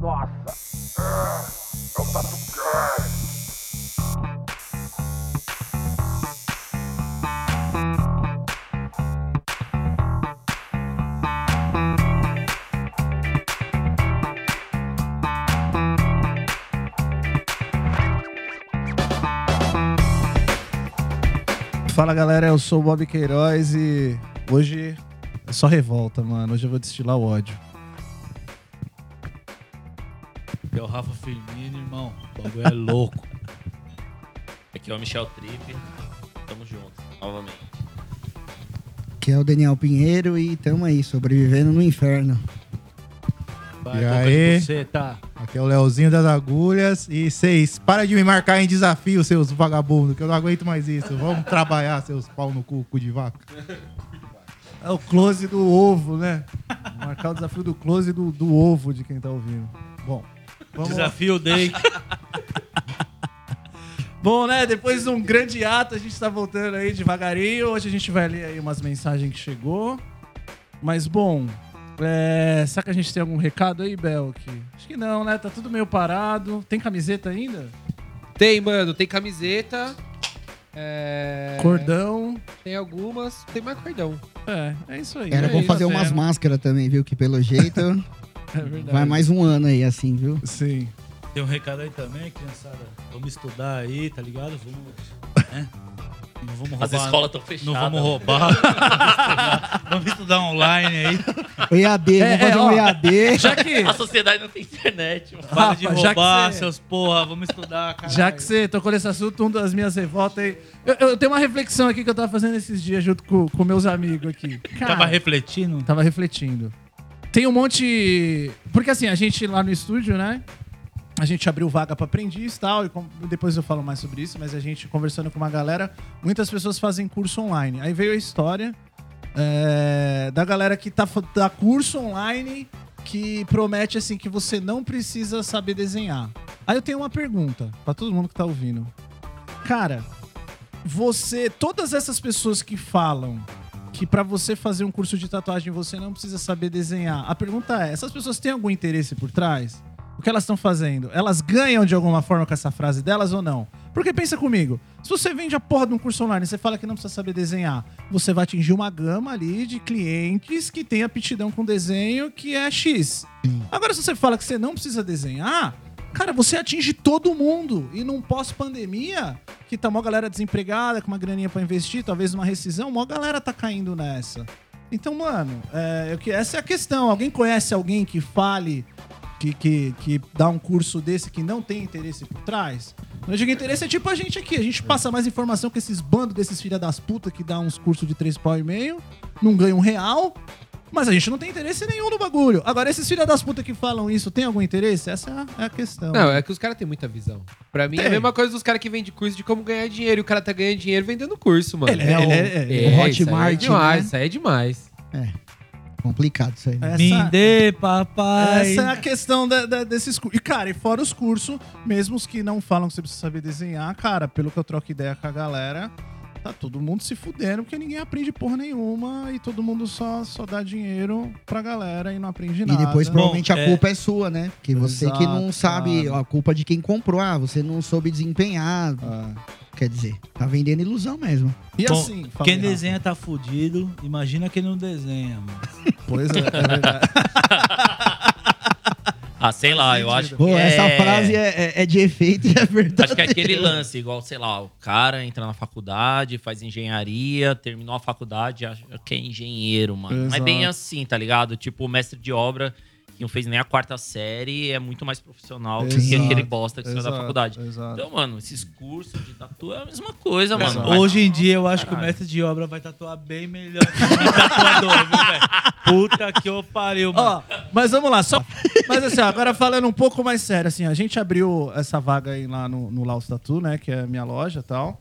Nossa! Fala galera, eu sou o Bob Queiroz e hoje é só revolta, mano. Hoje eu vou destilar o ódio. Aqui é o Rafa Firmino, irmão. O bagulho é louco. Aqui é o Michel Tripe. Tamo junto, novamente. que é o Daniel Pinheiro e tamo aí, sobrevivendo no inferno. Vai, E boca aí? de Você tá. Aqui é o Leozinho das Agulhas. E vocês, para de me marcar em desafio, seus vagabundos, que eu não aguento mais isso. Vamos trabalhar, seus pau no cu, cu de vaca. É o close do ovo, né? Marcar o desafio do close do, do ovo de quem tá ouvindo. Bom. Vamos lá. Desafio Day. Bom, né? Depois de um grande ato, a gente tá voltando aí devagarinho. Hoje a gente vai ler aí umas mensagens que chegou. Mas, bom, é... será que a gente tem algum recado aí, Belk? Acho que não, né? Tá tudo meio parado. Tem camiseta ainda? Tem, mano, tem camiseta. É, Cordão. Tem algumas. Tem mais cordão. É, é isso aí. Era é bom isso, fazer né? umas máscaras também, viu? Que pelo jeito É verdade. vai mais um ano aí, assim, viu? Sim. Tem um recado aí também, criançada. Vamos estudar aí, tá ligado? Vamos. né? Não vamos roubar. As escolas estão fechadas. né? Não vamos roubar. vamos estudar online aí. O EAD, É, vamos fazer é, um ó. EAD. Já que, A sociedade não tem internet, mano. Para de Rafa, já que roubar, você- seus porra. Vamos estudar, cara. já que você tocou nesse assunto, uma das minhas revoltas aí. Eu, eu tenho uma reflexão aqui que eu tava fazendo esses dias junto com, com meus amigos aqui. Tava Cara, refletindo. Tava refletindo. Tem um monte. Porque assim, a gente lá no estúdio, né? A gente abriu vaga pra aprendiz e tal, e com- depois eu falo mais sobre isso, mas a gente conversando com uma galera, muitas pessoas fazem curso online. Aí veio a história é, da galera que tá, fa- tá curso online que promete assim que você não precisa saber desenhar. Aí eu tenho uma pergunta pra todo mundo que tá ouvindo. Cara, você, todas essas pessoas que falam que pra você fazer um curso de tatuagem você não precisa saber desenhar. A pergunta é: essas pessoas têm algum interesse por trás? O que elas estão fazendo? Elas ganham de alguma forma com essa frase delas ou não? Porque pensa comigo, se você vende a porra de um curso online e você fala que não precisa saber desenhar, você vai atingir uma gama ali de clientes que tem aptidão com desenho que é X. Agora, se você fala que você não precisa desenhar, cara, você atinge todo mundo. E num pós-pandemia, que tá mó galera desempregada, com uma graninha pra investir, talvez uma rescisão, mó galera tá caindo nessa. Então, mano, é, eu que- essa é a questão. Alguém conhece alguém que fale que, que, que dá um curso desse que não tem interesse por trás? Quando eu digo interesse, é tipo a gente aqui. A gente passa mais informação que esses bandos desses filha das puta que dá uns cursos de três pau e meio, não ganha um real, mas a gente não tem interesse nenhum no bagulho. Agora, esses filha das puta que falam isso, tem algum interesse? Essa é a, é a questão. Não, é que os caras têm muita visão. Pra mim é Tem. a mesma coisa dos caras que vendem curso de como ganhar dinheiro. E o cara tá ganhando dinheiro vendendo curso, mano. Ele é, ele é- é- o isso aí Hotmart, É demais, né? isso aí é demais. Complicado isso aí. Né? Essa- Me dê, papai. Essa é a questão da- da- desses cursos. E, cara, e fora os cursos, mesmo os que não falam que você precisa saber desenhar, cara, pelo que eu troco ideia com a galera, tá todo mundo se fudendo, porque ninguém aprende porra nenhuma e todo mundo só, só dá dinheiro pra galera e não aprende E nada. depois provavelmente Bom, a é- culpa é, sua, né? Porque você que não Exato, sabe, claro. a culpa é de quem comprou, ah, você não soube desempenhar, Ah. quer dizer, tá vendendo ilusão mesmo. E Bom, assim, falei Quem rápido. desenha tá fudido. Imagina quem não desenha, mano. Pois é, é verdade. Ah, sei lá, eu acho que. Pô, essa é- frase é, é- é de efeito e é verdade. Acho que é aquele lance, igual, sei lá, o cara entra na faculdade, faz engenharia, terminou a faculdade, acha que é engenheiro, mano. Não é bem Exato. assim, tá ligado? Tipo, o mestre de obra, que não fez nem a quarta série, é muito mais profissional do que Exato, aquele bosta é que saiu da Exato, faculdade. exato. Então, mano, esses cursos de tatu é a mesma coisa, Exato. mano. Vai Hoje em dia eu acho que Caralho. o mestre de obra vai tatuar bem melhor que o tatuador, viu, velho? Puta que eu pariu, mano. Ó, mas vamos lá, só. Mas assim, ó, agora falando um pouco mais sério, assim, a gente abriu essa vaga aí lá no, no Laos Tatu, né? Que é a minha loja e tal.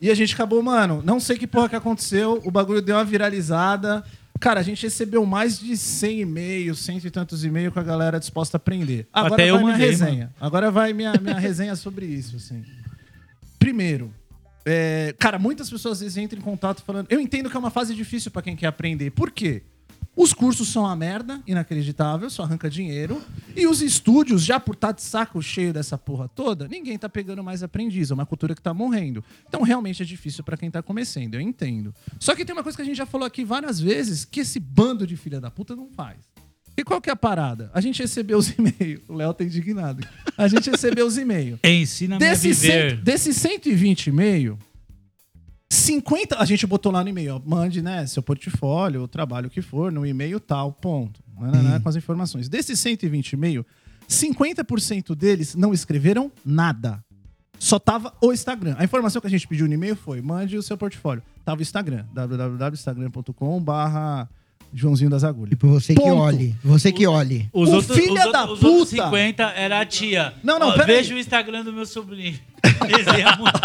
E a gente acabou, mano, não sei que porra que aconteceu, o bagulho deu uma viralizada. Cara, a gente recebeu mais de 100 e-mails, cento e tantos e-mails com a galera disposta a aprender. Agora Até eu vai minha mandei, resenha. Agora vai minha, minha resenha sobre isso, assim. Primeiro, é, cara, muitas pessoas às vezes entram em contato falando. Eu entendo que é uma fase difícil pra quem quer aprender. Por quê? Os cursos são uma merda, inacreditável, só arranca dinheiro. E os estúdios, já por estar de saco cheio dessa porra toda, ninguém tá pegando mais aprendiz. É uma cultura que tá morrendo. Então realmente é difícil pra quem tá começando, eu entendo. Só que tem uma coisa que a gente já falou aqui várias vezes, que esse bando de filha da puta não faz. E qual que é a parada? A gente recebeu os e-mails. O Léo tá indignado. A gente recebeu os e-mails. Ensina-me a Desses viver. cento- desses 120 e meio, 50. A gente botou lá no e-mail, ó, mande, né, seu portfólio, o trabalho que for, no e-mail tal, ponto. Nananã, Com as informações. Desses 120 e meio, 50% deles não escreveram nada. Só tava o Instagram. A informação que a gente pediu no e-mail foi: mande o seu portfólio. Tava o Instagram, www.instagram.com/barra Joãozinho das Agulhas. Tipo, você que Ponto. olhe. Você que olhe. Os O outros, filho os da outros- os outros puta! 50 era a tia. Não, não, Ó, pera Veja aí. o Instagram do meu sobrinho. Desenha muito.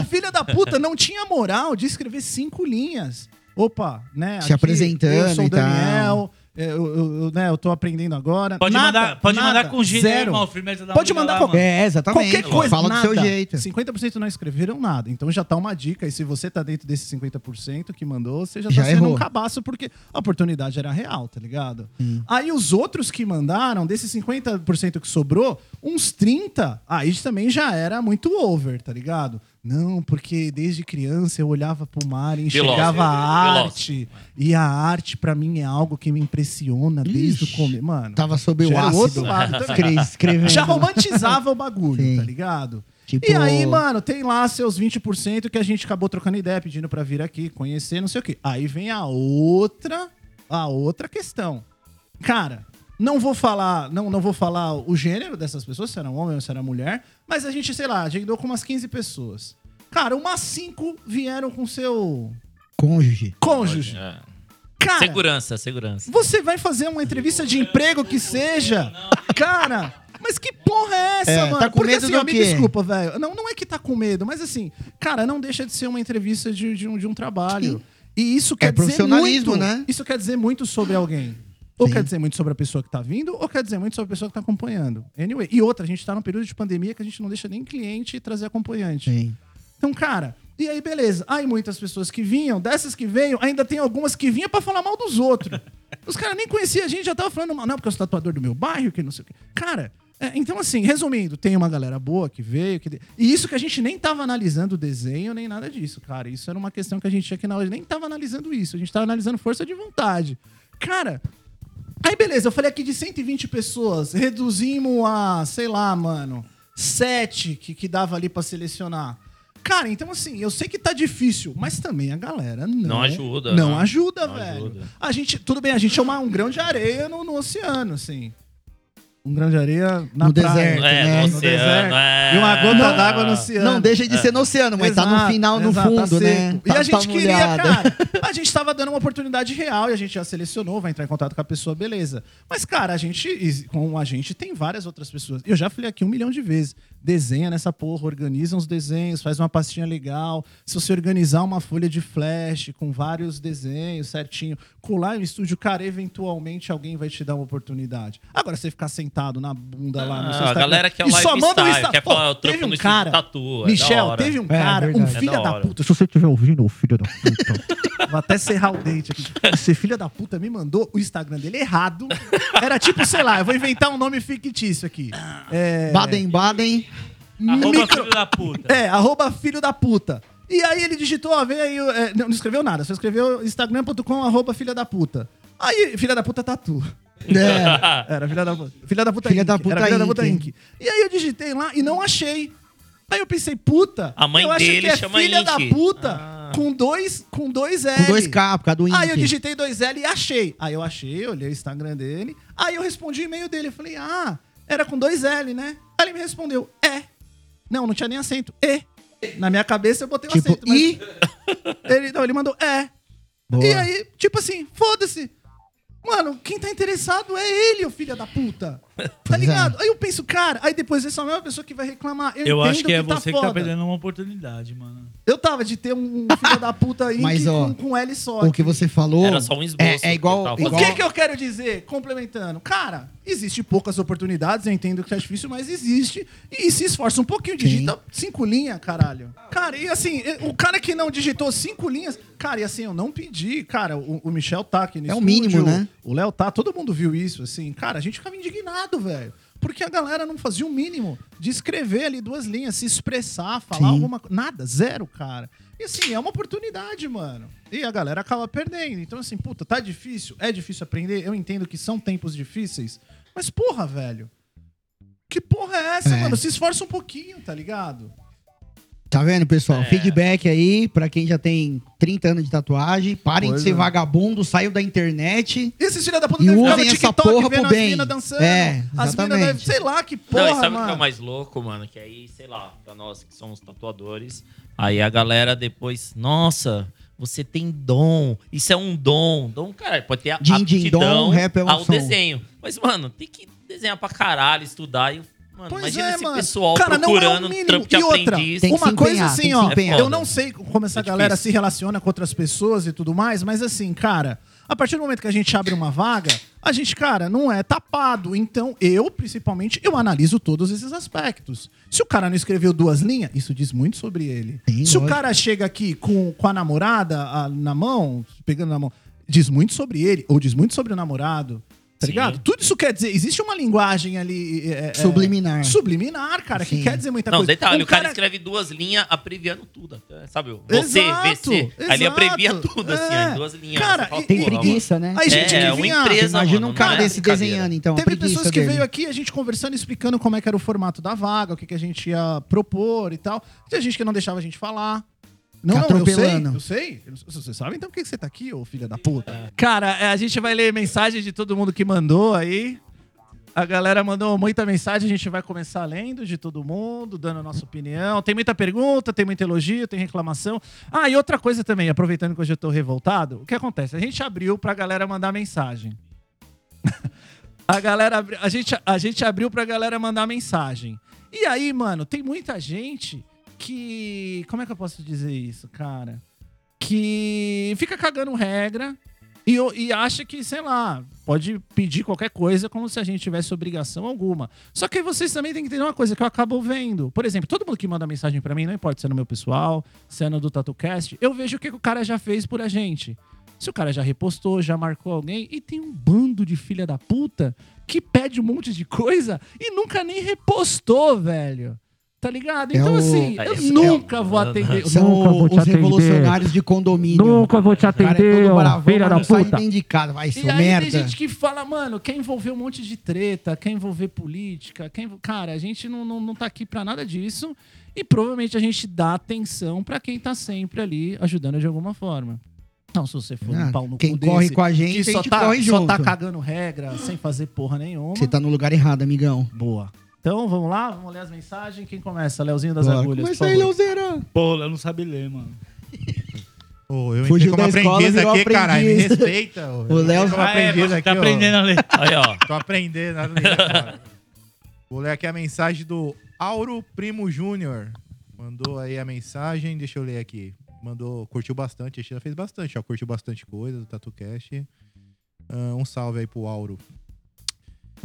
O filho da puta não tinha moral de escrever cinco linhas. Opa, né? Se aqui, apresentando Eu sou o e tal. Daniel. é, Eu, eu- eu, né, eu tô aprendendo agora. Pode Nada, mandar, pode nada, mandar com giro, zero. irmão. Firmeza da Pode mulher mandar lá, qualquer- mano. É, exatamente. Qualquer coisa, Fala nada. do seu jeito. 50% não escreveram nada. Então já tá uma dica. E se você tá dentro desses 50% que mandou, você já, Já tá sendo errou. um cabaço, porque a oportunidade era real, tá ligado? Hum. Aí os outros que mandaram, desses 50% que sobrou, uns 30%, aí também já era muito over, tá ligado? Não, porque desde criança eu olhava pro mar e enxergava a Veloz. arte. E a arte, pra mim, é algo que me impressiona desde o Ixi. Tá começo. Mano, Tava sob Já o era o ácido. outro lado também. Escre- Escrevendo. já romantizava o bagulho, Sim. tá ligado? Tipo- E aí, mano, tem lá seus 20% que a gente acabou trocando ideia, pedindo pra vir aqui, conhecer, não sei o quê. Aí vem a outra, a outra questão. Cara, não vou falar, não, não vou falar o gênero dessas pessoas, se era um homem ou se era mulher, mas a gente, sei lá, agendou com umas 15 pessoas. Cara, umas 5 vieram com seu Cônjuge. cônjuge. É. Cara, Segurança, segurança. você vai fazer uma entrevista de emprego que seja? Cara, mas que porra é essa, É, mano? tá com Porque medo assim, do ó, me quê? desculpa, velho. Não, não é que tá com medo, mas assim, cara, não deixa de ser uma entrevista de, de um, de um trabalho. E isso quer É profissionalismo, dizer muito, né? Isso quer dizer muito sobre alguém. Ou Sim. quer dizer muito sobre a pessoa que tá vindo, ou quer dizer muito sobre a pessoa que tá acompanhando. Anyway, e outra, a gente tá num período de pandemia que a gente não deixa nem cliente trazer acompanhante. Sim. Então, cara, e aí beleza. Aí muitas pessoas que vinham, dessas que veio, ainda tem algumas que vinham pra falar mal dos outros. Os caras nem conheciam a gente, já tava falando mal, não, porque eu sou tatuador do meu bairro, que não sei o quê. Cara, é, então assim, resumindo, tem uma galera boa que veio, que de- e isso que a gente nem tava analisando o desenho, nem nada disso, cara. Isso era uma questão que a gente tinha que analisar, nem tava analisando isso, a gente tava analisando força de vontade. Cara, Aí beleza, eu falei aqui de 120 pessoas, reduzimos a, sei lá, mano, 7 que, que dava ali pra selecionar. Cara, então assim, eu sei que tá difícil, mas também a galera não, Não ajuda, Não né? ajuda, Não velho. ajuda. A gente, tudo bem, a gente é uma- um grão de areia no, no oceano, assim. Um grão de areia na No praia. deserto, né? É, No no oceano, é. E uma gota d'água no oceano. É. Não deixa de ser no oceano, mas tá Exato, no final, no exato, tá fundo, né? seco. Tá- e a tá gente queria, molhado. cara. A gente tava dando uma oportunidade real e a gente já selecionou, vai entrar em contato com a pessoa, beleza. Mas, cara, a gente, com a gente, tem várias outras pessoas. Eu já falei aqui um milhão de vezes. Desenha nessa porra, organiza uns desenhos, faz uma pastinha legal. Se você organizar uma folha de flash com vários desenhos certinho, colar no estúdio, cara, eventualmente alguém vai te dar uma oportunidade. Agora, você ficar sentado na bunda lá no Ah, seu a Instagram galera quer e só lifestyle, manda o Insta- quer Pô, falar, eu trampo teve no um estúdio de cara, tatu, é da Michel, hora. teve um É, é cara, um verdade. filho É da da hora. puta, se você estiver ouvindo, ô filho da puta. Vou até serrar o dente aqui. Esse filho da puta me mandou o Instagram dele errado. Era tipo, sei lá, eu vou inventar um nome fictício aqui. É, Baden, Baden. Arroba um micro- filho da puta. é, arroba filho da puta. E aí ele digitou, ó, vem aí. o- é, não, não escreveu nada, só escreveu instagram.com arroba filha da puta. Aí, filha da puta tá tatu. É. Era filha da puta. Filha da puta Filha da Inc. puta Era filha da Inc. puta Inc. E aí eu digitei lá e não achei. Aí eu pensei, puta. A mãe eu acho dele que é chama filha Inc. da puta Ah. com dois com dois L. Com dois K, por causa do Aí eu Inc. digitei dois L e achei. Aí eu achei, olhei o Instagram dele. Aí eu respondi o e-mail dele. Eu falei, ah, era com dois L, né? Aí ele me respondeu, é. Não, não tinha nem acento. E. Na minha cabeça eu botei o Tipo, acento. mas- e. Ele, não, ele mandou, é. Boa. E aí, tipo assim, foda-se. Mano, quem tá interessado é ele, ô filho da puta. Tá Pois é. ligado? Aí eu penso, cara, aí depois essa é mesma pessoa que vai reclamar. Eu, Eu entendo acho que é você que tá foda. perdendo uma oportunidade, mano. Eu tava de ter um filho da puta aí Mas, que- ó, com, com L só. O que você falou. Era só um esboço. É, é igual. que O eu tava igual que, que eu quero dizer, complementando? Cara, existe poucas oportunidades, eu entendo que é difícil, mas existe. E se esforça um pouquinho, digita cinco linhas, caralho. Cara, e assim, e- o cara que não digitou cinco linhas, cara, e assim, eu não pedi, cara, o, o Michel tá aqui no É o mínimo, né? O Léo tá, todo mundo viu isso, assim. Cara, a gente ficava indignado, velho. Porque a galera não fazia o mínimo de escrever ali duas linhas, se expressar, falar Sim. alguma coisa. Nada, zero, cara. E assim, é uma oportunidade, mano. E a galera acaba perdendo. Então, assim, puta, tá difícil, é difícil aprender. Eu entendo que são tempos difíceis. Mas, porra, velho. Que porra é essa, É. mano? Se esforça um pouquinho, tá ligado? Tá vendo, pessoal? É. Feedback aí pra quem já tem 30 anos de tatuagem. Parem é. Coisa. de ser vagabundo, saiu da internet. Esses filha da puta E devem ficar no usem essa TikTok porra pro vendo as bem. minas dançando. É, as minas exatamente. devem, sei lá, que Não, porra, e sabe o que é mano. o mais louco, mano? Que aí, sei lá, pra nós que somos tatuadores, aí a galera depois, nossa, você tem dom, isso é um dom. Dom, cara, pode ter a Din, din, dom, rap é um ao som. desenho. Mas, mano, tem que desenhar pra caralho, estudar e... Mano, Pois imagina é, esse mano. pessoal Cara, não é o procurando um mínimo. trampo de E outra, aprendiz. Tem que uma se coisa empenhar, assim, tem que ó. se empenhar. eu não sei como essa É galera difícil. se relaciona com outras pessoas e tudo mais, mas assim, cara, a partir do momento que a gente abre uma vaga, a gente, cara, não é tapado. Então, eu, principalmente, eu analiso todos esses aspectos. Se o cara não escreveu duas linhas, isso diz muito sobre ele. Sim, Se o lógico. cara chega aqui com, com a namorada a- na mão, pegando na mão, diz muito sobre ele, ou diz muito sobre o namorado. Tá Sim. ligado? Tudo isso quer dizer, existe uma linguagem ali. é, é, Subliminar. Subliminar, cara, que Sim. quer dizer muita Não, coisa. detalhe, Um o cara, escreve duas linhas abreviando tudo. até, Sabe? o Você, Exato, VC. Aí ele exato. abrevia tudo, assim, É. ó, em duas linhas. Cara, Você fala, e- Tem Pô, "Porra, preguiça, né? Aí, mano." gente É, que uma vinha- empresa, Imagina mano, um cara não é desse brincadeira. desenhando, então. a Teve preguiça pessoas que dele. veio aqui, a gente conversando, explicando como é que era o formato da vaga, o que, que a gente ia propor e tal. Tinha gente que não deixava a gente falar. Não, Fica não, eu sei, atropelando. eu sei. Eu não sei- Você sabe então por que que você tá aqui, ô filha da puta? Cara, é, a gente vai ler mensagem de todo mundo que mandou aí. A galera mandou muita mensagem, a gente vai começar lendo de todo mundo, dando a nossa opinião. Tem muita pergunta, tem muito elogio, tem reclamação. Ah, e outra coisa também, aproveitando que hoje eu tô revoltado, o que acontece? A gente abriu pra galera mandar mensagem. a galera, abri- a gente, a gente abriu pra galera mandar mensagem. E aí, mano, tem muita gente que, como é que eu posso dizer isso, cara? Que fica cagando regra, e, eu- e acha que, sei lá, pode pedir qualquer coisa como se a gente tivesse obrigação alguma. Só que aí vocês também têm que entender uma coisa que eu acabo vendo. Por exemplo, todo mundo que manda mensagem pra mim, não importa se é no meu pessoal, se é no do TatuCast, eu vejo o que que o cara já fez por a gente. Se o cara já repostou, já marcou alguém, e tem um bando de filha da puta que pede um monte de coisa e nunca nem repostou, velho. Tá ligado? É Então, o- assim, É eu isso, nunca é o- vou atender. São Nunca vou te os atender. revolucionários de condomínio. Nunca vou te O cara é atender, todo ó, bravão, filha mas da não sai puta. nem de casa. Vai, E seu aí merda. tem gente que fala, mano, quer envolver um monte de treta, quer envolver política, quer envol- Cara, a gente não, não, não tá aqui pra nada disso. E provavelmente a gente dá atenção pra quem tá sempre ali ajudando de alguma forma. Então, se você for Ah, um pau no quem cu corre desse, com a gente, que a só gente tá, corre só junto. tá cagando regra, sem fazer porra um, nenhuma. né? Você tá no lugar errado, amigão. Boa. Então, vamos lá, vamos ler as mensagens. Quem começa? Leozinho das Bora. Agulhas, por Começa aí, favor. Leozeira. Pô, eu não sabia ler, mano. Ô, eu Fugiu entrei como da escola, aprendiz virou aqui, aprendiz. caralho. Me respeita. ô. O Léo- Eu tô Ah, é, aprendiz você aqui, tá ó. aprendendo a ler. Aí, ó. Tô aprendendo. olha aí, cara. Vou ler aqui a mensagem do Auro Primo Júnior. Mandou aí a mensagem, deixa eu ler aqui. Mandou, curtiu bastante, a Sheila fez bastante, ó. Curtiu bastante coisa do TatuCast. Ah, um salve aí pro Auro.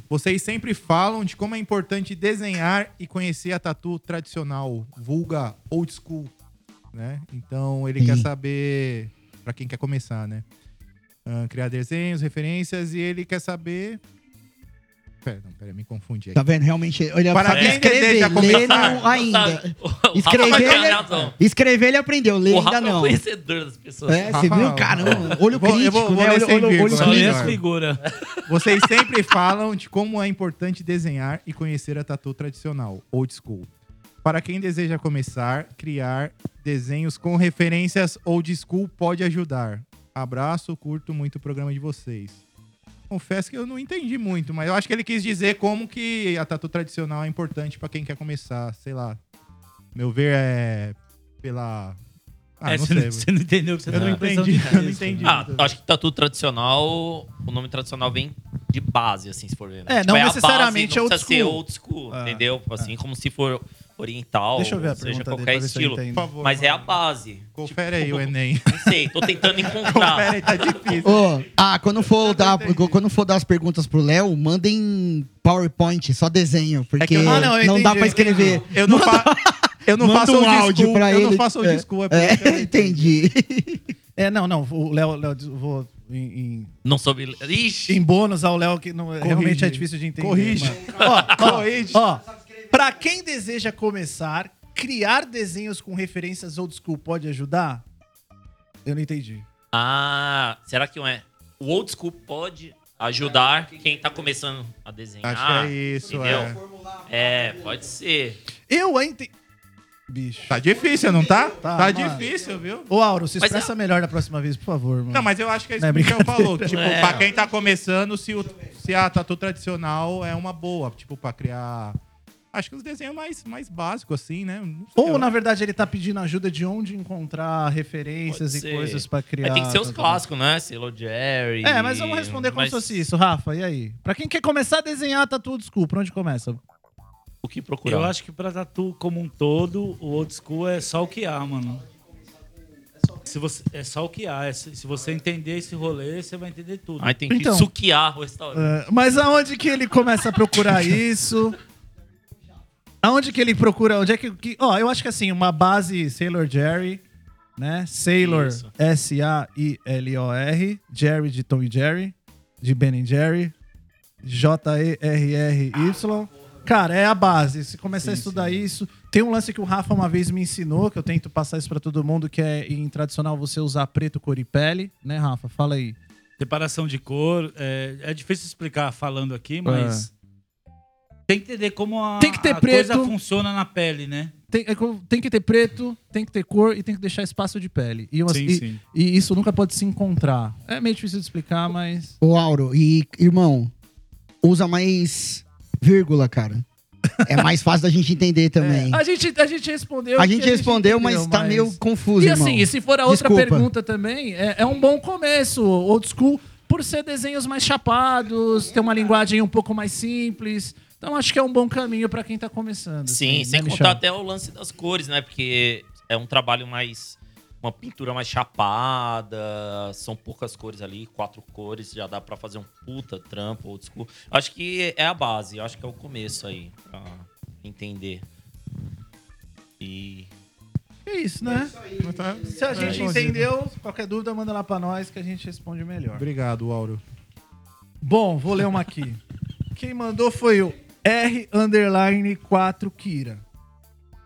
Vocês sempre falam de como é importante desenhar e conhecer a tatu tradicional, vulga, old school, né? Então ele Sim. quer saber, pra quem quer começar, né? Ah, criar desenhos, referências, e ele quer saber. Pera, não, pera, me confundi aqui. Tá vendo? Realmente, ele Para sabe quem deseja escrever. Ler começar. não ainda. O Rafa Escrever, vai ter ele- razão. Escrever ele aprendeu, ler O Rafa ainda é um não. conhecedor das pessoas. É, você Rafa, viu? Caramba, olho eu vou- eu crítico, vou- vou né? ler Olho, sem olho, vírgula, olho só Só lê ler clínico. as as figuras. Vocês sempre falam de como é importante desenhar e conhecer a tatu tradicional, old school. Para quem deseja começar, criar desenhos com referências old school pode ajudar. Abraço, curto muito o programa de vocês. Confesso que eu não entendi muito, mas eu acho que ele quis dizer como que a tatu tradicional é importante para quem quer começar, sei lá. Meu ver é pela Ah, é, não você, sei. não, você não entendeu o que você Eu não tava pensando entendi, de eu não texto, entendi. né? Ah, acho que tatu tradicional, o nome tradicional vem de base, assim, se for ver. É, não a base, necessariamente é não old precisa ser school. old school, entendeu? Assim, como se for oriental, Deixa eu ver a ou seja, pergunta dele qualquer pra ver se eu estilo. entendo. Por favor. Mas é a base. Confere aí o Enem. Não sei, tô tentando encontrar. Confere aí, tá difícil. Ô, ah, quando for, dar, entendi. quando for dar as perguntas pro Léo, mandem PowerPoint, só desenho, porque eu- não, Ah, não, eu dá entendi, pra eu escrever. Eu não, fa- eu não Manda faço um old áudio school, pra eu não ele. faço um old É. school, é por isso que eu É, não entendi. É, não, não. O Léo, Léo, diz- vou em, Não soube. em, Ixi! em bônus ao Léo, que não, realmente é difícil de entender. Corrige. mano. Ó, Corrige. Ó, pra quem deseja começar, criar desenhos com referências old school pode ajudar? Eu não entendi. Ah, será que não é? O old school pode ajudar quem tá começando a desenhar. Acho que é isso, é. entendeu? É, pode ser. Eu ainda. Bicho. Tá difícil, não tá? Tá, tá mano. difícil, viu? Ô, Auro, se Mas expressa melhor da próxima vez, por favor, mano. Não, mas eu acho que é isso Não é que o Michel brincadeira. falou. Tipo, É. pra quem tá começando, se, o- se a tatu tradicional é uma boa, tipo, pra criar. Acho que os desenhos mais, mais básicos, assim, né? Não sei, Ou, eu- na verdade, ele tá pedindo ajuda de onde encontrar referências Pode e ser. coisas pra criar. Mas tem que ser os tatu- clássicos, né? Selo Jerry. É, mas vamos responder como Mas se fosse isso, Rafa. E aí? Pra quem quer começar a desenhar tá tatu, desculpa, onde começa? O que procurar? Eu acho que pra tatu como um todo, o old school é só o que há, mano. Se você, é só o que há. É Se se você entender esse rolê, você vai entender tudo. Aí tem que Então. suquear o restaurante. Ah, mas aonde que ele começa a procurar isso? Aonde que ele procura? Onde é que. que- Ó, eu acho que assim, uma base Sailor Jerry, né? Sailor Isso. S-A-I-L-O-R, Jerry de Tom e Jerry, de Ben and Jerry, J-E-R-R-Y. Cara, é a base. Se começar a estudar isso. Tem um lance que o Rafa uma vez me ensinou, que eu tento passar isso pra todo mundo, que é em tradicional você usar preto, cor e pele, né, Rafa? Fala aí. Separação de cor. É, é difícil explicar falando aqui, mas. Tem que entender como a, Ah. Tem que ter a preto. coisa funciona na pele, né? Tem, é como- tem que ter preto, tem que ter cor e tem que deixar espaço de pele. E, umas- Sim, e- sim. e isso nunca pode se encontrar. É meio difícil de explicar, mas. Ô, Auro, e irmão, usa mais vírgula, cara. É mais fácil da gente entender também. A gente, a gente respondeu. É. a É, que gente respondeu, mas entendeu, tá mas- meio confuso, E irmão. assim, e se for a outra Desculpa. pergunta também, é, é um bom começo, old school, por ser desenhos mais chapados, ter uma linguagem um pouco mais simples. Então acho que é um bom caminho pra quem tá começando. Sim, assim, sem né, Michel? contar até o lance das cores, né? Porque é um trabalho mais. Uma pintura mais chapada, são poucas cores ali, quatro cores, já dá pra fazer um puta trampo, old school. Acho que é a base, acho que é o começo aí, pra entender. E. É isso, né? Tá- Se a gente entendeu, qualquer dúvida, manda lá pra nós que a gente responde melhor. Obrigado, Auro. Bom, vou ler uma aqui. Quem mandou foi o R underline 4 Kira.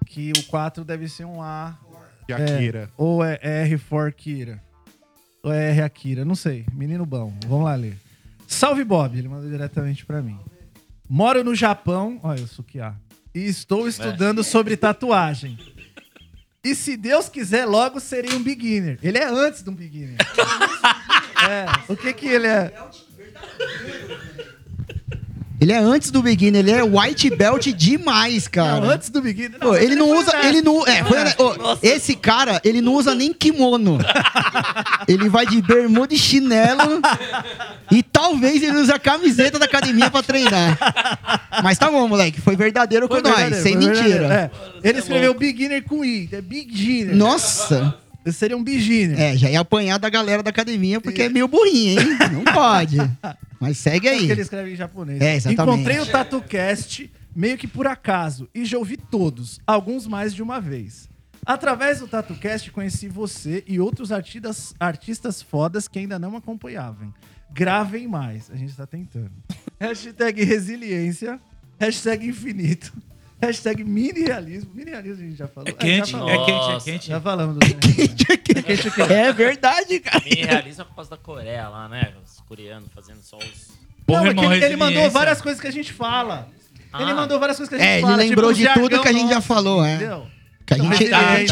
Que o 4 deve ser um A. Shakira. Ou é R for Kira. Ou é R Akira, não sei. Menino bom. Vamos lá ler. Salve Bob, ele mandou diretamente pra mim. Moro no Japão. Olha, eu suquiá. E estou estudando sobre tatuagem. E se Deus quiser, logo serei um beginner. Ele é antes de um beginner. é, o que que ele é? Ele é antes do beginner, ele é white belt demais, cara. Não, antes do beginner. Pô, ele não foi usa, honesto. ele não, é, foi honesto. Ô, esse cara, ele não usa nem kimono. Ele vai de bermuda e chinelo e talvez ele use a camiseta da academia pra treinar. Mas tá bom, moleque, foi verdadeiro Foi com nós, verdadeiro, sem foi mentira. Tá verdadeiro, é. Ele escreveu beginner com i, é beginner. Nossa, Eu seria um beginner. é, já ia apanhar da galera da academia porque é meio burrinho, hein? Não pode. Mas segue É o que ele aí. escreve em japonês. É, exatamente. Encontrei o TatuCast meio que por acaso e já ouvi todos, alguns mais de uma vez. Através do TatuCast conheci você e outros artistas, artistas fodas que ainda não acompanhavam. Gravem mais. A gente tá tentando. Hashtag resiliência. Hashtag infinito. Hashtag mini realismo. Mini realismo a gente já falou. Ah, É quente, já é, falou. Nossa. quente, é quente. Já falamos. né? do É verdade, cara. Me realiza por causa da Coreia lá, né? Os coreanos fazendo só os. Não, é que irmão, ele, ele mandou resiliência. várias coisas que a gente fala. Ele Ah. mandou várias coisas que a gente É, ele fala. lembrou tipo, de o tudo jargão que a gente já nosso, falou, é. Entendeu? Que a gente, a gente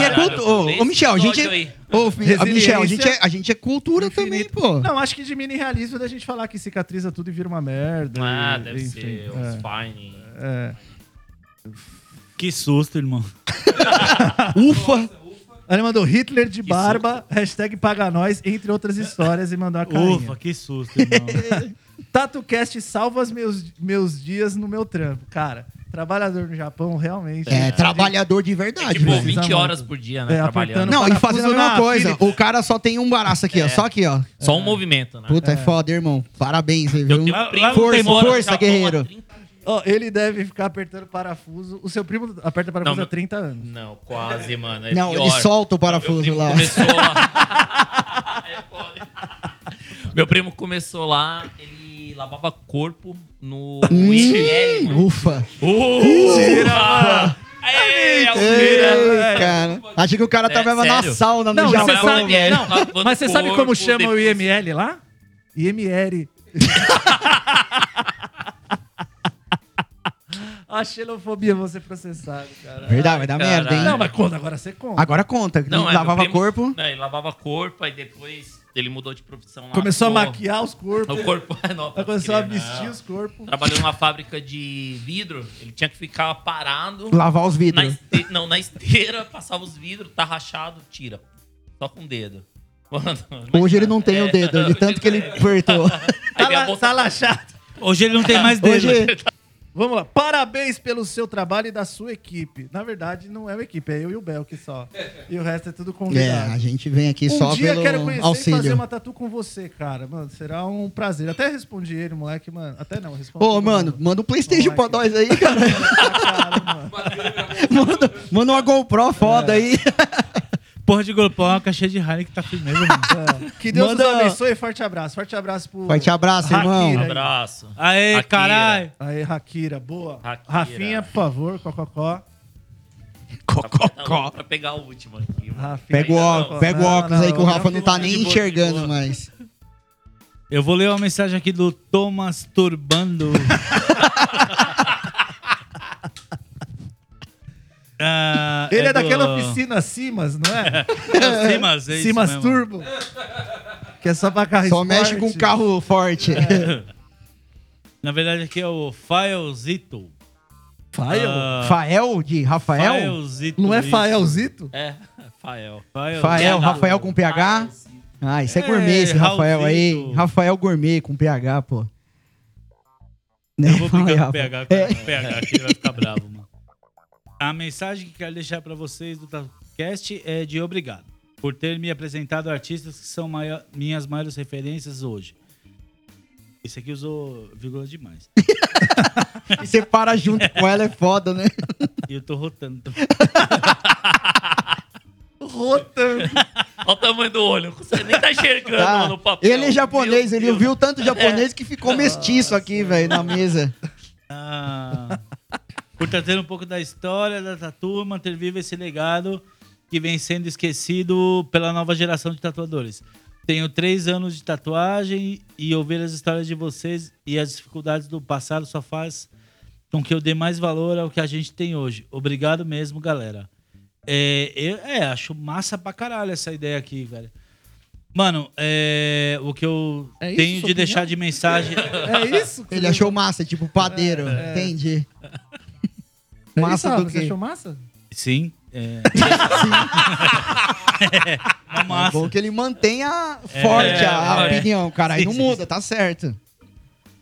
é Verdade, cultura. Ô, ô, Michel, a gente é, Ô, filho, ô, Michel, a gente é, a gente é cultura também, pô. Não, acho que de mini realismo da gente falar que cicatriza tudo e vira uma merda. Ah, e- deve enfim, ser é. os Fine. Que susto, irmão. Ufa! Aí Ele mandou Hitler de barba, hashtag paga nós, entre outras histórias, e mandou a carinha. Ufa, que susto, irmão. TatuCast salva os meus, meus dias no meu trampo. Cara, trabalhador no Japão, realmente. É, trabalhador de É verdade, tipo velho. 20 muito. horas por dia, né? É, trabalhando. apertando- Não, e parafuso fazendo a mesma na coisa. Philips. O cara só tem um baraço aqui, ó. Só aqui, ó. Só um movimento, né? Puta, é foda, irmão. Parabéns, aí, Eu viu? tenho um primo que Força, mora no força, Japão há guerreiro. 30 Ó, ele deve ficar apertando parafuso. O seu primo aperta parafuso Não, há 30 anos. Não, quase, mano. É Não, pior. ele solta Meu o parafuso primo lá. Começou a... É Meu primo começou lá, ele lavava corpo no IML, mano. Ah, é, Ufa. Ufa! Aê, Almeida! Ei, cara. Achei que o cara É, tava na sério? sauna no Não, Já Japão. você vai sabe- o IML, não, lavando Mas você sabe como corpo, chama o depois- IML lá? IML. A xenofobia você processado, cara. Verdade, vai dar merda, hein? Não, mas conta, agora você conta. Agora conta. que Não, é, lavava meu primo- corpo. É, ele lavava corpo, aí depois ele mudou de profissão lá. Começou a Pô, maquiar os corpos. O corpo é novo. Aí Começou a querer, vestir não. os corpos. Trabalhou numa fábrica de vidro, ele tinha que ficar parado. Lavar os Na vidros. este... Não, na esteira, passava os vidros, tá rachado, tira. Só com o dedo. Mano, Hoje ele não É. tem o dedo, de tanto que ele apertou. Aí vem a Um Tá bolsa- laxado. Hoje ele não tem mais dele. Hoje, Vamos lá. Parabéns pelo seu trabalho e da sua equipe. Na verdade, não é uma equipe, é eu e o Belk só. E o resto é tudo é, convidado. a gente vem aqui um só dia pelo quero conhecer e fazer auxílio. uma tatu com você, cara. Mano, será um prazer. Até respondi ele, moleque, mano. Até não, respondi. Ô, mano, manda um Playstation pra Moleque. nós aí, cara. Cara, mano. Manda, manda uma GoPro foda aí. É. Porra de golpão, é uma caixinha de Heineken que tá firmeza, mano. Que Deus Manda- nos abençoe. Forte abraço. Forte abraço pro. Forte abraço, irmão. Hakira. Abraço. Aê, Akira. caralho. Aí, Hakira, boa. Hakira. Rafinha, por favor, cococó. É Não, Então, pra pegar o último aqui. Então, mano. Rafinha. Pega o, óculos, pega o Não, óculos aí não, que o não, Rafa não tá nem de boa, de enxergando boa. mais. Eu vou ler uma mensagem aqui do Thomas Turbando. Ah, Ele é, daquela do- oficina Simas, não é? É o Simas, é isso Simas mesmo. Turbo. Que é só pra carro Só esporte. mexe com carro forte. Na verdade, aqui é o Faelzito. Fael? É. Ah, Fael de Rafael? Faelzito. não é isso. Faelzito? É, Rafael. Fael. Fael, Rafael com PH. Ah, isso é gourmet esse É, Rafael aí. Raulzito. Rafael gourmet com PH, pô. Né? Eu vou Fala aí, brigar com Rafa. o PH, É. cara. O PH que ele vai ficar bravo, mano. A mensagem que quero deixar pra vocês do TatuCast é de obrigado por ter me apresentado artistas que são maio- minhas maiores referências hoje. Esse aqui usou vírgula demais. E você para junto com ela é foda, né? E eu tô rotando. Rotando. Olha o tamanho do olho, não consegue nem tá enxergando Tá. mano, no papel. Ele é japonês, Meu ele Deus. viu tanto japonês que ficou mestiço aqui, velho, na mesa. Ah, por trazer um pouco da história da tatu, manter vivo esse legado que vem sendo esquecido pela nova geração de tatuadores. Tenho três anos de tatuagem e ouvir as histórias de vocês e as dificuldades do passado só faz com que eu dê mais valor ao que a gente tem hoje. Obrigado mesmo, galera. É, eu, é, acho massa pra caralho essa ideia aqui, velho. Mano, é, o que eu É isso, tenho de sua opinião? deixar de mensagem. É isso? Ele achou massa, tipo padeiro. Entendi. massa do Você quê? achou massa? Sim. É... é, uma É bom massa. que ele mantenha forte É, a é. opinião, cara. Aí Sim, não sim, muda, tá certo.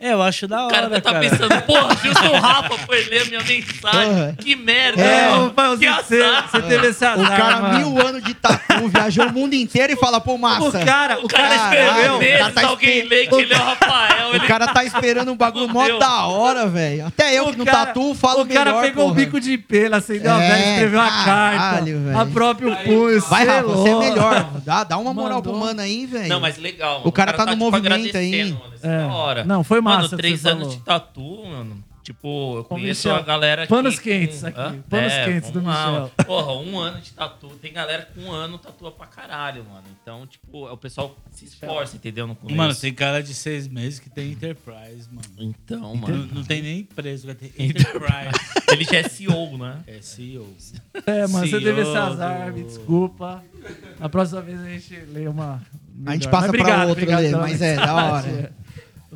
É, eu acho da O hora, cara. cara tá pensando, porra, Gilson Rafa foi ler minha mensagem. Porra. Que merda, É, mano. ô, Faelzinho, que você, azar. você teve esse O azar, cara, Ah, mano. mil anos de tatu, viajou o mundo inteiro e fala, pô, O massa. cara, tá o O cara cara Caralho, escreveu o cara meses, tá alguém espe- lê que ele é o Rafael. O Ele... cara tá esperando um bagulho mó Fudeu. da hora, velho. Até eu que no tatu falo O cara melhor, pegou um porra. o bico de pela, acendeu a É, vela, escreveu a carta. caralho, velho. A próprio punho. Vai, sei Rafa, lá. você é melhor. Dá, dá uma moral Mandou. pro mano aí, velho. Não, mas legal. mano. O cara tá no movimento aí. tipo, agradecendo, Mano, isso É. é. da hora. Não, foi massa que Mano, três você anos falou. de tatu, mano. Tipo, eu conheço Michel. a galera Panos que- quentes aqui, Hã? É, panos quentes do vamos lá, Michel. mano. Porra, um ano de tatu. Tem galera com um ano tatua pra caralho, mano. Então, tipo, é o pessoal se esforça, entendeu? No começo. Mano, tem cara de seis meses que tem Enterprise, mano. Então, Não, mano. não tem nem empresa, vai ter Enterprise. Ele já é CEO, né? é CEO. É, mano, você CEO teve esse azar, do- me desculpa. A próxima vez a gente lê uma. A gente melhor. Mas passa pra obrigado, outro, obrigado né? pela mas é, da hora.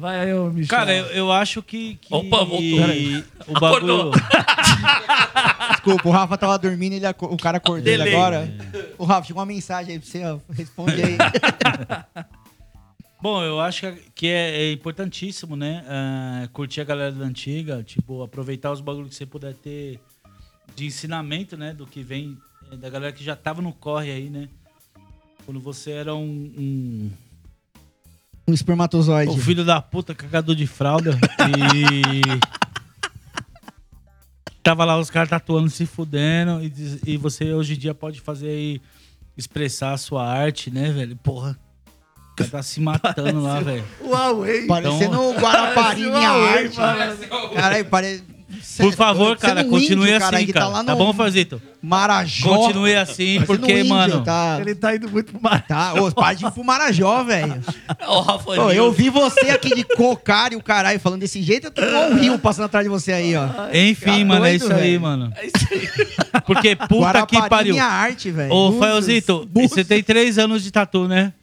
Vai aí, ô, Michel. Cara, eu, eu acho que. que Opa, voltou. Peraí. O bagulho. Acordou. Desculpa, o Rafa tava dormindo, ele aco- o cara acordou ele Delay. agora. O Rafa, chegou uma mensagem aí pra você, ó. Responde aí. Bom, eu acho que- que é, é importantíssimo, né? ah, curtir a galera da antiga, tipo, aproveitar os bagulhos que você puder ter de ensinamento, né? Do que vem eh, da galera que já tava no corre aí, né? Quando você era um, um, Um um espermatozoide. filho da puta cagador de fralda e. Tava lá os caras tatuando, se fudendo, e, diz- e você hoje em dia pode fazer aí, expressar a sua arte, né, velho? Porra. cara tá se matando lá, velho. Huawei. Parecendo o Guarapari minha arte. É Caralho, é parece. Por favor, cara, um continue assim, cara. Tá, lá Tá, no bom, Fazito? Marajó. Continue assim, Parecendo porque, um índio, mano. Tá, Ele tá indo muito pro mar. tá. Ô, para de ir pro Marajó, velho. Ó, o Rafa Ô, Nil. eu vi você aqui de cocário, o caralho, falando desse jeito, eu tô igual um rio passando atrás de você aí, ó. Enfim, tá mano, é doido, isso aí, velho. mano. Porque puta Guarapari, é que pariu. minha arte, velho. Ô, Búzios, Faelzito, Búzios. você tem três anos de tatu, né?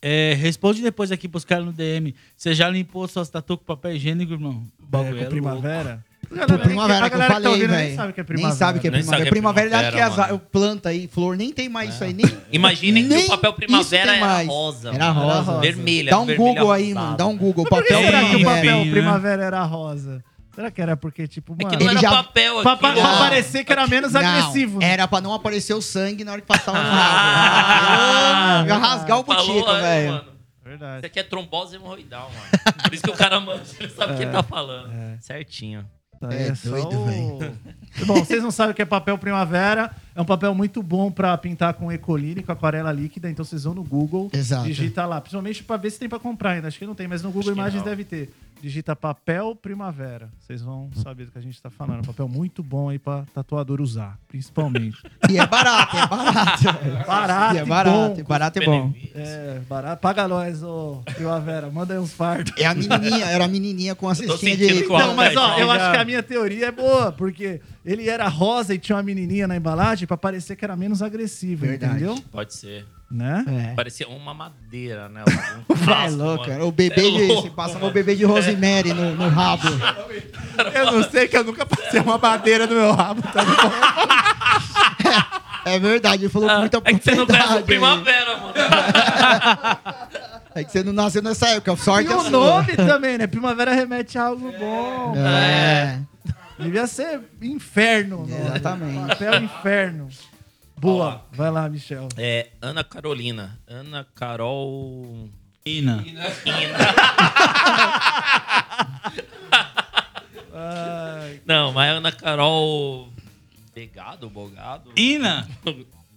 É, responde depois aqui pros caras no DM. Você já limpou suas tatu com papel higiênico, irmão? O bagulho É, com louco. primavera. A galera Pô, nem- primavera a que eu galera que tá falei, ouvindo velho. nem sabe o que é primavera. Nem sabe o que é Nem sabe primavera. que é Primavera, ele acha que é primavera, azar, mano. planta aí, flor, nem tem mais isso aí. Nem, Imaginem que nem o papel isso primavera tem era mais. rosa. Era mano. rosa. Vermelha. Dá um vermelha Google aí, rosada. mano. Dá um Google. Mas por que Papel será que o primavera. papel né? primavera era rosa? Será que era porque, tipo, É mano... que não Ele era É. já- papel Pra, pra- aquilo. pra Não. parecer que era menos Não, agressivo. Era pra não aparecer o sangue na hora que passava no Ah! rabo. Eu ia rasgar o Falou, botico, é, velho. mano. Verdade. Isso aqui é trombose hemorroidal, mano. Por isso que o cara manja, ele sabe o que ele tá falando. Certinho. É só doido, o- velho. Bom, vocês não sabem o que é papel primavera. É um papel muito bom pra pintar com ecoline, com aquarela líquida. Então vocês vão no Google, Exato. digita lá. Principalmente pra ver se tem pra comprar ainda. Acho que não tem, mas no Google que Imagens não. deve ter. Digita papel primavera. Vocês vão saber do que a gente tá falando. É um papel muito bom aí pra tatuador usar, principalmente. E é barato, é barato. velho. Barato E é e barato, bom. é barato e bom. é, barato. Paga nós, ô primavera. Manda aí uns fardos. É a menininha, era a menininha com a cestinha sentindo de... que o Então, mas ó, Vai, eu vai, acho que a minha teoria é boa, porque ele era rosa e tinha uma menininha na embalagem pra parecer que era menos agressivo, Verdade. entendeu? Pode ser. Né? É. Parecia uma madeira, né? É louco, cara. O bebê de, você passa no bebê de Rosemary no, no rabo. Eu não sei que eu nunca passei uma madeira no meu rabo. Tá bom? É verdade, ele falou com muita É que você não conhece o propriedade aí. primavera, mano. É que você não nasceu nessa época, sorte E é o sua. um nome também, né? Primavera remete a algo bom. É, Devia ser inferno. né? o nome. Exatamente. Papel inferno. Boa. Vai lá, Michel. É Ana Carolina. Ana Carol. Ina. Não, mas é Ana Carol. Pegado, bogado. Ina?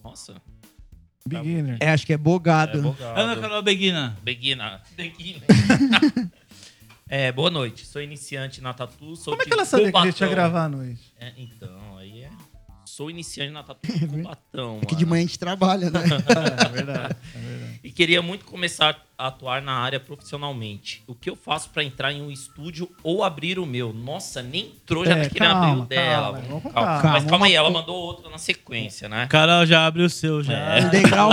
Nossa. Beginner. É, acho que é É bogado. Ana bogado. Carol Beguina. Beguina. Beguina. É, boa noite. Sou iniciante na Tatu. Sou Como é que de ela sabia que a gente ia Cubatão. gravar à noite? É, então, aí é. Sou iniciante na Tatu de Cubatão. É que de mano. manhã a gente trabalha, né? E queria muito começar a atuar na área profissionalmente. O que eu faço pra entrar em um estúdio ou abrir o meu? Nossa, nem entrou, já É, tá querendo calma, abrir o dela. calma, Vamos vamos com com calma. Mas Calma, calma aí, uma ela co- mandou outra na sequência, né? Carol, já abre o seu, já. É. Um degrau.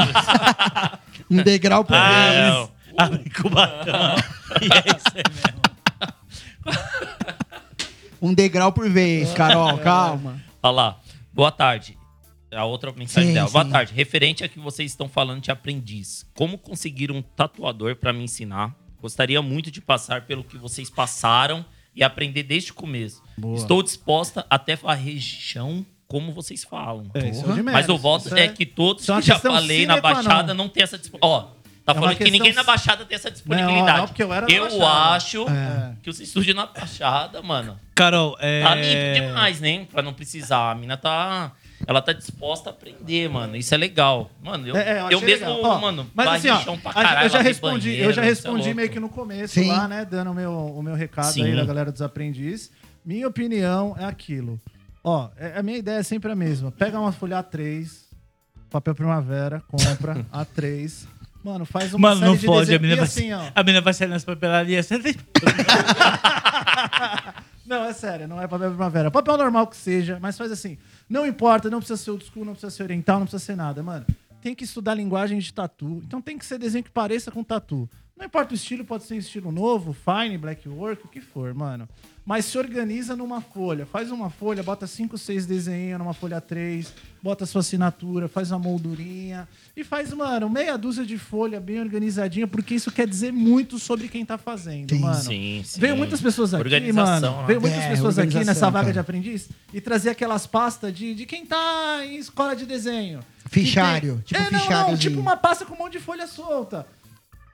um degrau por Ah, vez. não. Abre Cubatão. e é isso aí mesmo. Um degrau por vez, Carol, calma. Olha lá. Boa tarde. A outra mensagem Sim, dela. Boa sim. tarde. Referente a que vocês estão falando de aprendiz. Como conseguir um tatuador pra me ensinar? Gostaria muito de passar pelo que vocês passaram e aprender desde o começo. Estou disposta até a região como vocês falam. É, isso é o de Mas o menos. voto Isso é, que todos isso é uma que já questão falei sine na qua non. Baixada não tem essa disponibilidade. Ó, tá uma falando que questão ninguém na si- Baixada tem essa disponibilidade. não, porque eu era da Baixada. É. acho que os estúdios na Baixada, mano, Carol, é. tá limpo demais, né? Pra não precisar. A mina tá. Ela tá disposta a aprender, mano. Isso é legal. Mano, eu, É, é, eu achei mesmo, legal. Ó, mano, mas assim, ó, barrichão pra a- caralho, eu já lá de respondi, banheiro, eu já isso é respondi louco. meio que no começo Sim. lá, né, dando o meu, o meu recado Sim. aí da galera dos aprendiz. Minha opinião é aquilo. Ó, é- a minha ideia é sempre a mesma. Pega uma folha A3, papel primavera, compra A3. Mano, faz uma Mano, série não de pode. A desenho. menina, E vai... assim, ó. a menina vai sair nas papelarias. Você tem- Não, é sério, não é papel primavera. Papel normal que seja, mas faz assim. Não importa, não precisa ser old school, não precisa ser oriental, não precisa ser nada, mano. Tem que estudar linguagem de tatu. Então tem que ser desenho que pareça com tatu. Não importa o estilo, pode ser um estilo novo, fine, black work, o que for, mano. Mas se organiza numa folha. Faz uma folha, bota 5, 6 desenhos numa folha 3, bota sua assinatura, faz uma moldurinha e faz, mano, meia dúzia de folha bem organizadinha, porque isso quer dizer muito sobre quem tá fazendo, Sim, mano. Sim, sim. Veio muitas pessoas aqui, Organização, mano. né? Veio muitas É, pessoas aqui organização, nessa vaga cara. de aprendiz e trazer aquelas pastas de, de quem tá em escola de desenho. Fichário, Que tipo é, não, não, fichariozinho. tipo uma pasta com um monte de folha solta.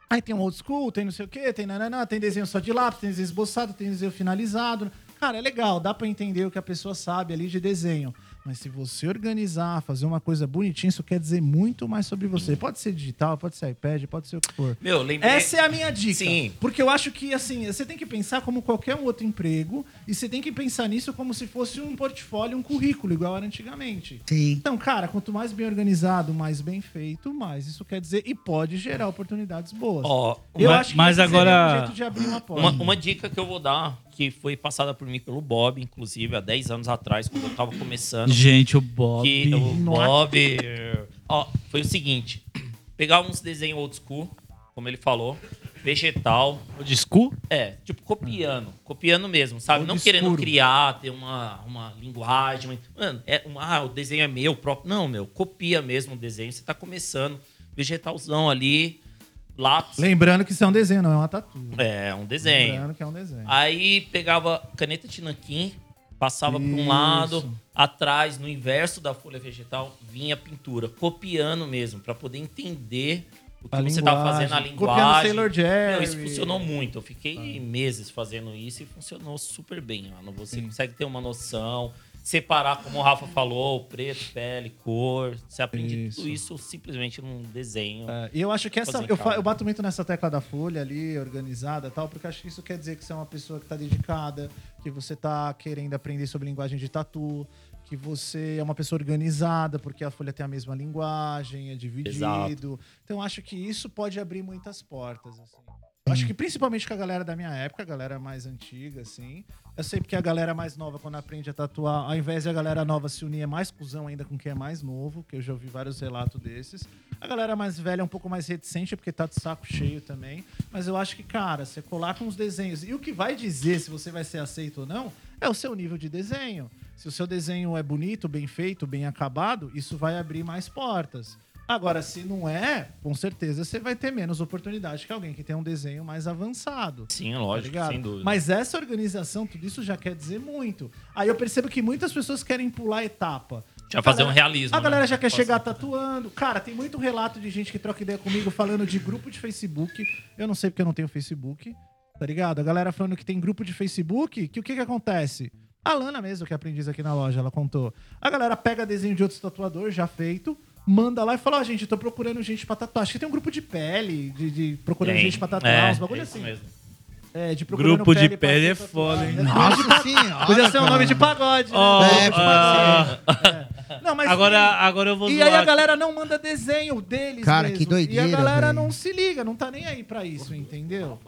Aí tem um old school, tem não sei o quê, tem nananã, tem desenho só de lápis, tem desenho esboçado, tem desenho finalizado. Cara, é legal, dá pra entender o que a pessoa sabe ali de desenho. Mas se você organizar, fazer uma coisa bonitinha, isso quer dizer muito mais sobre você. Pode ser digital, pode ser iPad, pode ser o que for. Meu, lembrei. Essa é a minha dica. Sim. Porque eu acho que, assim, você tem que pensar como qualquer um outro emprego e você tem que pensar nisso como se fosse um portfólio, um currículo, igual era antigamente. Sim. Então, cara, quanto mais bem organizado, mais bem feito, mais isso quer dizer e pode gerar oportunidades boas. Ó, eu ma- acho que mas esse seria agora- um jeito de abrir uma porta. né? Uma, uma dica que eu vou dar, que foi passada por mim pelo Bob, inclusive, há 10 anos atrás, quando eu tava começando. Gente, o Bob. que o Nossa. Bob. Ó, foi o seguinte: pegar uns desenhos old school, como ele falou, vegetal. O Discu? É, tipo, copiando. Copiando mesmo, sabe? Não querendo criar, ter uma, uma linguagem. mas, Mano, é uma, ah, o desenho é meu próprio. Não, meu, copia mesmo o desenho. Você tá começando. Vegetalzão ali, lápis. Lembrando que isso é um desenho, não é uma tatu. É, um desenho. Lembrando que é um desenho. Aí pegava caneta tinaquim, passava para um Isso. lado, atrás, no inverso da folha vegetal, vinha a pintura, copiando mesmo, para poder entender o que A você estava linguagem. fazendo na Copiando Ah. linguagem. Sailor Jerry. Não, isso funcionou muito. Eu fiquei meses fazendo isso e funcionou super bem, mano. Você consegue ter uma noção, separar, como o Rafa falou, preto, pele, cor. Você aprende tudo isso simplesmente num desenho. É, E eu acho que essa. Fazer em Eu, fa- casa. eu bato muito nessa tecla da folha ali, organizada e tal, porque acho que isso quer dizer que você é uma pessoa que tá dedicada, que você tá querendo aprender sobre linguagem de tatu, que você é uma pessoa organizada, porque a folha tem a mesma linguagem, é dividido. Exato. Então acho que isso pode abrir muitas portas, assim. Eu acho que principalmente com a galera da minha época, a galera mais antiga, assim. Eu sei porque a galera mais nova, quando aprende a tatuar, ao invés de a galera nova se unir, é mais cuzão ainda com quem é mais novo, que eu já ouvi vários relatos desses. A galera mais velha é um pouco mais reticente, porque tá de saco cheio também. Mas eu acho que, cara, você colar com os desenhos. E o que vai dizer se você vai ser aceito ou não é o seu nível de desenho. Se o seu desenho é bonito, bem feito, bem acabado, isso vai abrir mais portas. Agora, se não é, com certeza você vai ter menos oportunidade que alguém que tem um desenho mais avançado. Sim, Tá lógico, ligado? sem dúvida. Mas essa organização, tudo isso já quer dizer muito. Aí eu percebo que muitas pessoas querem pular etapa. Já A fazer galera- um realismo, A né? galera já quer Fazer- chegar tatuando. Cara, tem muito relato de gente que troca ideia comigo falando de grupo de Facebook. Eu não sei porque eu não tenho Facebook, tá ligado? A galera falando que tem grupo de Facebook, que o que que acontece? A Lana mesmo, que é aprendiz aqui na loja, ela contou. A galera pega desenho de outros tatuadores já feito, manda lá e fala, ó, gente, eu tô procurando gente pra tatuar. Acho que tem um grupo de pele, de, de procurando Tem. gente pra tatuar, É, uns bagulho é isso assim. mesmo. É, de procurando Grupo de pra pele é ser foda, hein? Nossa senhora. Podia ser um nome de pagode, né? Ó, É, Grupo de pele. ah, Não, mas agora, agora eu vou E zoar aí a aqui. galera não manda desenho deles Cara, mesmo. que doideira, E a galera velho. não se liga, não tá nem aí pra isso, entendeu?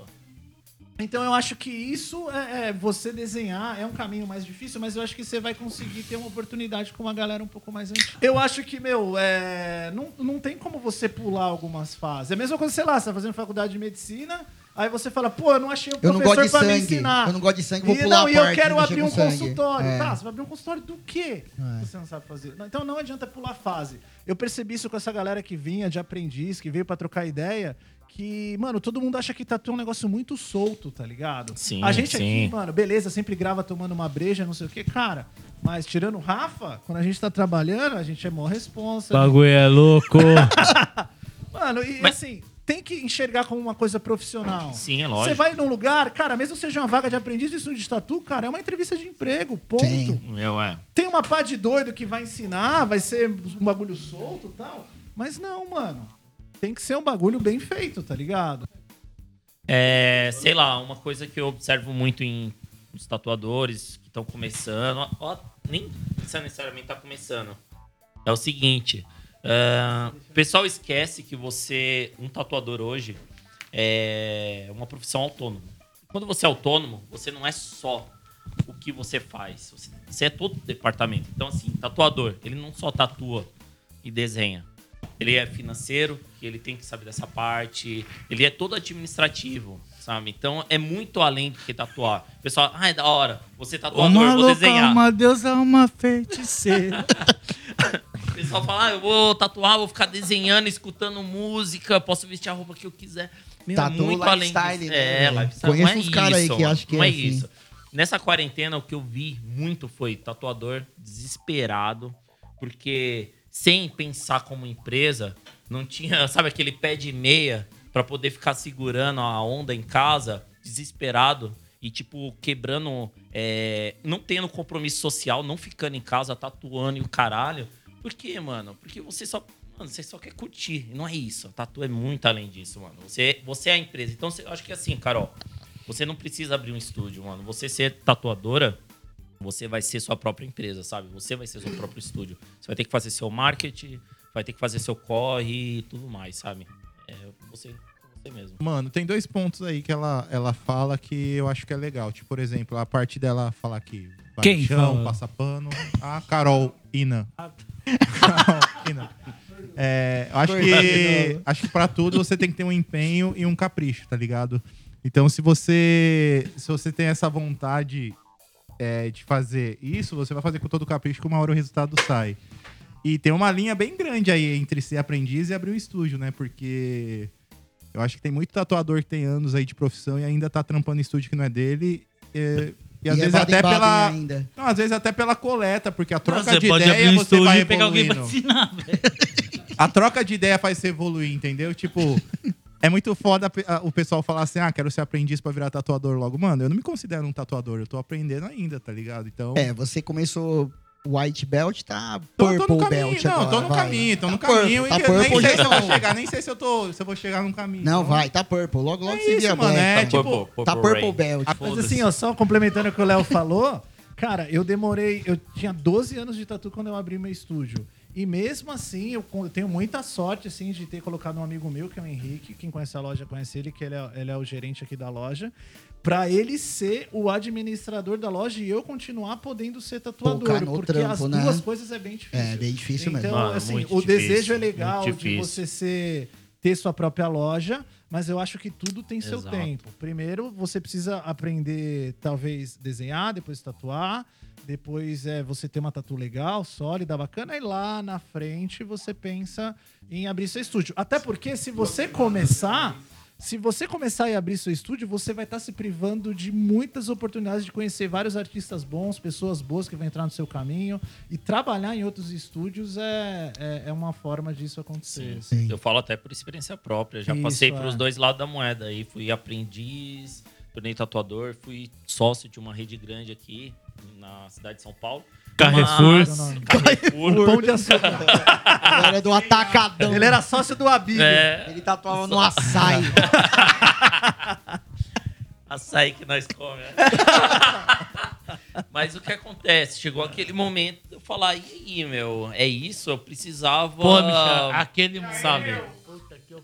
Então eu acho que isso é, é, você desenhar é um caminho mais difícil, mas eu acho que você vai conseguir ter uma oportunidade com uma galera um pouco mais antiga. Eu acho que, meu, é, não, não tem como você pular algumas fases. É a mesma coisa, sei lá, você tá fazendo faculdade de medicina, aí você fala, pô, eu não achei um Eu não professor gosto de pra me sangue. ensinar. Eu não gosto de sangue, vou E pular não, a e eu parte quero e mexer abrir com um sangue. consultório. É. Tá, você vai abrir um consultório do quê? Se Você não sabe fazer. Não, Então não adianta pular fase. Eu percebi isso com essa galera que vinha de aprendiz, que veio pra trocar ideia, que, mano, todo mundo acha que tatu é um negócio muito solto, tá ligado? Sim, A gente sim. aqui, mano, beleza, sempre grava tomando uma breja, não sei o quê, cara. Mas tirando o Rafa, quando a gente tá trabalhando, a gente é mó responsa. Bagulho é louco. Mano, e Mas- assim, tem que enxergar como uma coisa profissional. Sim, Você é lógico. vai num lugar, cara, mesmo que seja uma vaga de aprendiz de estudo de tatu, cara, é uma entrevista de emprego, ponto. Sim. Meu, é. Tem uma pá de doido que vai ensinar, vai ser um bagulho solto e tal. Mas não, mano. Tem que ser um bagulho bem feito, tá ligado? É, sei lá, uma coisa que eu observo muito em os tatuadores que estão começando, ó, ó, nem precisa necessariamente tá começando. É o seguinte, ah, o pessoal esquece que você, um tatuador hoje, é uma profissão autônoma. Quando você é autônomo, você não é só o que você faz, você, você é todo o departamento. Então, assim, tatuador, ele não só tatua e desenha. Ele é financeiro, que ele tem que saber dessa parte. Ele é todo administrativo, sabe? Então é muito além do que tatuar. O pessoal, ah, é da hora. Você tatuador, Uma vou louca, desenhar. uma deusa, uma feiticeira. O pessoal fala, ah, eu vou tatuar, vou ficar desenhando, escutando música, posso vestir a roupa que eu quiser. Meu, Tatu lifestyle, disso. né? É, lifestyle. Conheço não é uns cara aí isso, que mano. acho que Não é é, assim. isso. Nessa quarentena, o que eu vi muito foi tatuador desesperado, porque sem pensar como empresa, não tinha, sabe, aquele pé de meia pra poder ficar segurando a onda em casa, desesperado. E, tipo, quebrando. é, não tendo compromisso social, não ficando em casa, tatuando e o caralho. Por quê, mano? Porque você só. Mano, você só quer curtir. Não é isso. A tatu é muito além disso, mano. Você, você é a empresa. Então, você- eu acho que assim, Carol, você não precisa abrir um estúdio, mano. Você ser tatuadora, você vai ser sua própria empresa, sabe? Você vai ser seu próprio estúdio. Você vai ter que fazer seu marketing, vai ter que fazer seu corre e tudo mais, sabe? É você, você mesmo. Mano, tem dois pontos aí que ela, ela fala que eu acho que é legal. Tipo, por exemplo, a parte dela falar que vai Quem no chão, fala? passa pano. A Carol Ina. Carol Ina. É, eu acho que, acho que pra tudo você tem que ter um empenho e um capricho, tá ligado? Então, se você, se você tem essa vontade é, de fazer isso, você vai fazer com todo capricho que uma hora o resultado sai. E tem uma linha bem grande aí entre ser aprendiz e abrir um estúdio, né? Porque eu acho que tem muito tatuador que tem anos aí de profissão e ainda tá trampando em estúdio que não é dele. É, E, às é vezes até Baden-Baden pela. ainda. Não, às vezes até pela coleta, porque a troca Você de pode ideia abrir um você estúdio vai e pegar alguém pra evoluindo. ensinar, velho. A troca de ideia faz você evoluir, entendeu? Tipo, é muito foda pe- a- o pessoal falar assim: ah, quero ser aprendiz pra virar tatuador logo. Mano, eu não me considero um tatuador, eu tô aprendendo ainda, tá ligado? Então. É, você começou white belt, tá Tô, purple tô no caminho, belt não, agora. tô no vai. caminho, tô no Tá caminho. purple, e tá eu nem purple, sei se eu vou então. chegar, nem sei se eu, tô, se eu vou chegar num caminho. Não, Então, vai, tá purple. Logo, logo É você isso, vira mano, black. é, tipo, tá purple belt. Mas assim, ó, só complementando o que o Léo falou, cara, eu demorei. Eu tinha 12 anos de tatu quando eu abri meu estúdio. E mesmo assim, eu, con- eu tenho muita sorte, assim, de ter colocado um amigo meu, que é o Henrique. Quem conhece a loja conhece ele, que ele é, ele é o gerente aqui da loja. Pra ele ser o administrador da loja e eu continuar podendo ser tatuador. Focar no porque trampo, as né? duas coisas é bem difícil. É, bem difícil mesmo. Então, Mano, assim, o Ah, muito difícil, desejo é legal muito de difícil. você ser, ter sua própria loja, mas eu acho que tudo tem seu Exato. tempo. Primeiro, você precisa aprender, talvez, desenhar, depois tatuar, depois é você ter uma tatu legal, sólida, bacana, e lá na frente você pensa em abrir seu estúdio. Até porque se você começar. Se você começar e abrir seu estúdio, você vai estar se privando de muitas oportunidades de conhecer vários artistas bons, pessoas boas que vão entrar no seu caminho. E trabalhar em outros estúdios é, é, é uma forma disso acontecer. assim. Eu falo até por experiência própria. Já Isso, passei é. pros dois lados da moeda aí. Fui aprendiz, tornei tatuador, fui sócio de uma rede grande aqui na cidade de São Paulo. Carrefour. Mas- Carrefour. Pão de açúcar. Ele era do atacadão. Ele era sócio do Abílio. É, Ele tatuava no açaí. açaí que nós comemos. Mas o que acontece? Chegou aquele momento de eu falar, e aí, meu, é isso? Eu precisava... Pô, bicho, aquele, sabe? Eu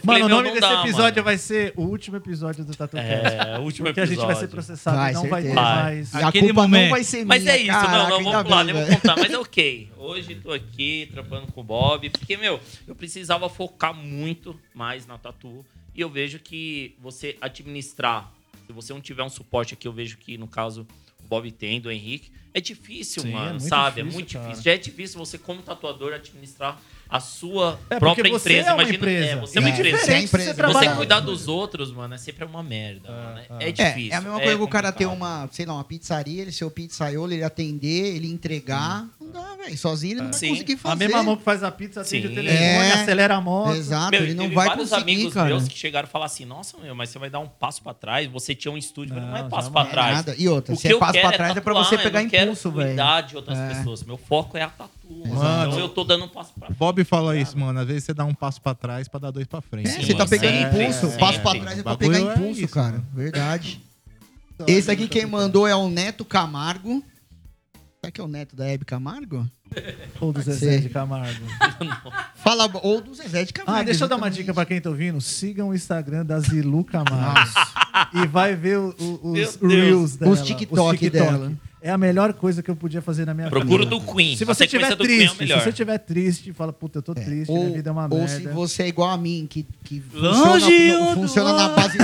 falei, Mano, o meu, nome não desse dá, episódio mano. vai ser o último episódio do Tatu Cast. É, o último Porque a gente vai ser episódio. processado Vai, e não certeza. vai ter Vai. mais. E a Aquele culpa não momento. vai ser minha. Mas é isso, caraca, não, não, ainda vamos lá, bem, nem vou velho. contar. Mas é ok. Hoje tô aqui trampando com o Bob, porque, meu, eu precisava focar muito mais na tatu. E eu vejo que você administrar, se você não tiver um suporte aqui, eu vejo que, no caso, o Bob tem, do Henrique, é difícil, Sim, é mano, muito sabe? é difícil, muito cara. difícil. Já é difícil você, como tatuador, administrar a sua É, porque própria você empresa. é uma Imagina, empresa. É, você é uma É, empresa. você é Diferente a se empresa. Você Você trabalhar- cuidar dos outros, mano, é sempre uma merda. mano. É- É, difícil. É, é a mesma coisa que o cara ter complicado. uma, sei lá, uma pizzaria, ele ser o pizzaiolo, ele atender, ele entregar. Não dá, velho. Sozinho ele não vai Hum. Sim. conseguir fazer. A mesma mão que faz a pizza, atende o Sim. telefone, É. acelera a moto. Exato, Meu, Ah, então ele e não teve vai vários conseguir, amigos cara. meus que chegaram e falaram assim: Nossa, meu, mas você vai dar um passo pra trás. Você tinha um estúdio, mas não, Não, é passo já pra É trás. nada. E outra, O se que é eu passo quero pra trás é pra tatuar, você eu pegar não quero impulso, velho. cuidar de outras É. pessoas. Meu foco é a tatu. Mano. Mano. Então eu tô dando um passo pra trás. Bob fala isso, mano. Às vezes você dá um passo pra trás pra dar dois pra frente. É, Sim, você tá mano, pegando sempre, impulso. sempre. Passo pra trás é pra Bagulho pegar é impulso, isso, cara. né? mano. Verdade. Esse aqui tá quem mandou é o Neto Camargo. Será que é o neto da Hebe Camargo? Ou do Zezé de Camargo. é, Fala, ou do Zezé de Camargo. né? Ah, deixa eu dar uma exatamente. dica pra quem tá ouvindo. Sigam o Instagram da Zilu Camargo. e vai ver o- o- Meu os Deus. Reels dela. Os TikTok dela. É a melhor coisa que eu podia fazer na minha Procura vida. é. do Queen. Se A você tiver sequência do Queen é o triste, se melhor. você tiver triste, fala, puta, eu tô triste, Ou, minha vida é uma ou merda. se você é igual a mim, que, que Longe funciona, um do funciona na base.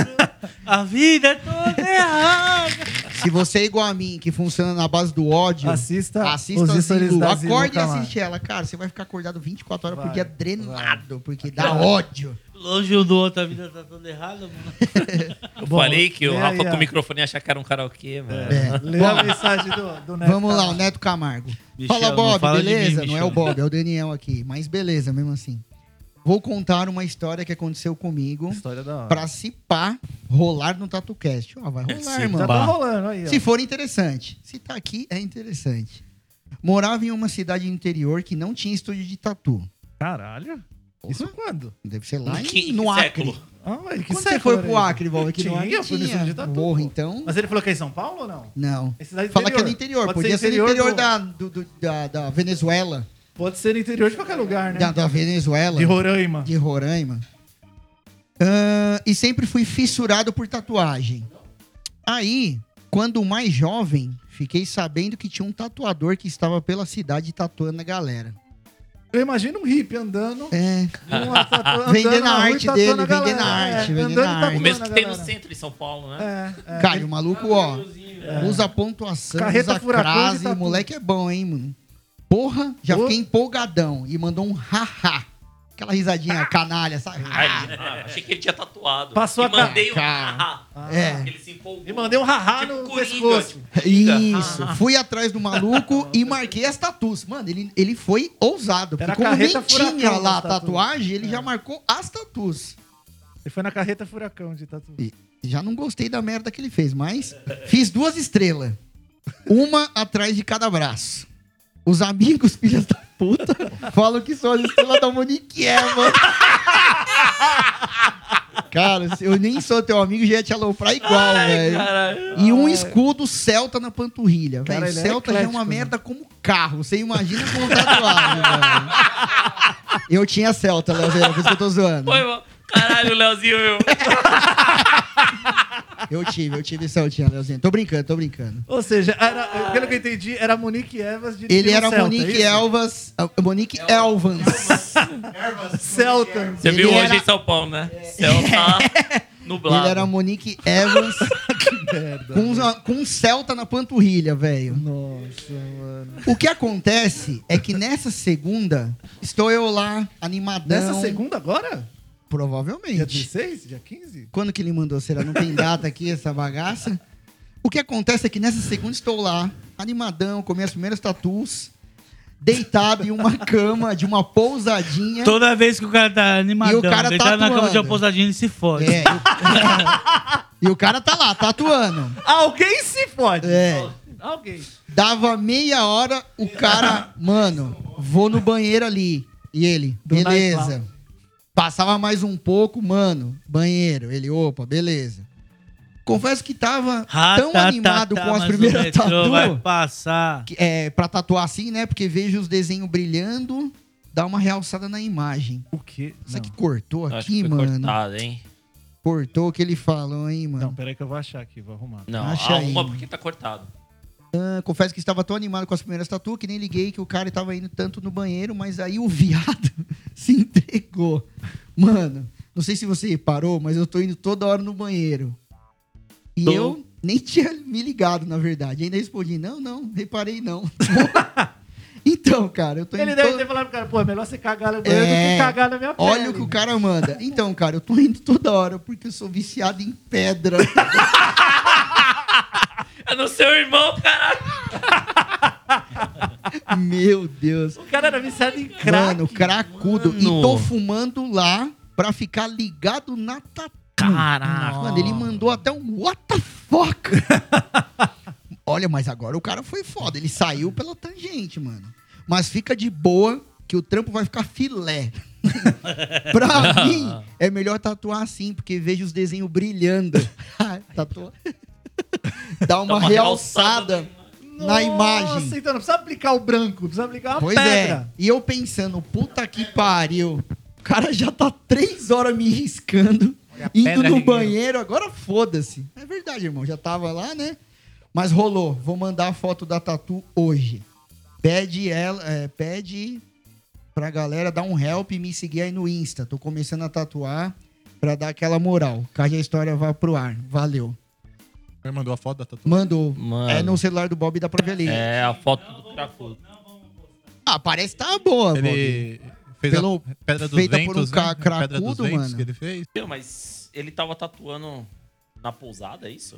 A vida toda é errada. Se você é igual a mim, que funciona na base do ódio, Assista, assista os a stories Zilu. da Zilu Acorde e Camargo. assiste ela, cara. Você vai ficar acordado 24 horas por Vai, dia drenado, porque dá ódio. Longe um do outro, a vida tá toda errada, mano. Eu Bom, falei que o lê Rafa aí, com ó. o microfone ia achar que era um karaokê, mano. É. Lê a mensagem do, do Neto. Vamos lá, o Neto Camargo. Michel, fala, não Bob, fala de mim, beleza? não é Michel. o Bob, é o Daniel aqui. Mas beleza, mesmo assim. Vou contar uma história que aconteceu comigo História da hora. pra se pá rolar no TatuCast. Ó, vai rolar, Se mano. Já tá rolando aí, ó. Se for interessante. Se tá aqui, é interessante. Morava em uma cidade interior que não tinha estúdio de tatu. Caralho. Isso quando? Deve ser lá em, Que- no que Acre. século? Ah, mas que Quando você século foi era pro isso? Acre, Valve? Que no Tinha, Acre tinha. fui no estúdio de Tá tatu, Porra, pô. então... Mas ele falou que é em São Paulo ou não? Não. É cidade Fala interior. que é no interior. Pode Podia ser ser no interior do- da, do- do- da, da Venezuela. Pode ser no interior de qualquer lugar, né? Da, tá da Venezuela. De Roraima. de Roraima. Ahn, e sempre fui fissurado por tatuagem. Aí, quando mais jovem, fiquei sabendo que tinha um tatuador que estava pela cidade tatuando a galera. Eu imagino um hippie andando. É, uma tatu- andando Vendendo na a rua e arte tatuando dele, a galera. vendendo a arte, É, vendendo andando e a tatuando arte. O mesmo que tem no galera. centro de São Paulo, né? É, é. cara, o maluco, ó, usa pontuação, Carreta usa furacão de crase, tatu. o moleque é bom, hein, mano. Porra, já Porra. fiquei empolgadão e mandou um haha. Aquela risadinha canalha, sabe? Ai, ah, achei que ele tinha tatuado. Passou e a ca- mandei um Cara. haha. É. Ele se empolgou. E mandei um haha Tipo no Coringa, pescoço. tipo, Isso. Fui atrás do maluco e marquei as tatus. Mano, ele, ele foi ousado. Era Porque como nem carreta furacão tinha lá a das tatu. tatuagem, ele É. já marcou as tatus. Ele foi na carreta furacão de tatu. Já não gostei da merda que ele fez, mas fiz duas estrelas. Uma atrás de cada braço. Os amigos, filhas da puta, falam que são as estrelas da Monique, é, mano. Cara, se eu nem sou teu amigo, já ia te aloprar igual, velho. Caralho. E um escudo Celta na panturrilha. Cara, Velho, ele é Celta já é eclético, uma né? merda como carro. Você imagina como tatuagem, velho. Eu tinha Celta, Léo Zero, por isso que eu tô zoando. Foi, mano. Caralho, Leozinho, meu. Eu tive, eu tive Celtinha, Leozinho. Tô brincando, tô brincando. Ou seja, era- pelo que eu entendi, era Monique Evas de Ele era Celta, é Monique isso? Elvas. ah, Monique Elvans. Celta. É Você Ele viu era- É. hoje em São Paulo, né? Céu tá nublado. Ele era um Monique Evans com, uma- com um Celta na panturrilha, velho. Nossa, mano. O que acontece é que nessa segunda, estou eu lá, animadão. Nessa segunda agora? Dia Provavelmente. 16? Dia 15? Quando que ele mandou? Será? Não tem data aqui essa bagaça? O que acontece é que nessa segunda estou lá, animadão, comi as primeiras tatus, deitado em uma cama de uma pousadinha. Toda vez que o cara tá animadão, E o cara deitado na cama de uma tatuando. pousadinha, ele se fode. É, e o- e o cara tá lá, tatuando. Alguém se fode. É. Alguém. Dava meia hora, o cara, mano, vou no banheiro ali. E ele, Do beleza. nightclub. Passava mais um pouco, mano, banheiro. Ele, opa, beleza. Confesso que tava Ra, tão tá, tá, animado tá, com as mas o primeiras metrô Vai tatuas. passar. que- é, pra tatuar assim, né? Porque vejo os desenhos brilhando, dá uma realçada na imagem. O quê? Isso aqui cortou Acho que foi aqui, mano. cortado, hein? Cortou o que ele falou, hein, mano. Não, peraí que eu vou achar aqui, vou arrumar. Não, Acha arruma aí. porque tá cortado. Ah, confesso que estava tão animado com as primeiras tatuas que nem liguei que o cara estava indo tanto no banheiro, mas aí o viado se entregou. Mano, não sei se você reparou, mas eu tô indo toda hora no banheiro. E Tô. eu nem tinha me ligado, na verdade. Ainda respondi, não, não, reparei não. então, cara, eu tô indo Ele deve to- ter falado pro cara, pô, é melhor você cagar no banheiro do É. que cagar na minha pele. Olha o que o cara manda. Então, cara, eu tô indo toda hora porque eu sou viciado em pedra. É no seu irmão, caralho. Meu Deus. O cara era viciado em crack. Mano, cracudo. E Mano. tô fumando lá pra ficar ligado na tatu. Caraca. Mano, ele mandou até um what the fuck. Olha, mas agora o cara foi foda. Ele saiu pela tangente, mano. Mas fica de boa que o trampo vai ficar filé. pra mim, é melhor tatuar assim, porque vejo os desenhos brilhando. Tatua. Dá uma, uma realçada, realçada na imagem. Nossa, então não precisa aplicar o branco, precisa aplicar uma Pois é. pedra. E eu pensando, puta que pariu. O cara já tá três horas me riscando, indo pedra no riscando. banheiro, agora foda-se. É verdade, irmão. Já tava lá, né? Mas rolou. Vou mandar a foto da Tatu hoje. Pede ela, é, pede pra galera dar um help e me seguir aí no Insta. Tô começando a tatuar pra dar aquela moral. Caso a história vá pro ar. Valeu. Ele mandou a foto da tatu. Mandou. Mano. É no celular do Bob da pra ver ali. É a foto do cracudo. Ah, parece que tá boa, Bob. Ele fez Pelo- a pedra dos feita por ventos, um ca- né? A pedra dos cracudo, ventos mano. que ele fez. Meu, mas ele tava tatuando na pousada, é isso?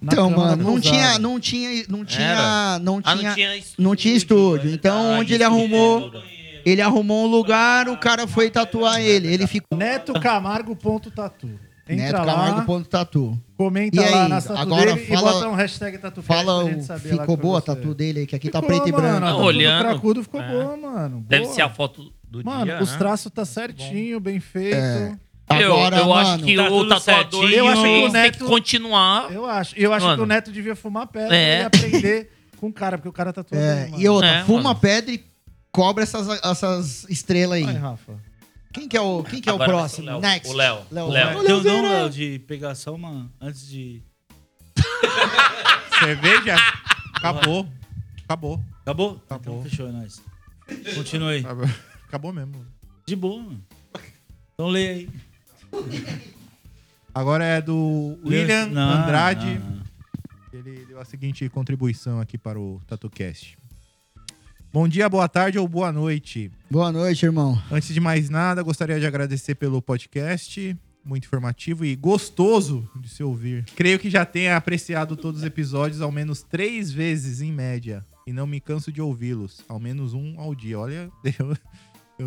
Na Então, cama da mano, não pousada. tinha, não tinha, não tinha, Era. não Ah, tinha, tinha estúdio. não tinha estúdio. né? Então, Ah, onde ele isso, é arrumou, isso, isso. Ele arrumou um lugar, o cara foi tatuar ele. Ele ficou né, Neto Camargo.tatu. Entra Neto lá, Camargo ponto tatu. comenta E lá aí, na tatu agora dele fala- e bota um hashtag tatu Fala, pra o- gente saber lá ficou que foi boa a você. tatu dele aí, que aqui tá Ficou, preto e mano, branco. a tatu Olhando. Do cracudo ficou É. boa, mano. Deve boa. ser a foto do Mano, dia, os né? traços tá certinho, bem feito. Eu, Agora, eu acho mano, que Tá o tudo tatuador certinho. Eu acho que o tem que Neto- continuar. Eu acho. E eu acho Mano. que o Neto devia fumar pedra É. e aprender com o cara, porque o cara tá tatuou é, bem, mano. e outra, É, fuma mano. pedra e cobra essas, essas estrelas aí. Vai, Rafa. Quem que é o, quem que é o Agora vai próximo? ser o Léo. Next. O Léo. Léo. Léo. Tá Tem um Ô, Leozinho, dom, Léo, de pegar só uma antes de. Cerveja? Acabou. Acabou. Acabou? Acabou. Então fechou, é nóis. Continue aí. Acabou, Acabou mesmo. De boa, mano. Então leia aí. Agora é do William Não, Andrade. não, não. Ele deu a seguinte contribuição aqui para o TatuCast. Bom dia, boa tarde ou boa noite. Boa noite, irmão. Antes de mais nada, gostaria de agradecer pelo podcast. Muito informativo e gostoso de se ouvir. Creio que já tenha apreciado todos os episódios ao menos três vezes, em média. E não me canso de ouvi-los. Ao menos um ao dia. Olha, eu,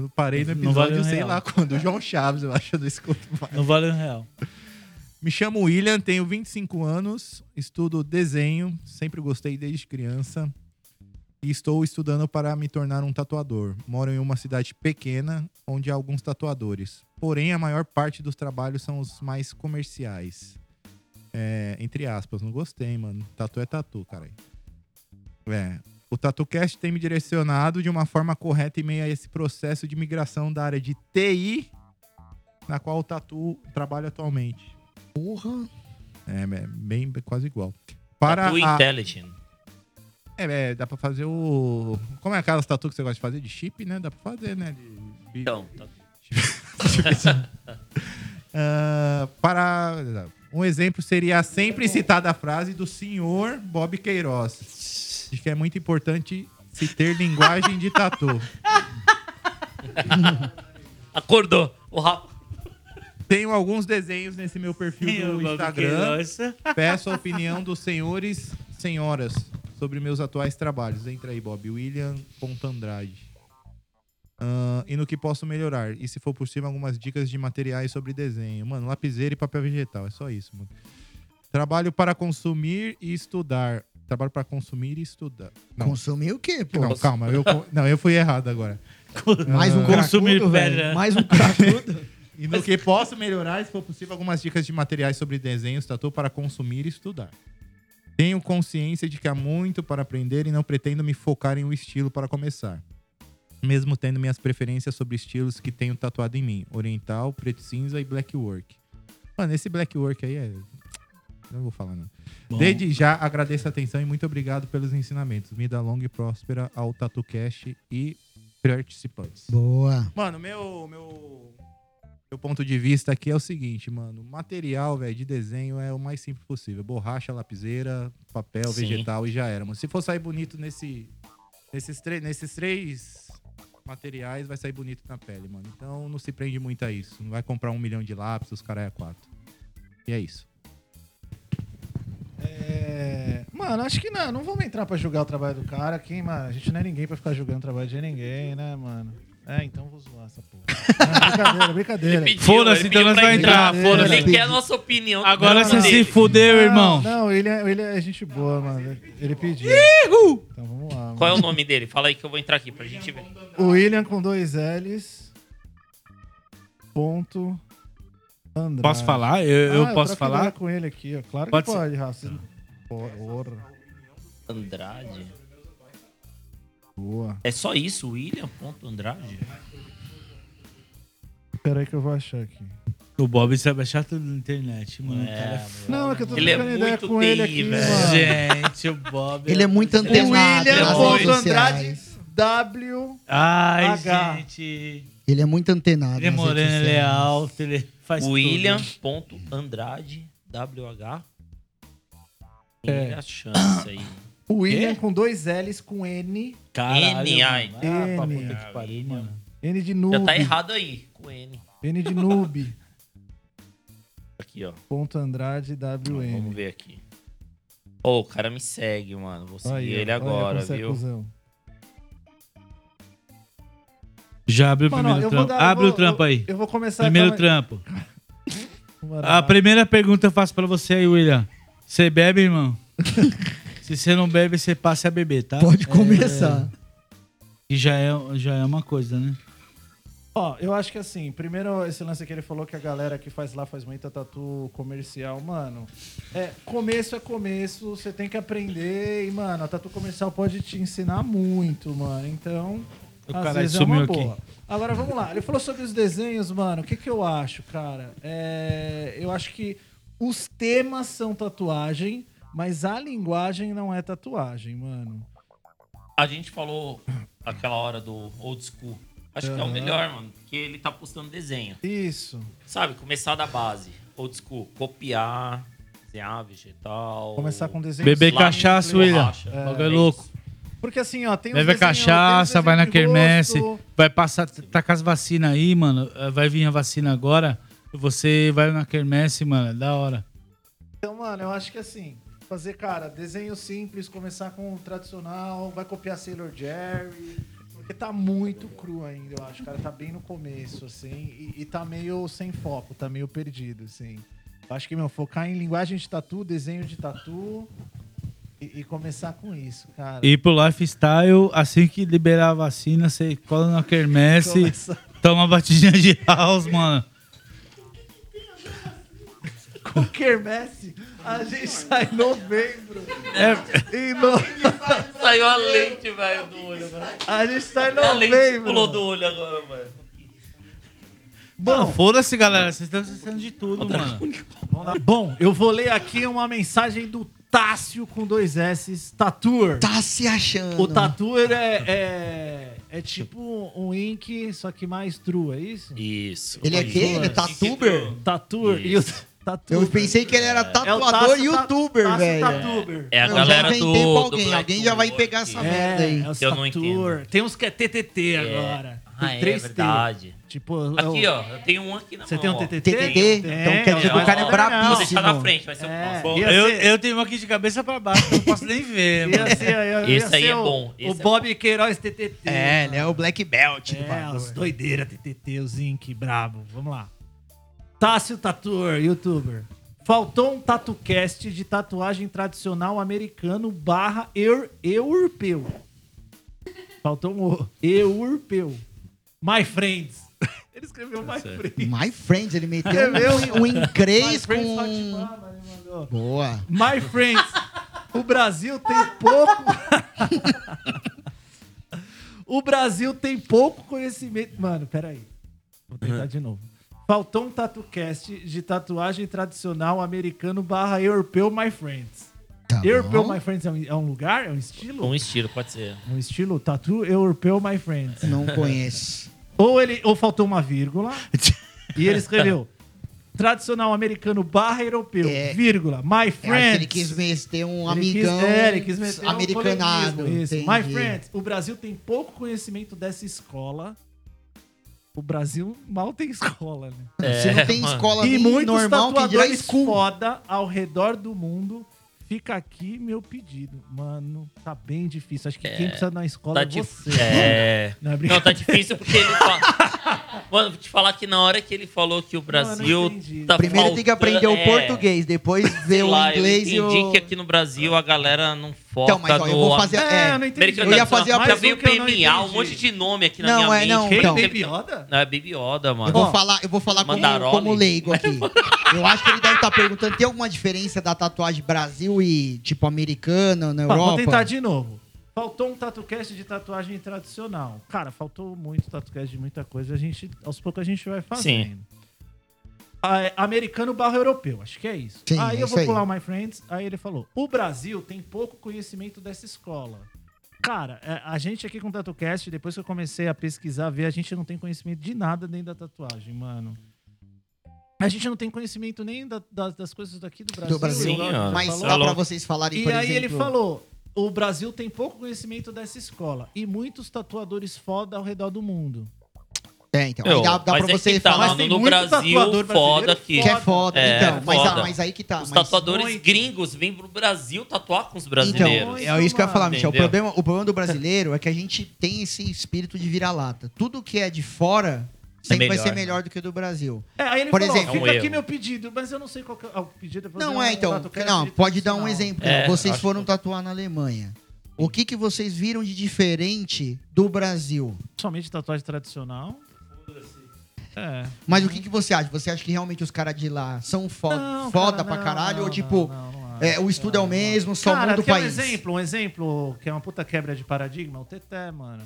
eu parei no Não vale episódio, um sei real. lá quando. O João Chaves, eu acho, eu não escuto mais. Não vale um real. Me chamo William, tenho 25 anos, estudo desenho, sempre gostei desde criança e estou estudando para me tornar um tatuador. Moro em uma cidade pequena onde há alguns tatuadores, porém a maior parte dos trabalhos são os mais comerciais. É, entre aspas, não gostei, mano. Tatu é tatu, cara. É. O TatuCast tem me direcionado de uma forma correta em meio a esse processo de migração da área de TI, na qual o Tatu trabalha atualmente. Porra. É, é bem quase igual. Para Tatu a- Intelligent. é, é, dá pra fazer o. Como é aquelas tatu que você gosta de fazer? De chip, né? Dá pra fazer, né? De- de- Então, tá- Ah, para. Um exemplo seria a sempre citada frase do senhor Bob Queiroz. De que é muito importante se ter linguagem de tatu. acordou. O Rafa. Tenho alguns desenhos nesse meu perfil do Instagram. Peço a opinião dos senhores, senhoras, sobre meus atuais trabalhos. Entra aí, Bob. William Pontandrade. Ahn, e no que posso melhorar. E se for possível, algumas dicas de materiais sobre desenho. Mano, lapiseira e papel vegetal. É só isso, mano. Trabalho para consumir e estudar. Trabalho para consumir e estudar. Não, Consumiu o quê, pô? não calma. Eu, co- não, eu fui errado agora. Mais Ah. um Consumir cracudo, pedra. velho. Mais um cracudo. E no que posso melhorar, se for possível, algumas dicas de materiais sobre desenhos, tatu para consumir e estudar. Tenho consciência de que há muito para aprender e não pretendo me focar em um estilo para começar. Mesmo tendo minhas preferências sobre estilos que tenho tatuado em mim: oriental, preto e cinza e black work. Mano, esse black work aí é. Não vou falar, não. Desde já agradeço a atenção e muito obrigado pelos ensinamentos. Vida longa e próspera ao TatuCast e participantes. Boa. Mano, meu, meu, meu ponto de vista aqui é o seguinte, mano. Material, velho, de desenho é o mais simples possível. Borracha, lapiseira, papel, Sim. vegetal e já era, mano. Se for sair bonito nesse, nesses, tre- nesses três materiais, vai sair bonito na pele, mano. Então não se prende muito a isso. Não vai comprar um milhão de lápis, os caras é quatro. E é isso. É, Mano, acho que não. Não vamos entrar pra julgar o trabalho do cara. Quem, mano? A gente não é ninguém pra ficar julgando o trabalho de ninguém, né, mano? É, então vou zoar essa porra. Não, brincadeira, brincadeira. Pediu, Foda-se, ele pediu então nós pra vai entrar, foda-se. Ele quer a nossa opinião. Agora Não, você um não. se fudeu, irmão. Não, ele é, ele é gente boa, mano. Ele pediu. Então vamos lá. Mano. Qual é o nome dele? Fala aí que eu vou entrar aqui pra gente ver. O William com dois L's. Ponto. Andrade. Posso falar? Eu, eu Ah, posso troco falar? ideia com ele aqui, ó. Claro Pode que ser. Hum. pode, Rafa. Porra, Andrade? boa. É só isso, William? Ponto Andrade? Espera aí que eu vou achar aqui. O Bob sabe achar tudo na internet, mano. O cara é Não, é que eu tô Ele é trocando ideia muito com ele TI, aqui, velho. mano. Gente, o Bob. Ele é muito antenado. William nas ponto redes sociais. Andrade. W. Ai, H. gente. Ele é muito antenado. Ele é nas redes moreno, ele é sociais. alto, ele faz William tudo. ponto Andrade WH. É. Tem a chance aí. William com dois L's com N. Caralho, N.I. mano. Ah, pra puta N.I. que pariu, mano. N de noob. Já tá errado aí, com N. N de noob. Aqui, ó. ponto Andrade WM. Vamos ver aqui. Ô, o cara me segue, mano. Vou seguir Aí, ó. ele Olha como agora, você é viu? cuzão. Já abriu o Mano, primeiro eu vou trampo. dar- eu Abre vou- o trampo aí. Eu vou começar Primeiro calma aí. trampo. Mano, A primeira pergunta eu faço pra você aí, William. Você bebe, irmão? Se você não bebe, você passa a beber, tá? Pode começar. E já é, já é uma coisa, né? Ó, eu acho que assim, primeiro esse lance que ele falou que a galera que faz lá faz muita tatu comercial, mano. É, começo é começo, você tem que aprender e, mano, a tatu comercial pode te ensinar muito, mano. Então, O às caralho vezes é sumiu uma aqui. boa. Agora vamos lá. Ele falou sobre os desenhos, mano. O que que eu acho, cara? É, eu acho que os temas são tatuagem, mas a linguagem não é tatuagem, mano. A gente falou aquela hora do old school. Acho que é o melhor, mano, porque ele tá postando desenho. Isso. Sabe, começar da base. Old school, copiar, desenhar vegetal. Começar com desenho. Beber Lá, cachaça, lá, William. racha. Bagulho É é louco. isso. Porque assim, ó, tem os Bebe a desenhos- cachaça, tem os vai na desenhos de quermesse, rosto. vai passar, tá com as vacinas aí, mano. eh, Vai vir a vacina agora. Você vai na quermesse, mano. é Da hora. Então, mano, eu acho que assim, fazer, cara, desenho simples, começar com o tradicional, vai copiar Sailor Jerry. Porque tá muito cru ainda, eu acho, cara. Tá bem no começo, assim, e, e tá meio sem foco, tá meio perdido, assim. Eu acho que, meu, focar em linguagem de tatu, desenho de tatu e, e começar com isso, cara. E pro lifestyle, assim que liberar a vacina, você cola na quermesse, Começa- toma uma batidinha de house, mano. com quermesse, a gente sai em novembro. É, em no- Saiu a lente, velho, do olho, velho. A gente tá sai em É A lente novembro. pulou do olho agora, velho. Bom, foda-se, galera. Vocês estão esquecendo de tudo, mano. Vamos lá. Tá Bom, eu vou ler aqui uma mensagem do Tássio com dois S, Tatur. Tá se achando. O Tatur é, é, é tipo um Ink, só que mais true, é isso? Isso. Ele é Isso. quê? Ele é tatuber? Tatur e o Tatur. Eu pensei que ele era É o tatuador Tássio e Ta- youtuber, Tássio velho. Tatuber. É a Eu já galera do. inventei pra do alguém, Black alguém já vai Work. pegar essa merda. É, aí. é o Eu não Tatur. entendo. Tem uns que é TTT É. agora. Ah, Tem é três T. verdade. Tipo, é o- Aqui, ó, eu tenho um aqui na Você mão. tem um ó. TTT? TTT? Tem, Então quer dizer que o cara é ó. Vou deixar na brabíssimo. frente, vai ser É. um. Bom, Eu, Ia ser- eu tenho aqui de cabeça pra baixo, não posso nem ver, mano. Ia ser- ia- ia Esse aí ser é o- bom, esse O é bom. Bob Queiroz TTT. É, ele é o Black Belt É, do bagulho. os doideira, TTT, o Zinc, brabo. Vamos lá. Tássio Tatuor, youtuber. Faltou um TatuCast de tatuagem tradicional americano barra eu- europeu. Faltou um o- europeu. My friends. Ele escreveu My friends. My Friends, ele meteu Entendeu? um, um É My inglês friends com... um Fatimaba, ele mandou. Boa. My friends, o Brasil tem pouco. o Brasil tem pouco conhecimento. Mano, peraí. Vou tentar de novo. Faltou um TatuCast de tatuagem tradicional americano barra europeu, my friends. Tá europeu, bom. my friends é um, é um lugar? É um estilo? Um estilo, pode ser. Um estilo? Tatu europeu, my friends. Não conheço. Ou ele ou faltou uma vírgula e ele escreveu tradicional americano barra europeu, É. vírgula, my Eu acho que friends. ele quis meter um Ele quis- amigão é, ele quis meter um americanado. coleguismo, isso. entendi. My friends, o Brasil tem pouco conhecimento dessa escola. O Brasil mal tem escola, né? Se não tem É, mano. escola E nem muitos normal, quem dirá tatuadores school. foda ao redor do mundo. Fica aqui meu pedido. Mano, tá bem difícil. Acho que quem precisa na escola Tá é difícil. você. É. Não, é Não, tá brincadeira. difícil porque ele fala. Mano, vou te falar que na hora que ele falou que o Brasil. entendi. tá Primeiro tem que aprender faltando- o é, português, depois sei ver o lá, inglês e eu entendi o... que aqui no Brasil a galera não foca Então, mas ó, no. eu vou fazer... É, eu É, não entendi. americano. tá "Ah, eu ia fazer a- Já Mais um veio que eu não PMA, um entendi. monte de nome aqui na Não, minha é, mente. não, Quem então. teve- Baby Yoda? Não, é Baby Yoda, eu mano. vou falar, eu vou falar como, Mandarole. como leigo aqui. Eu acho que ele deve estar perguntando, tem alguma diferença da tatuagem Brasil e, tipo, americana na Tá, Europa? vou tentar de novo. Faltou um TatuCast de tatuagem tradicional. Cara, faltou muito TatuCast de muita coisa. A gente, aos poucos a gente vai fazendo. Ah, é, Americano barra europeu, acho que é isso. Sim, aí é eu isso vou aí. pular o My Friends. Aí ele falou: o Brasil tem pouco conhecimento dessa escola. Cara, é, a gente aqui com o TatuCast, depois que eu comecei a pesquisar, ver, a gente não tem conhecimento de nada dentro da tatuagem, mano. A gente não tem conhecimento nem da- da- das coisas daqui do Brasil. Do Brasil. Sim, igual ó. a gente Mas falou. dá pra vocês falarem, E por aí ele exemplo, falou: o Brasil tem pouco conhecimento dessa escola e muitos tatuadores foda ao redor do mundo. É, então. Eu, Aí dá, dá mas pra é você que tá, falar mano, tem no muito Brasil, tatuador foda brasileiro aqui. que é foda. É, então, mas, foda. ah, mas aí que tá. Os mas- tatuadores gringos vêm pro Brasil tatuar com os Então, brasileiros. é isso que eu ia falar, Michel. O Entendeu? problema, o problema do brasileiro é que a gente tem esse espírito de vira-lata. Tudo que é de fora sempre vai melhor, ser né? melhor do que o do Brasil. É, aí ele Por falou, ó, exemplo- É fica um aqui erro. meu pedido, mas eu não sei qual que é o pedido. eu vou Não fazer é, um então. contrato, eu quero Não, pedido pode dar um tradicional. exemplo. É, vocês acho foram que- tatuar na Alemanha. O que, que vocês viram de diferente do Brasil? Somente tatuagem tradicional. É. Mas o que, que você acha? Você acha que realmente os caras de lá são fo- Não, foda cara, pra não, caralho? não, ou tipo, não, não acho. é, o estudo é o mesmo, só Cara, muda o quer país? um exemplo, um exemplo que é uma puta quebra de paradigma, o Teté, mano.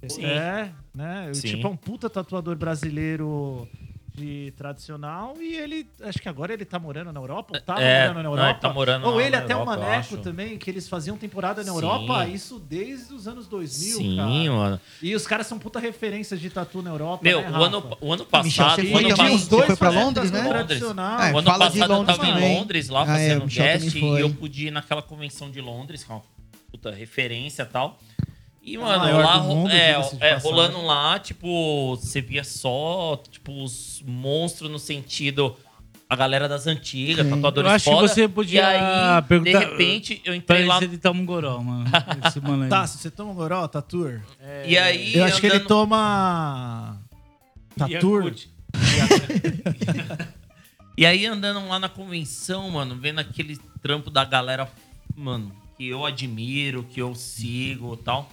Teté, né? O Sim. Tipo, é um puta tatuador brasileiro de tradicional e ele, acho que agora ele tá morando na Europa, ou tava É, morando na não, Europa. ele tá morando ou na- ele na até o Europa, eu Maneco acho. também, que eles faziam temporada na Sim. Europa, isso desde os anos 2000, Sim, cara. mano. E os caras são puta referências de tatu na Tá Europa, Meu, né, o Rafa? ano, o ano Michel, passado. você o ano foi também? passado- Você foi pra Tatu Londres, né? Tradicional. É, o ano fala de passado eu Londres tava também. em Londres, lá Ah, é, fazendo o um Michel também guest, e foi. eu pude ir naquela convenção de Londres, que é uma puta referência e tal. É E, a mano, maior lá do ro- mundo, é, diga-se de é, passagem. rolando lá, tipo, você via só, tipo, os monstros no sentido. A galera das antigas, tatuadores Eu acho que foda. você podia e aí, perguntar- de repente, eu Pra entrei ele lá. se ele toma um goró, mano. Esse mano aí. Tassi, você toma um goró, Tatur? E é, aí, Eu acho que ele andando- toma. Tatur. Yakut. E aí, andando lá na convenção, mano, vendo aquele trampo da galera, mano, que eu admiro, que eu sigo e tal.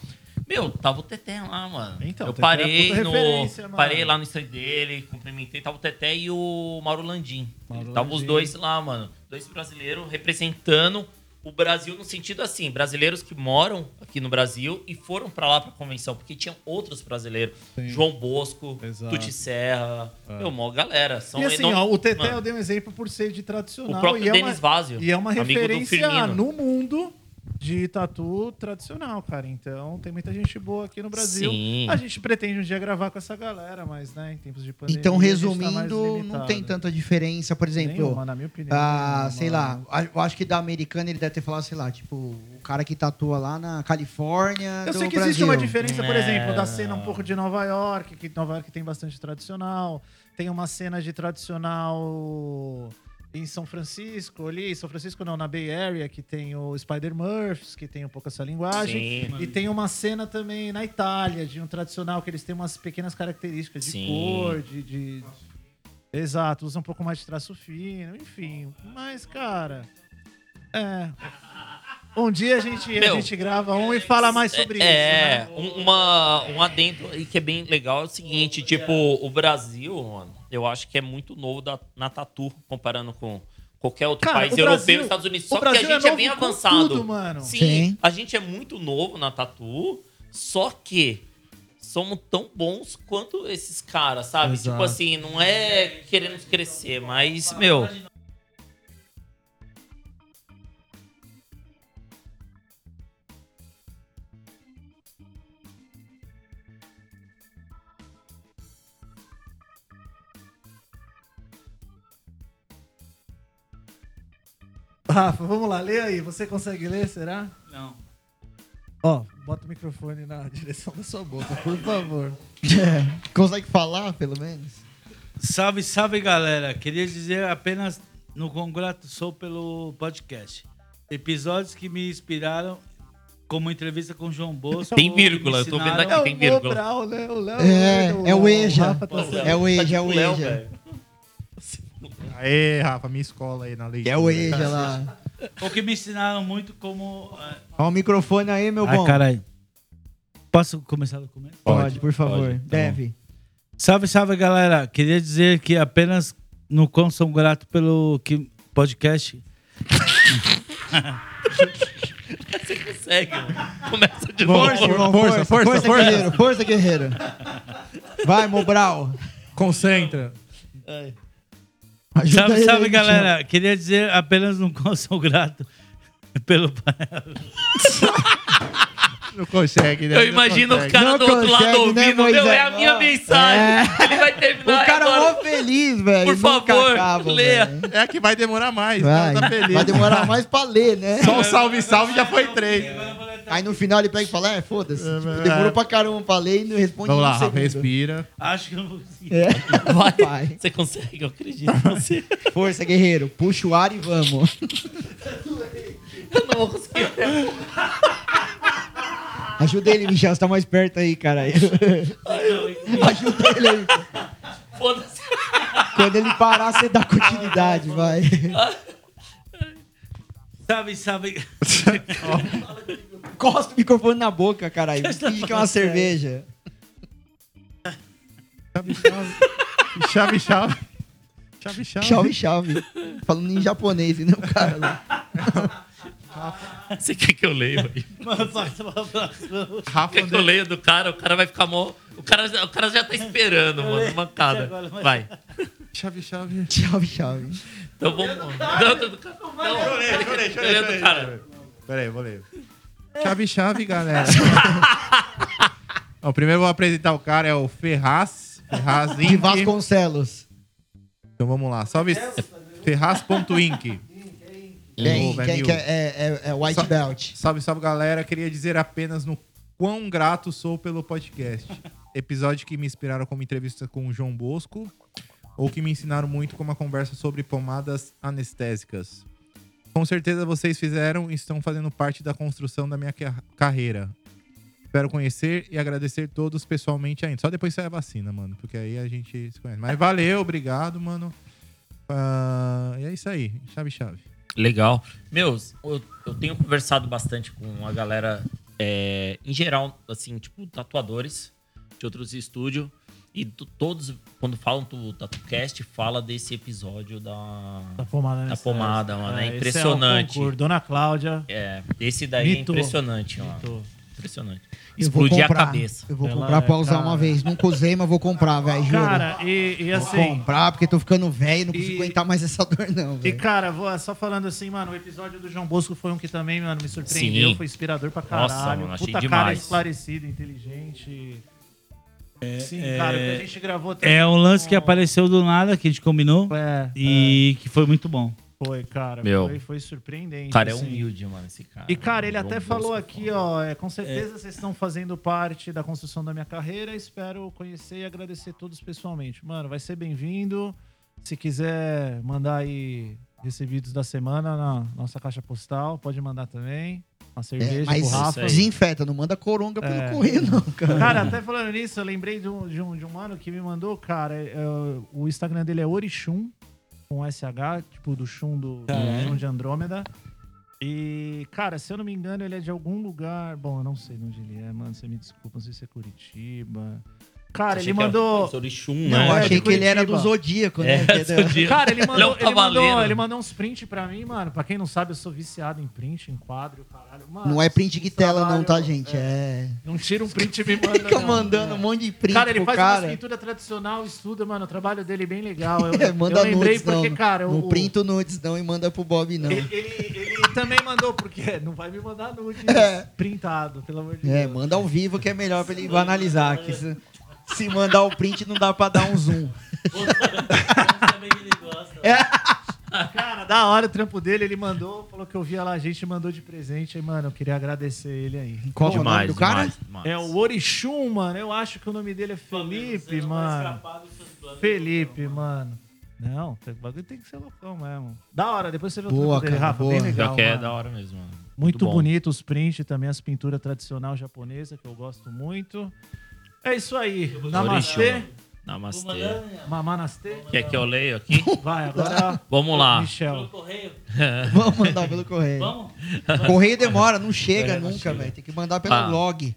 Meu, tava o Teté lá, mano. Então, eu Teté é parei puta no. referência, mano. Parei lá no stand dele, cumprimentei. Tava o Teté e o Mauro Landim. Mauro tava os Landim. dois lá, mano. Dois brasileiros representando o Brasil no sentido assim, brasileiros que moram aqui no Brasil e foram pra lá pra convenção, porque tinham outros brasileiros. João Bosco, Exato. É. Tuti Serra, meu, mó galera. São E assim, enorm- ó, o Teté é, Mano. eu dei um exemplo por ser de tradicional. O próprio e Denis é uma, Vazio. E é uma amigo do referência Firmino. no mundo de tatu tradicional, cara. Então tem muita gente boa aqui no Brasil. Sim. A gente pretende um dia gravar com essa galera, mas, né, em tempos de pandemia. Então, a gente tá mais resumindo, não limitado. tem tanta diferença, por exemplo. Nenhuma, na minha opinião. Ah, nenhuma. sei lá. a- Eu acho que da americana ele deve ter falado, sei lá, tipo, o cara que tatua lá na Califórnia. Eu do sei que Brasil. existe uma diferença, por É. exemplo, da cena um pouco de Nova York, que Nova York tem bastante tradicional. Tem uma cena de tradicional em São Francisco, ali, São Francisco não, na Bay Area, que tem o Spider Murphs, que tem um pouco essa linguagem. Sim. E tem uma cena também na Itália, de um tradicional, que eles têm umas pequenas características de Sim. cor, de. de- Exato, usa um pouco mais de traço fino, enfim. Mas, cara. É. Um dia a gente, a Meu, gente grava um e fala mais sobre é, isso. né? um- uma, um adendo aí que é bem legal é o seguinte, tipo, o Brasil, mano, eu acho que é muito novo da- na tatu, comparando com qualquer outro Cara, o país europeu, Brasil- Estados Unidos. o Só que a Brasil é gente é, novo bem com avançado. tudo, mano. Sim, Sim. a gente é muito novo na tatu, só que somos tão bons quanto esses caras, sabe? Exato. Tipo assim, não é queremos crescer, mas, meu... Rafa, vamos lá, lê aí. Você consegue ler, será? Não. Ó, bota o microfone na direção da sua boca, por favor. Consegue falar, pelo menos? Salve, salve, galera. Queria dizer apenas no congrato sou pelo podcast. Episódios que me inspiraram, como entrevista com o João Bosco. Tem vírgula, eu tô vendo ensinaram- aqui, tem vírgula. Brau, né? O Léo. É, Léo, é o Eja. Rafa tá Pô, certo. É o Léo, Eja, é o tipo Léo, Eja. velho. Aê, Rafa, minha escola aí na lei. Que é o Eja Tá lá. O que me ensinaram muito como... eh, Ó o microfone aí, meu Tá bom. caralho. Posso começar do começo? Pode, por favor. pode, tá Deve. Salve, salve, galera. Queria dizer que apenas no quão sou grato pelo que podcast. Segue, mano. Começa de Força, novo. irmão, força, força, força, guerreiro, força, guerreiro. Vai, Mobral. Concentra. Ajuda salve, ele salve, aí, galera. Queria dizer apenas no quão sou grato pelo Não consegue, né? Eu imagino o o cara Não do outro lado consegue, né, ouvindo. meu, é a Moisés? minha mensagem. Ele vai terminar é O cara é agora. mó feliz, velho. Por Nunca favor, acaba, leia. velho. É a que vai demorar mais. Vai, tá feliz. vai demorar mais pra ler, né? Só um salve, salve já foi três. É, Agora eu vou ler Aí no final ele pega e fala, é, foda-se. Tipo, demorou pra caramba pra ler e não responde em Vamos um lá, Rafa, segundo. respira. Acho que eu não vou conseguir. Vai, vai. Você consegue, eu acredito em você. Força, guerreiro. Puxa o ar e vamos. Eu não vou conseguir. Ajuda ele, Michel. Você tá mais perto aí, cara. Ajuda ele aí. Foda-se. Quando ele parar, você dá continuidade, vai. Sabe, sabe. Costa o microfone na boca, caralho. Finge que é uma cerveja. Chave, chave. Chave, chave. Chave, chave. Falando em japonês, entendeu, cara? Você quer que eu leia, aí? Mano, passa pra próxima. Rafa, Quer que eu leia do cara? O cara vai ficar mó. O cara, já- o cara já tá esperando, mano. Mancada. Agora, mas- Vai. chave, chave. Chave, chave. Então vamos. Não, do cara. Não, eu leio do cara. Pera aí, vou ler. Chave, chave, galera. Ó, primeiro eu vou apresentar o cara, é o Ferraz. Ferraz De Inc. Vasconcelos. Então vamos lá. Salve Ferraz.inc. Tem, Ô, quem Benil. que é, é, é White Só- Belt. Salve, salve, galera. Queria dizer apenas no quão grato sou pelo podcast. Episódio que me inspiraram como entrevista com o João Bosco ou que me ensinaram muito como a conversa sobre pomadas anestésicas. Com certeza vocês fizeram e estão fazendo parte da construção da minha ca- carreira. Espero conhecer e agradecer todos pessoalmente ainda. Só depois sai a vacina, mano, porque aí a gente se conhece. Mas valeu, obrigado, mano. Ah, e é isso aí, chave, chave. Legal. Meus, eu, eu tenho conversado bastante com a galera, é, em geral, assim, tipo, tatuadores de outros estúdios. E to- todos, quando falam do TatuCast, fala desse episódio da, Da pomada, né? da pomada, mano. É, esse impressionante. concurso. Dona Cláudia. É, esse daí Mito. é impressionante, mano. Mito. Impressionante. Eu vou Explodir a comprar. cabeça. Eu vou Ela comprar pra é usar cara. uma vez. Nunca usei, mas vou comprar, velho. Juro. Cara, e, e vou assim. comprar, porque tô ficando velho, não consigo E- aguentar mais essa dor, não, E, velho. cara, vou, só falando assim, mano, o episódio do João Bosco foi um que também, mano, me surpreendeu, Sim. foi inspirador pra caralho. Nossa, mano, achei Puta cara demais. esclarecido, inteligente. Sim, cara, o que a gente gravou É um lance que com- apareceu do nada, que a gente combinou. É, E que foi muito bom. foi, cara. Meu. Foi, foi surpreendente. O cara é assim. humilde, mano, esse cara. um E, cara, ele até Vamos falou buscar. aqui, ó, é, com certeza vocês estão fazendo parte da construção da minha carreira, espero conhecer e agradecer todos pessoalmente. Mano, vai ser bem-vindo. Se quiser mandar aí recebidos da semana na nossa caixa postal, pode mandar também. Uma cerveja É, pro mas Rafa. desinfeta, não manda coronga pelo É. correio, não, cara. Cara, até falando nisso, eu lembrei de um, de um, de um mano que me mandou, cara, é, é, o Instagram dele é Orixum, com SH, tipo do Shum do, Ah, é? do Shum de Andrômeda. E, cara, se eu não me engano, ele é de algum lugar. Bom, eu não sei de onde ele é, mano. Você me desculpa, não sei se é Curitiba. Cara, Achei ele que era mandou. Sorixum, Não, né? eu é, achei de que ele era do Curitiba. Zodíaco, né? É, Porque da- Cara, ele Ele é mandou, um ele, mandou, cavaleiro. ele mandou uns print pra mim, mano. Pra quem não sabe, eu sou viciado em print, em quadro, caralho. Mano, Não é print um de tela, não, trabalho- tá, gente? É. Não tira um print e me manda. Fica não. É. mandando um monte de print Cara, ele pro faz uma cara. pintura tradicional, estuda, mano. O trabalho dele é bem legal. Eu, É, manda eu lembrei nudes, porque, não. cara, não o, printa o nudes, não, e manda pro Bob, não. ele, ele- ele também mandou, porque é, não vai me mandar nude É. printado, pelo amor de É, Deus. manda ao vivo que é melhor pra ele analisar. Que se, se mandar o print, não dá pra dar um zoom. também ele gosta. Cara, da hora o trampo dele, ele mandou, falou que eu via lá, a gente mandou de presente. Aí, mano, eu queria agradecer ele aí. Qual é o nome Demais, do cara? demais, demais. É o Orixum, mano. Eu acho que o nome dele é Felipe, mano. Felipe, é mano. Não, o bagulho tem que ser loucão mesmo. Da hora, depois você vê o Boa, trampo dele, cara, Rafa. boa. Bem Pior legal, que é mano. da hora mesmo, mano. Muito bom. bonito os prints também, as pinturas tradicional japonesa, que eu gosto muito. É isso aí. Namastê. Namastê. Mamanastê. Quer que eu leio aqui? Vai, agora é Vamos lá. Michel. Vamos mandar pelo correio. Vamos? Correio é demora, não chega nunca, velho. Tem que mandar pelo Ah. log.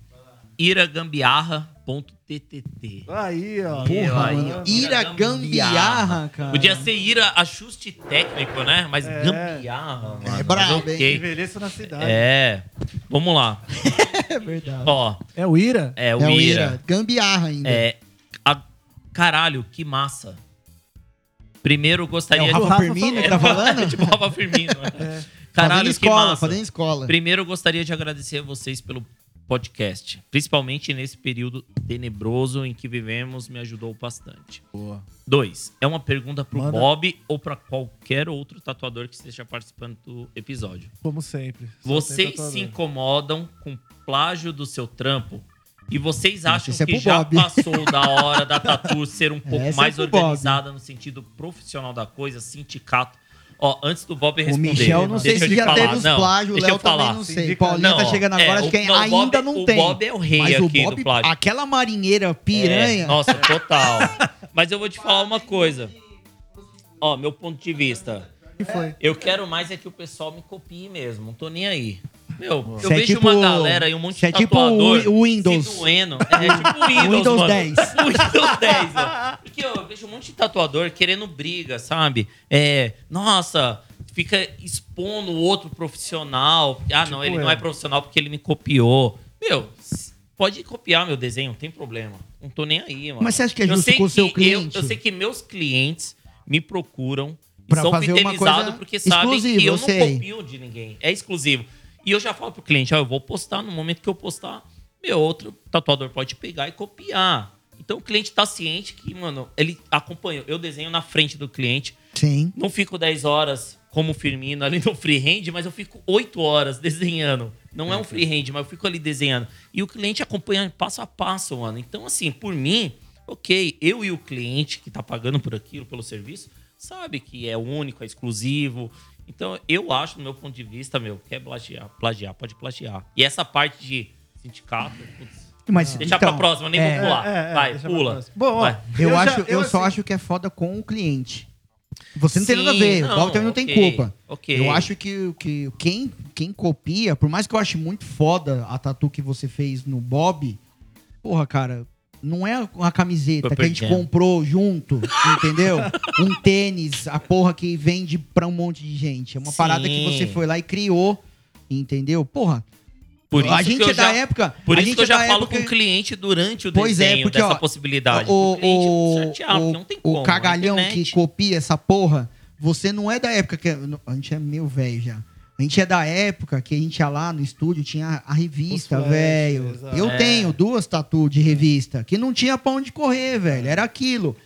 iragambiarra.ttt. Aí, ó. Porra, Porra, aí, mano. ó. Ira gambiarra, cara. Podia ser ira ajuste técnico, né? Mas gambiarra, mano. Mas É brabo, ok. Envelheço É. na cidade. É, É. Vamos lá. É verdade. Ó, o Ira? é É o o ira. Ira. Gambiarra ainda. É. a- Caralho, que massa. Primeiro eu É gostaria o de. Rafa Firmino que tá falando? tipo Rafa Firmino. Fazendo É. Caralho, que escola, massa. fazendo escola. Primeiro, eu gostaria de agradecer a vocês pelo podcast. Principalmente nesse período tenebroso em que vivemos, me ajudou bastante. Boa. Dois, é uma pergunta pro Manda. Bob ou pra qualquer outro tatuador que esteja participando do episódio. Como sempre. Só tem Vocês tatuador. se incomodam com plágio do seu trampo? E vocês acham isso é que pro já Bob. passou da hora da Tatu ser um pouco Essa é mais pro Bob. organizada no sentido profissional da coisa, sindicato? Ó, antes do Bob O responder. né? Michel, não sei deixa eu se te já falar. teve os Não, plágios, o deixa Léo eu também falar. não sei. Paulinha tá Não, chegando é, agora, acho o- que ainda não, o Bob- não o tem. Bob é o rei Mas o aqui Bob, do plágio. aquela marinheira É, piranha, nossa, total. Mas eu vou te falar uma coisa. Ó, meu ponto de vista. Eu quero mais é que o pessoal me copie mesmo. Não tô nem aí. Meu, eu Você é vejo tipo- uma galera e um monte você de é tipo tatuador o- o Windows. se doendo. É, é tipo o Windows, Windows mano. 10. O Windows 10, ó. Porque ó, eu vejo um monte de tatuador querendo briga, sabe? É, nossa, fica expondo o outro profissional. Ah, Tipo não, ele não é profissional porque ele me copiou. Meu, s- pode copiar meu desenho, não tem problema. Não tô nem aí, mano. Mas você acha que é Eu justo sei com o seu que eu- cliente? Eu, sei que meus clientes me procuram e Pra são fazer uma fidelizados coisa porque sabem exclusiva, que eu eu não sei. copio de ninguém. É exclusivo. E eu já falo pro cliente, ó, eu vou postar no momento que eu postar, meu outro tatuador pode pegar e copiar. Então o cliente tá ciente que, mano, ele acompanha. Eu desenho na frente do cliente. sim. Não fico 10 horas como o Firmino ali no freehand, mas eu fico 8 horas desenhando. Não é um freehand, mas eu fico ali desenhando. E o cliente acompanha passo a passo, mano. Então, assim, por mim, ok, eu e o cliente que tá pagando por aquilo, pelo serviço, sabe que é único, é exclusivo. Então, eu acho, do meu ponto de vista, meu, quer plagiar, plagiar, pode plagiar. E essa parte de sindicato, putz, Mas, deixar pra próxima, nem é, vou pular. é, é, Vai, deixa pra pula. próxima. Bom, ó, Vai. Eu, Eu já- acho, eu, eu só assim- acho que é foda com o cliente. Você não tem nada a Sim, ver, o Bob também não tem ok, culpa. ok. Eu acho que, que quem, quem copia, por mais que eu ache muito foda a tatu que você fez no Bob, porra, cara, não é uma camiseta Foi que a gente perdendo. comprou junto, entendeu? um tênis, a porra que vende pra um monte de gente. É uma Sim. parada que você foi lá e criou, entendeu? Porra, Por a isso que gente eu é da já- época. Por a isso gente que eu é já da falo época- com o cliente durante o Pois é, desenho porque, dessa ó, possibilidade. O, Pro cliente o- chateado, o- porque não tem como. né? o a cagalhão que internet. copia essa porra, você não é da época que. A gente é meio velho já. A gente é da época que a gente ia lá no estúdio, tinha a revista, Os flash, velho. exato. Eu É. tenho duas tatu de revista, que não tinha pra onde correr, velho. Era aquilo.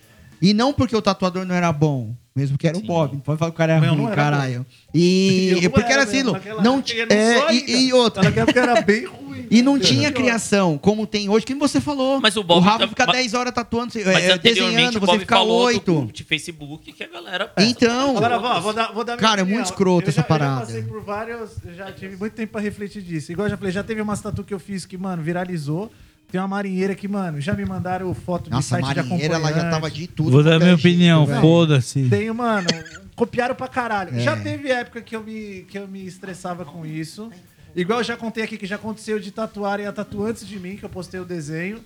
E não porque o tatuador não era bom. Mesmo que era o Sim. Bob. Não pode falar que o cara é Não, não ruim, era caralho. E Eu não porque era era assim, mesmo, não, naquela não época ti- eu não é, sou ainda. e, e outra. Naquela época era bem ruim. E não Uhum. tinha criação como tem hoje, que você falou. Mas o Bob Rafa tá- fica mas- 10 horas tatuando, você- Mas é, anteriormente desenhando, o você Bob fica falou 8. do de Facebook que a galera... Então, Agora, vó, vou dar, vou dar minha Cara, é opinião. muito escroto Eu já- essa parada. Eu já passei por vários, eu já tive muito tempo pra refletir disso. Igual eu já falei, já teve umas tatu que eu fiz que, mano, viralizou. Tem uma marinheira que, mano, já me mandaram foto de nossa, a site de marinheira, ela já tava de tudo. Vou dar quanto minha é jeito, opinião, velho. foda-se. Tenho, mano, copiaram pra caralho. É. Já teve época que eu, me, que eu me estressava com isso. Igual eu já contei aqui que já aconteceu de tatuarem a tatu antes de mim, que eu postei o desenho.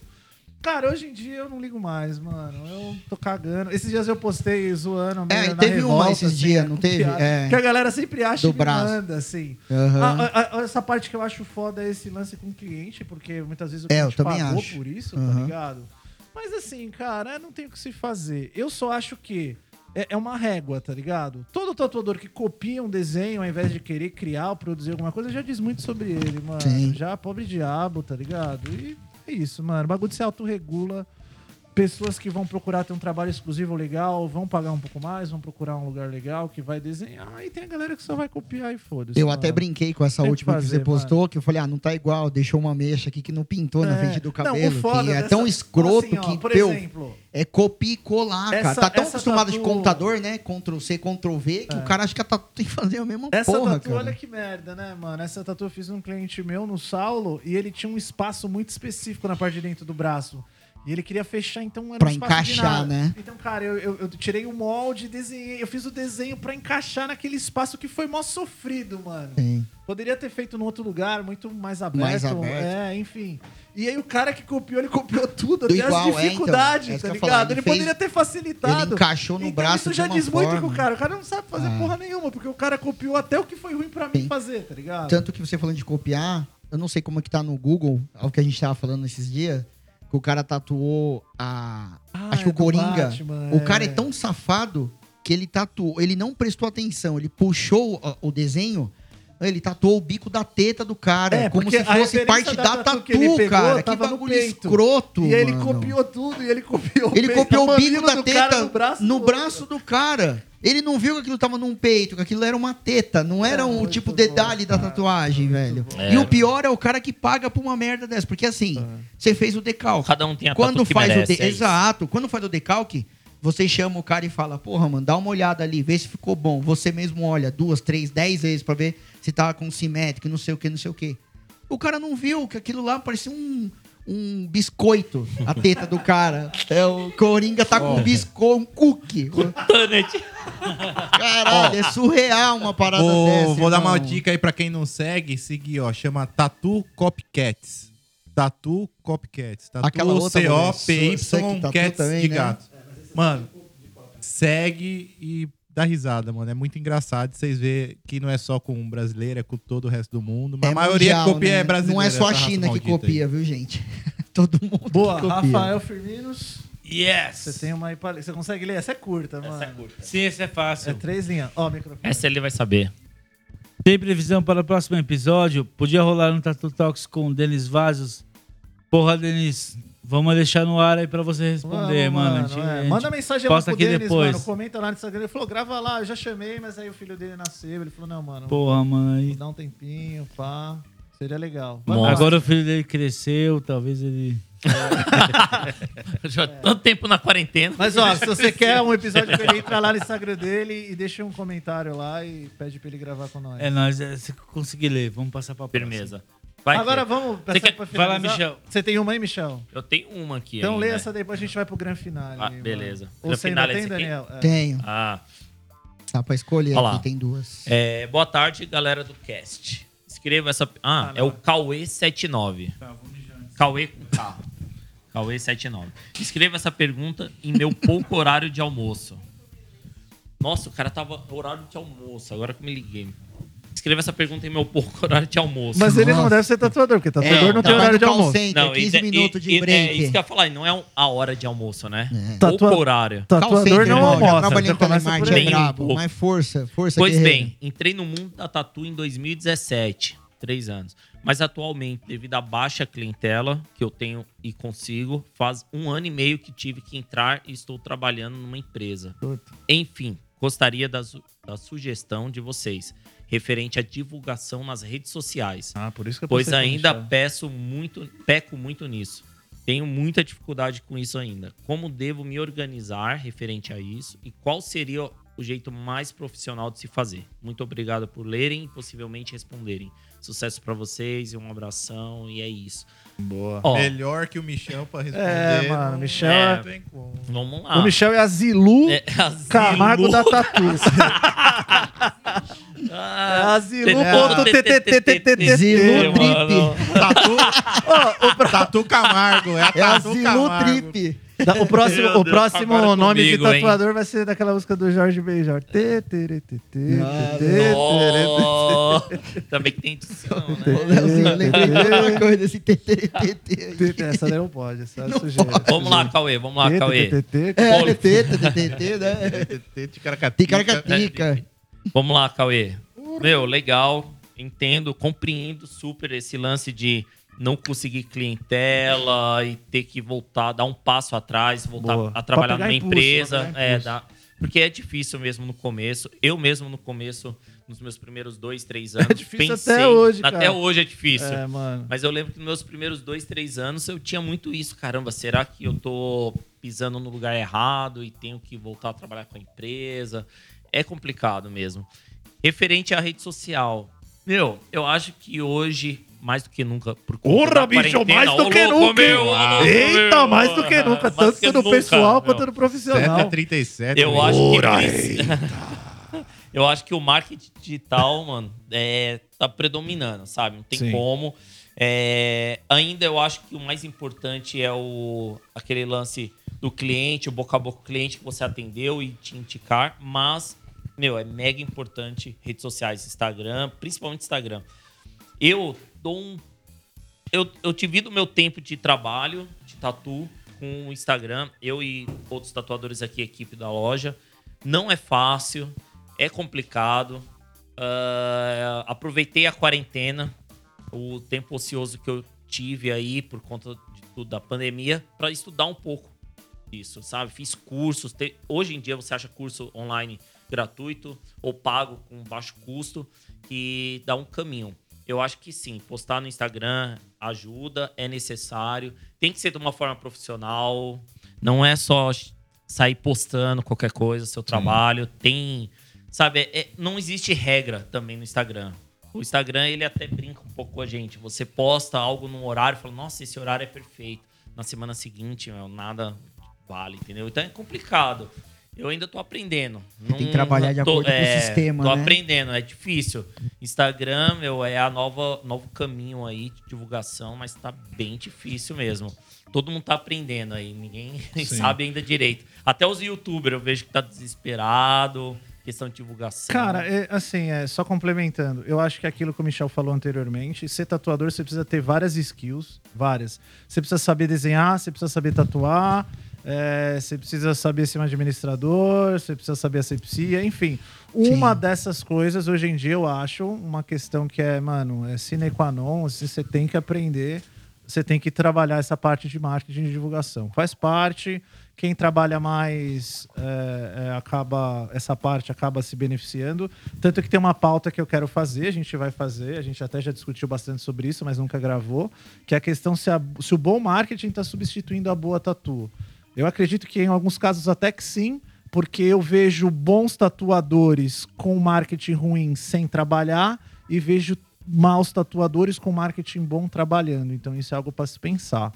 Cara, hoje em dia eu não ligo mais, mano. Eu tô cagando. Esses dias eu postei zoando. a É, mina e na teve uma revolta, esses assim, dias, né, não com teve? piada. É. Que a galera sempre acha Do e me braço. manda, assim. Aham. A- a- a- ah, essa parte que eu acho foda é esse lance com o cliente, porque muitas vezes o É, eu cliente também pagou acho. por isso, tá Aham. ligado? Mas assim, cara, não tem o que se fazer. Eu só acho que é, é uma régua, tá ligado? Todo tatuador que copia um desenho ao invés de querer criar ou produzir alguma coisa já diz muito sobre ele, mano. Sim. Já pobre diabo, tá ligado? E é isso, mano. O bagulho se autorregula. Pessoas que vão procurar ter um trabalho exclusivo legal, vão pagar um pouco mais, vão procurar um lugar legal que vai desenhar. E tem a galera que só vai copiar e foda-se. Eu mano. até brinquei com essa Tem que última que fazer, você postou, que eu falei, ah, não tá igual, deixou uma mecha aqui que não pintou na É. frente do Não, cabelo. o foda que é dessa- tão escroto Assim, ó, que, por meu, exemplo, é copia e colar, cara. Essa- Tá tão essa acostumado de tatu- É. computador, né, Ctrl-C, Ctrl-V, que o cara acha que a tatu tem que fazer a mesma Essa porra, tatu, cara. olha que merda, né, mano? Essa tatu eu fiz num cliente meu, no Saulo, e ele tinha um espaço muito específico na parte de dentro do braço. E ele queria fechar, então era um Pra espaço de encaixar, nada. né? Então, cara, eu, eu- eu tirei o molde, desenhei, eu fiz o desenho pra encaixar naquele espaço que foi mó sofrido, mano. Sim. Poderia ter feito num outro lugar, muito mais aberto. Mais aberto. É, enfim. E aí o cara que copiou, ele copiou tudo, Do até igual, as é, então. dificuldades, É isso tá que eu ia ligado? falar, ele ele fez- poderia ter Ele facilitado. encaixou no Então, braço Isso já de uma diz muito forma. com o cara. O cara não sabe fazer Ah. porra nenhuma, porque o cara copiou até o que foi ruim pra Sim. mim fazer, tá ligado? Tanto que você falando de copiar, eu não sei como é que tá no Google, é o que a gente tava falando esses dias, que o cara tatuou a. Ah, acho que é o do Coringa. Batman, o cara é tão safado que ele tatuou. Ele não prestou atenção, ele puxou a- o desenho Ele tatuou o bico da teta do cara, É, como se porque a fosse referência parte da da, tatu tatu, que ele pegou cara. Que tava no bagulho peito. escroto, E ele mano. copiou tudo, e ele copiou Ele o copiou o bico tamanho da do cara teta no braço do outro. braço do cara. Ele não viu que aquilo tava num peito, que aquilo era uma teta, não era um muito tipo bom, detalhe da tatuagem, velho. bom. E É. o pior é o cara que paga por uma merda dessa, porque assim, Ah. você fez o decalque. Cada um tem a quando tatu que faz merece, o de... é isso. Exato, quando faz o decalque, você chama o cara e fala: "Porra, mano, dá uma olhada ali, vê se ficou bom". Você mesmo olha duas, três, dez vezes pra ver se tava com simétrico, não sei o que, não sei o que. O cara não viu que aquilo lá parecia um, um biscoito, a teta do cara. É, o Coringa tá com um biscoito, um cookie. Tanete. Caralho, é surreal uma parada Vou, dessa. vou dar uma irmão. dica aí pra quem não segue, seguir, ó. Chama Tatu Copcats. Tatu Copcats. Tatu Aquela outra, C-O-P-Y mano, Tatu Cats também, de né? gato. Mano, segue e dá risada, mano. É muito engraçado vocês verem que não é só com um brasileiro, é com todo o resto do mundo. Mas É a maioria mundial, que copia né? é brasileira. Não é só a essa raça China que maldita aí. copia, viu, gente? Todo mundo Boa, que copia. Rafael Firminos. Você Yes! tem uma aí pra ler. Você consegue ler? Essa é curta, mano. Essa é curta. Sim, esse é fácil. É três linhas. Ó, o microfone. Essa ele vai saber. Tem previsão para o próximo episódio? Podia rolar um Tatu Talks com o Denis Vazos? Porra, Denis, vamos deixar no ar aí para você responder, Vamos, é mano. A gente- é. a gente Manda mensagem lá posta pro aqui Denis, depois. mano. Comenta lá no Instagram. Ele falou, grava lá, eu já chamei, mas aí o filho dele nasceu. Ele falou, não, mano, Porra, mano. aí- vou dar um tempinho, pá. Seria legal. Bom. lá. Agora o filho dele cresceu, talvez ele. Já tanto tempo na quarentena. Mas ó, se você quer um episódio com ele, entra lá no Instagram dele e deixa um comentário lá e pede pra ele gravar com nós. É nós, é, se conseguir ler, vamos passar pra próxima. Firmeza. Vai Agora ter. vamos Você quer- pra vai lá, finalizar. Michel. Você tem uma aí, Michel? Eu tenho uma aqui Então ainda. lê essa daí, depois a gente vai pro Gran Finale. né? Ah, mano. beleza. Ou Gran você ainda Finale é tem, esse aqui? Daniel? É. Tenho. Ah, Dá pra escolher Olha lá. aqui, tem duas. é, boa tarde, galera do cast. Escreva essa... Ah, é o Cauê79. Cauê com K. Cauê79. Escreva essa pergunta em meu pouco horário de almoço. Nossa, o cara tava horário de almoço. Agora que eu me liguei. Escreva essa pergunta em meu pouco horário de almoço. Mas ele não Nossa. deve ser tatuador, porque tatuador É, não tem Trabalho horário de tá call almoço. center, 15 e- é minutos de e- break. É isso que eu ia falar, e não é um- a hora de almoço, né? É. Pouco Tatua- horário. Call Tatuador center, não irmão, já almoça. trabalhei Já em começa por telemarketing, aí. é aí. brabo. Bem, Mas força, força, Pois guerreiro. bem, entrei no mundo da tatu em 2017, três anos. Mas atualmente, devido à baixa clientela que eu tenho e consigo, faz um ano e meio que tive que entrar e estou trabalhando numa empresa. Enfim, gostaria da, su- da sugestão de vocês referente à divulgação nas redes sociais. Ah, por isso que eu Pois pensei que ainda não peço muito, peco muito nisso. Tenho muita dificuldade com isso ainda. Como devo me organizar referente a isso e qual seria o jeito mais profissional de se fazer? Muito obrigado por lerem e possivelmente responderem. Sucesso pra vocês e um abração e é isso. Boa. Ó, Melhor que o Michel pra responder. É, mano, não- Michel é- Não tem como. vamos chama. lá. O Michel é a Zilu É, Azilu. Camargo da Tatu. Ah, Azilu.tttttt. Zilu mano. Trip. Tatu Camargo. É a É a Tatu tá Zilu Camargo. Trip. O próximo, Meu o Deus, próximo acabaram nome de comigo, hein? tatuador vai ser daquela música do Jorge Beijão. Tê, terê, tê, tê, Ah, tê, tê, Ó, Também que tem edição, é Ô, né? Leozinho, eu lembrei de outra coisa, esse TTTT aí. tê, tê. Essa daí não pode, essa é sujeira. Vamos lá, Cauê. Vamos lá, Cauê. Tê, tê, tê, tê. É, TTTT, né? É. Ticaracatica. Vamos lá, Cauê. Meu, legal. Entendo, compreendo super esse lance de não conseguir clientela e ter que voltar, dar um passo atrás, voltar Boa. a trabalhar Pra numa pegar impulso, pra empresa. pegar É, impulso. dá- porque é difícil mesmo no começo. Eu mesmo no começo, nos meus primeiros dois, três anos, É difícil até hoje, Até cara. hoje é difícil. É, mano. Mas eu lembro que nos meus primeiros dois, três anos eu tinha muito isso. Caramba, será que eu tô pisando no lugar errado e tenho que voltar a trabalhar com a empresa? É complicado mesmo. Referente à rede social. Meu, eu acho que hoje, mais do que nunca, por conta da Porra, bicho, quarentena, mais ô do que louco, nunca! meu, ô louco, Eita, meu. mais do que nunca. Mais do que Tanto no nunca, pessoal meu. quanto no Seta profissional. 37. Eu meu. acho que. eu acho que o marketing digital, mano, é, tá predominando, sabe? Não tem Sim. como. É, ainda eu acho que o mais importante é o aquele lance do cliente, o boca a boca cliente que você atendeu e te indicar, mas, meu, é mega importante redes sociais, Instagram, principalmente Instagram. Eu dou um eu, eu divido meu tempo de trabalho, de tatu, com o Instagram. Eu e outros tatuadores aqui, equipe da loja. Não é fácil, é complicado. Ah, aproveitei a quarentena, o tempo ocioso que eu tive aí por conta de tudo da pandemia, para estudar um pouco isso, sabe? Fiz cursos. te- Hoje em dia você acha curso online gratuito ou pago com baixo custo que dá um caminho. Eu acho que sim, postar no Instagram ajuda, é necessário. Tem que ser de uma forma profissional. Não é só sair postando qualquer coisa, seu trabalho. Tem. Sabe, é- é- não existe regra também no Instagram. O Instagram, ele até brinca um pouco com a gente. Você posta algo num horário e fala, nossa, esse horário é perfeito. Na semana seguinte, meu, nada vale, entendeu? Então é complicado. Eu ainda tô aprendendo. Não, que trabalhar de acordo com o sistema, Tô né? aprendendo, é difícil. Instagram, meu, é a nova novo caminho aí de divulgação, mas tá bem difícil mesmo. Todo mundo tá aprendendo aí, ninguém sabe ainda direito. Até os youtubers eu vejo que tá desesperado, questão de divulgação. Cara, é, assim, é, só complementando. Eu acho que aquilo que o Michel falou anteriormente, ser tatuador, você precisa ter várias skills, várias. Você precisa saber desenhar, você precisa saber tatuar, é, você precisa saber ser um administrador, você precisa saber asepsia, enfim. Uma dessas coisas, hoje em dia, eu acho uma questão que é, mano, é sine qua non, assim, você tem que aprender, você tem que trabalhar essa parte de marketing e divulgação. Faz parte, quem trabalha mais é, é, acaba essa parte acaba se beneficiando tanto que tem uma pauta que eu quero fazer a gente vai fazer a gente até já discutiu bastante sobre isso mas nunca gravou que é a questão se, a- se o bom marketing está substituindo a boa tatu eu acredito que em alguns casos até que sim porque eu vejo bons tatuadores com marketing ruim sem trabalhar e vejo maus tatuadores com marketing bom trabalhando então isso é algo para se pensar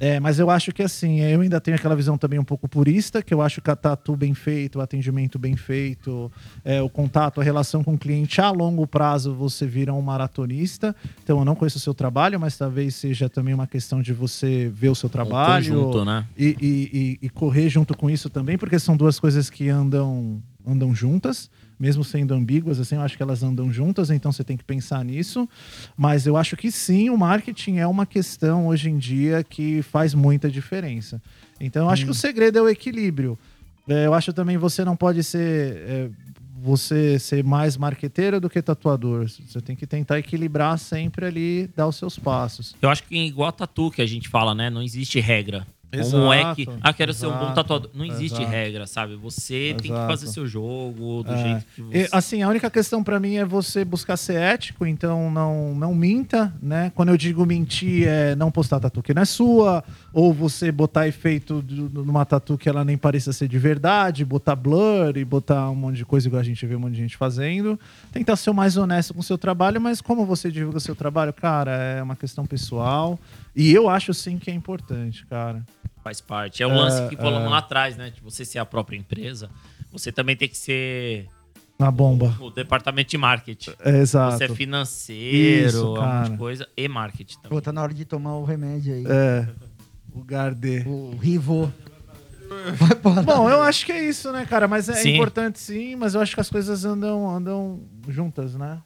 é, mas eu acho que assim, eu ainda tenho aquela visão também um pouco purista, que eu acho que a tatu bem feito, o atendimento bem feito, é, o contato, a relação com o cliente a longo prazo você vira um maratonista. Então eu não conheço o seu trabalho, mas talvez seja também uma questão de você ver o seu trabalho conjunto, né? e, e- e- e correr junto com isso também, porque são duas coisas que andam, andam juntas, mesmo sendo ambíguas, assim, eu acho que elas andam juntas, então você tem que pensar nisso. Mas eu acho que sim, o marketing é uma questão hoje em dia que faz muita diferença. Então eu acho que o segredo é o equilíbrio. É, eu acho também você não pode ser. é, você ser mais marqueteiro do que tatuador. Você tem que tentar equilibrar sempre ali, dar os seus passos. Eu acho que é igual a tatu que a gente fala, né? Não existe regra. Como Exato, é que. Ah, quero ser um bom exato, tatuador. Não existe exato. regra, sabe? Você tem que Exato. fazer seu jogo do É. jeito que você. E, assim, a única questão pra mim é você buscar ser ético, então não, não minta, né? Quando eu digo mentir, é não postar tatu que não é sua, ou você botar efeito do- numa tatu que ela nem pareça ser de verdade, botar blur e botar um monte de coisa igual a gente vê um monte de gente fazendo. Tentar ser o mais honesto com o seu trabalho, mas como você divulga o seu trabalho, cara, é uma questão pessoal. E eu acho sim que é importante, cara. Faz parte. É o lance que falamos lá atrás, né? De você ser a própria empresa, você também tem que ser Na bomba. o departamento de marketing. É, exato. Você é financeiro, Isso, é um monte cara. de coisa. E marketing também. Pô, tá na hora de tomar o remédio aí. É. Lugar de. O Rivô. Vai pra lá. Bom, eu acho que é isso, né, cara? Mas é Sim. importante sim, mas eu acho que as coisas andam, andam juntas, né?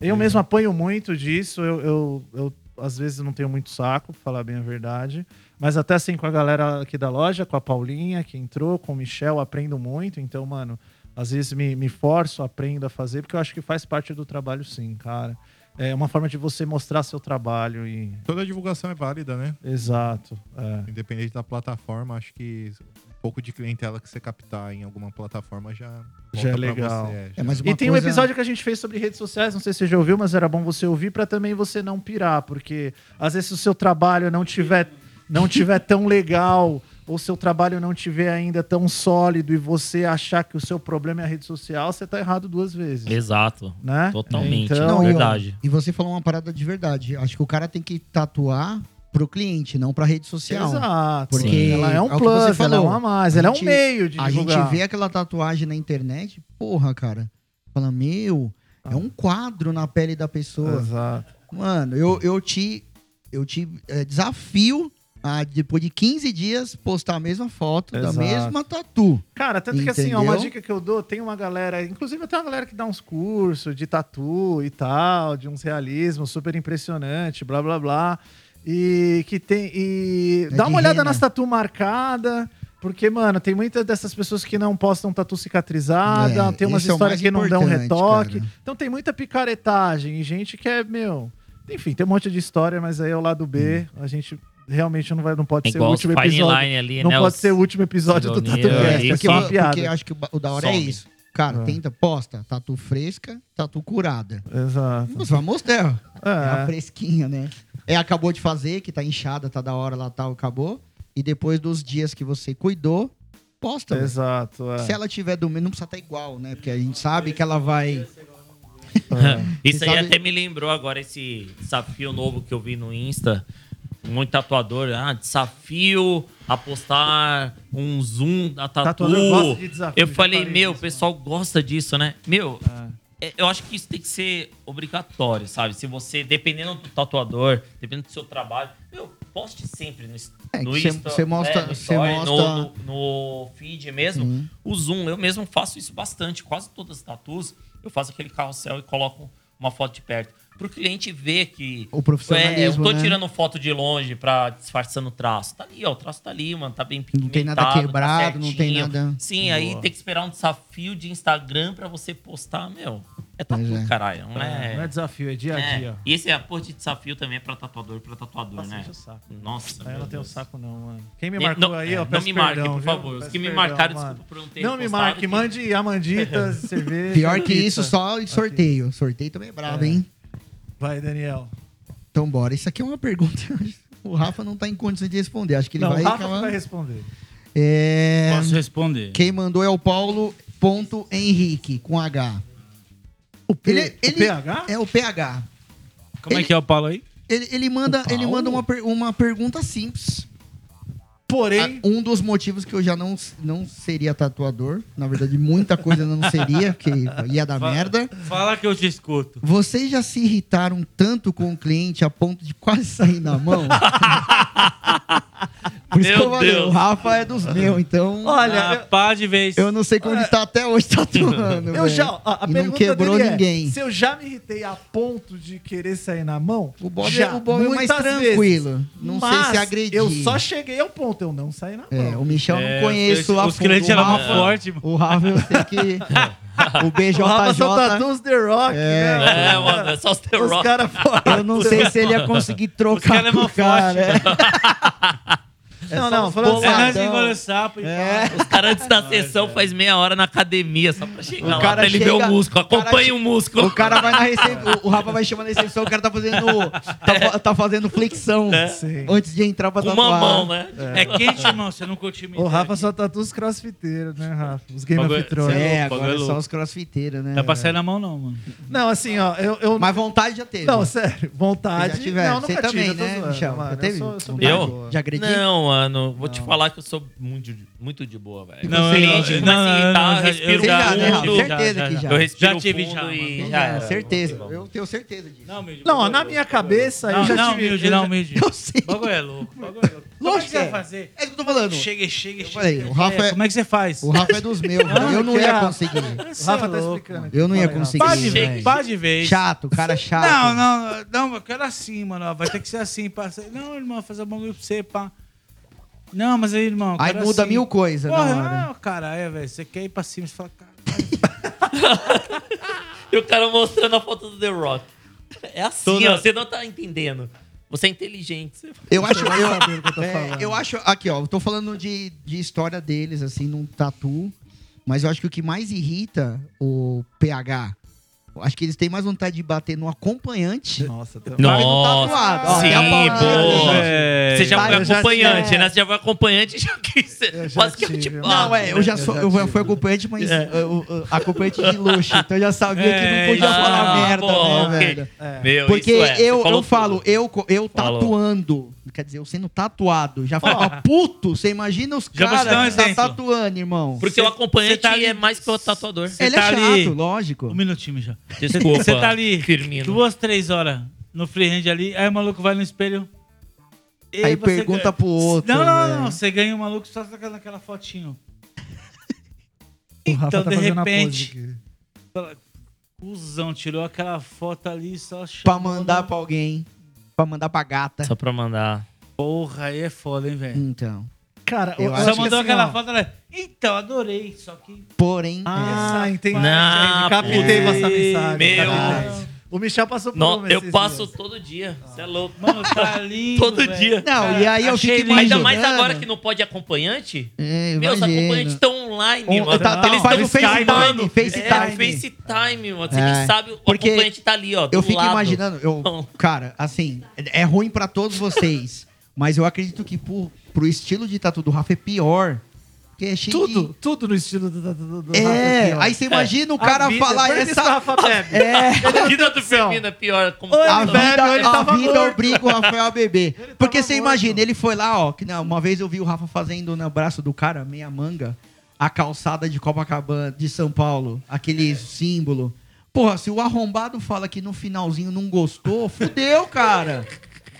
Eu mesmo apanho muito disso, eu, eu, eu, às vezes não tenho muito saco, pra falar bem a verdade. Mas até assim, com a galera aqui da loja, com a Paulinha que entrou, com o Michel, aprendo muito. Então, mano, às vezes me, me forço, aprendo a fazer, porque eu acho que faz parte do trabalho sim, cara. É uma forma de você mostrar seu trabalho e... Toda divulgação é válida, né? Exato, é. Independente da plataforma, acho que um pouco de clientela que você captar em alguma plataforma já volta é pra legal. Você, é, É, já- mas uma E tem um coisa- episódio que a gente fez sobre redes sociais, não sei se você já ouviu, mas era bom você ouvir pra também você não pirar, porque às vezes se o seu trabalho não tiver não tiver tão legal ou seu trabalho não tiver ainda tão sólido e você achar que o seu problema é a rede social, você tá errado duas vezes, É, Exato. né? Totalmente. Então, Não, e ó, verdade. E você falou uma parada de verdade. Acho que o cara tem que tatuar pro cliente, não pra rede social. Exato. Porque Sim. ela é um é o que plus, você ela é falou. um a mais, A ela gente- é um meio de A gente divulgar. vê aquela tatuagem na internet, porra, cara. Fala, meu, Ah. é um quadro na pele da pessoa. Exato. Mano, eu, eu te, eu te eh, desafio a, depois de 15 dias, postar a mesma foto Exato. da mesma tatu. Cara, tanto que assim, ó, uma Entendeu? dica que eu dou, tem uma galera, inclusive tem uma galera que dá uns cursos de tatu e tal, de uns realismos super impressionante, blá blá blá. E que tem. E É dá de uma olhada rena. nas tatu marcada. Porque, mano, tem muitas dessas pessoas que não postam tatu cicatrizada, É, tem umas esse é o mais histórias que Ah, não dão importante, retoque. cara. Então tem muita picaretagem e gente que é, meu. Enfim, tem um monte de história, mas aí é o lado B. Hum. A gente realmente não, vai, não pode É ser o igual os último episódio. Pineline ali, Não né? pode os- ser o último episódio do Ironia, Tatu Cast, porque, é só uma porque piada. eu acho que o ba- o da hora é Some. isso. Cara, É. tenta, posta, tatu fresca, tatu curada. Exato. Você vai mostrar. É a É. fresquinha, né? É, acabou de fazer, que tá inchada, tá da hora lá, tal, acabou. E depois dos dias que você cuidou, posta. velho. Exato, é. Se ela tiver do mesmo, não precisa estar igual, né? Porque a gente sabe que ela vai. Isso Você aí sabe- até me lembrou agora esse desafio novo que eu vi no Insta. Muito tatuador. Ah, desafio a postar um zoom da tatu. Tatuador gosta de desafio, eu já falei, falei meu, o disso, pessoal gosta disso, né? Meu, é, eu acho que isso tem que ser obrigatório, sabe? Se você, dependendo do tatuador, dependendo do seu trabalho, meu, poste sempre no, Insta- É, no que cê- Insta. cê mostra- né, no, cê story, no- mostra- no- no feed mesmo, o zoom. Eu mesmo faço isso bastante. Quase todas as tatuas, eu faço aquele carrossel e coloco uma foto de perto. Pro cliente ver que. O profissionalismo, É, eu tô né? tirando foto de longe pra disfarçando o traço. Tá ali, ó. O traço tá ali, mano. Tá bem Não pigmentado. tem nada tá quebrado, não tem certinho. nada- Sim, aí tem que esperar um desafio de Instagram pra você postar, meu. É tatu, Pois é. caralho. Não É, Não é é. desafio, é dia a é. dia. E esse é a porra de desafio também é pra tatuador e pra tatuador, Nossa, né? enche o saco. Nossa. Aí meu não tem o Deus. saco, não, mano. Quem me Nem- marcou não, aí, é, ó, não peço me marque, perdão, por viu? favor. Os Peço que me perdão, marcaram, mano. desculpa por não ter Não me postado, marque, que- mande amanditas, cerveja. Pior que pizza. isso, só em sorteio. Sorteio também é brabo, hein? Vai, Daniel. Então bora. Isso aqui é uma pergunta. O Rafa não tá em condições de responder. Acho que ele não, vai. o Rafa que acabar- vai responder. É, Posso responder? Quem mandou é o Paulo.henrique, com H. O, Ele, ele- PH? É o PH. Como é Ele- que é o Paulo aí? Ele, ele manda, O ele Paulo? manda uma, per- uma pergunta simples. Porém, Ah, Um dos motivos que eu já não, não seria tatuador, na verdade, muita coisa eu não seria, porque ia dar merda. Fala que eu te escuto. Vocês já se irritaram tanto com o cliente a ponto de quase sair na mão? Por isso que Meu eu falei, Deus. o Rafa é dos meus, então Olha, olha, ah, pá de vez. eu não sei como ele tá até hoje tatuando. eu, eu velho. já. ó, A, é, E pergunta não quebrou dele é, ninguém. se eu já me irritei a ponto de querer sair na mão, O Bob, já, é, o Bob é mais muitas tranquilo. vezes. Não Mas sei se agredir. Eu só cheguei ao ponto, eu não saí na É, mão. o Michel eu É, não conheço os- lá Os clientes o eram Rafa- muito fortes, mano. O Rafa eu sei que... o BJJ... O Rafa só tá tá tatuos The Rock, É, né? É, mano, é só os The Os Rock. caras fora. Eu não sei se ele ia conseguir trocar cara é com mó o cara. Não, não, falando É bobos. sério. nós Boladão. engolando sapo então, e É. Os caras antes da sessão faz meia hora na academia só pra chegar O lá, cara pra ele chega- ver o músculo. o cara Acompanha o músculo. O cara vai na recepção, o Rafa vai chamando a recepção, o cara tá fazendo, tá, fa- tá fazendo flexão assim, Sim. antes de entrar pra Com tatuar. uma mão, né? É quente, irmão. Você não curte O Rafa só tatua os crossfiteiros, né, Rafa? Os Game Bagulho- of Thrones. Cê É, É louco, agora é é só louco. os crossfiteiros, né? Dá pra sair na mão, não, mano. Não, assim, ó, eu. eu- Mas vontade já teve. Não, sério, vontade. Já tiveram. Não, nunca Você também, tive, eu tô né, zoando, Michel? mano. Já teve? um Eu, sou- eu sou assim. Vontade? muito Eu? boa. Já agredi? Não, mano, vou te falar que eu sou muito, de- muito de boa, velho. Não, O eu- cliente eu- começa não, a não, irritar, eu já- respiro Você já, né, Rafa? fundo. Certeza que já. Eu respiro Já tive fundo já, mano. e Tem já já, era. certeza. Vamos que Eu tenho certeza disso. Não, humilde. Não, ó, na minha cabeça, eu Não, já não, tive. humilde, eu não, já- humilde. Eu sei. O bagulho é louco. o Bagulho é louco. Como é que Lógico você é. vai fazer? É isso que eu tô falando. Chega, chega, chega. falei, o Rafa é- Como é que você faz? O Rafa é dos meus, mano. eu não que ia é- conseguir. O Rafa tá Cê é Então, louco, explicando. aqui. Eu não ia Fala aí, Rafa. conseguir. Pá de velho. vez, pá de vez. Chato, cara chato. é Não, não, não, eu quero assim, mano. ó, Vai ter que ser assim. Pá. Não, irmão, fazer um bagulho pra você, pá. Não, mas aí, irmão. eu Aí quero muda assim. mil coisas na Porra, hora. não, cara, é, velho. Você quer ir pra cima, você fala, cara. E o cara mostrando a foto do The Rock. É assim, Toda- ó, você não tá entendendo. Você é inteligente. Você... Eu acho, eu, do que eu tô é, falando. eu acho, aqui ó, eu tô falando de, de história deles, assim, num tatu, mas eu acho que o que mais irrita o PH, eu acho que eles têm mais vontade de bater no acompanhante. Nossa, tá. Mas não tá tatuado, ó, tem a sim, palavra, boa. né? É, Você já tá, foi eu já acompanhante, tinha- né? Você já foi acompanhante e já quis ser. já Quase que eu tive, te mano. bato. Não, é, eu já sou, eu fui acompanhante, mas eu- eu- acompanhante de luxo, então eu já sabia que não podia Ah, falar merda, pô, né, ok. velho? Meu, Porque isso é, você eu, falou eu falo, tudo. eu, co- eu Falou. tatuando, quer dizer, eu sendo tatuado, já ficava puto, você imagina os Já vou te caras dar um que tá exemplo. tatuando, irmão. Porque Cê- o acompanhante cê tá ali- é mais que o tatuador. cê Ele é tá chato, ali- lógico. Um minutinho já. Desculpa, Você tá ali Firmino. duas, três horas no freehand ali, aí o maluco vai no espelho. e você Aí pergunta ganha- pro outro, Não, não, não. né? Você ganha o maluco só naquela naquela fotinho. O Rafa Então, tá de fazendo a pose repente- aqui. Cusão, tirou aquela foto ali só Pra chamou mandar na- pra alguém. Pra mandar pra gata. Só pra mandar. Porra, aí é foda, hein, velho. Então. Cara, Eu eu acho Só que é mandou assim, aquela ó. foto, ela... Então, adorei, só que... Porém. Ah, entendi. Não, entendi. Captei pô. essa mensagem. tá Meu captei. Deus. O Michel passou por Não, uma eu esses passo dias. todo dia. Você é louco. Mano, tá lindo, todo velho. dia. é. Não, e aí eu achei fico lindo. né, Ainda imaginando. mais agora que não pode acompanhante. É, Meu, os acompanhantes imagino. estão online, Um- mano. tá- tá- Eles faz estão o FaceTime, Skypeando. FaceTime. É, FaceTime, mano. Você É. nem sabe, o Porque acompanhante tá ali, ó. do Eu fico lado. imaginando, eu, Não. cara, assim, é é ruim pra todos vocês, mas eu acredito que pro, pro estilo de tatu do Rafa é pior. Porque é cheio Tudo, de- tudo no estilo do, do, do, do É, Rafa, aí você imagina o cara é falar essa. Rafa bebe. É, A vida do Firmino é pior. Como Oi, a tá, Ele bebe, vida, ele a tava vida morto. obriga o Rafael a beber. Porque tava você morto. imagina, ele foi lá, ó, que não, uma vez eu vi o Rafa fazendo no braço do cara, meia manga, a calçada de Copacabana, de São Paulo, aquele símbolo. Porra, se o arrombado fala que no finalzinho não gostou, fudeu, cara.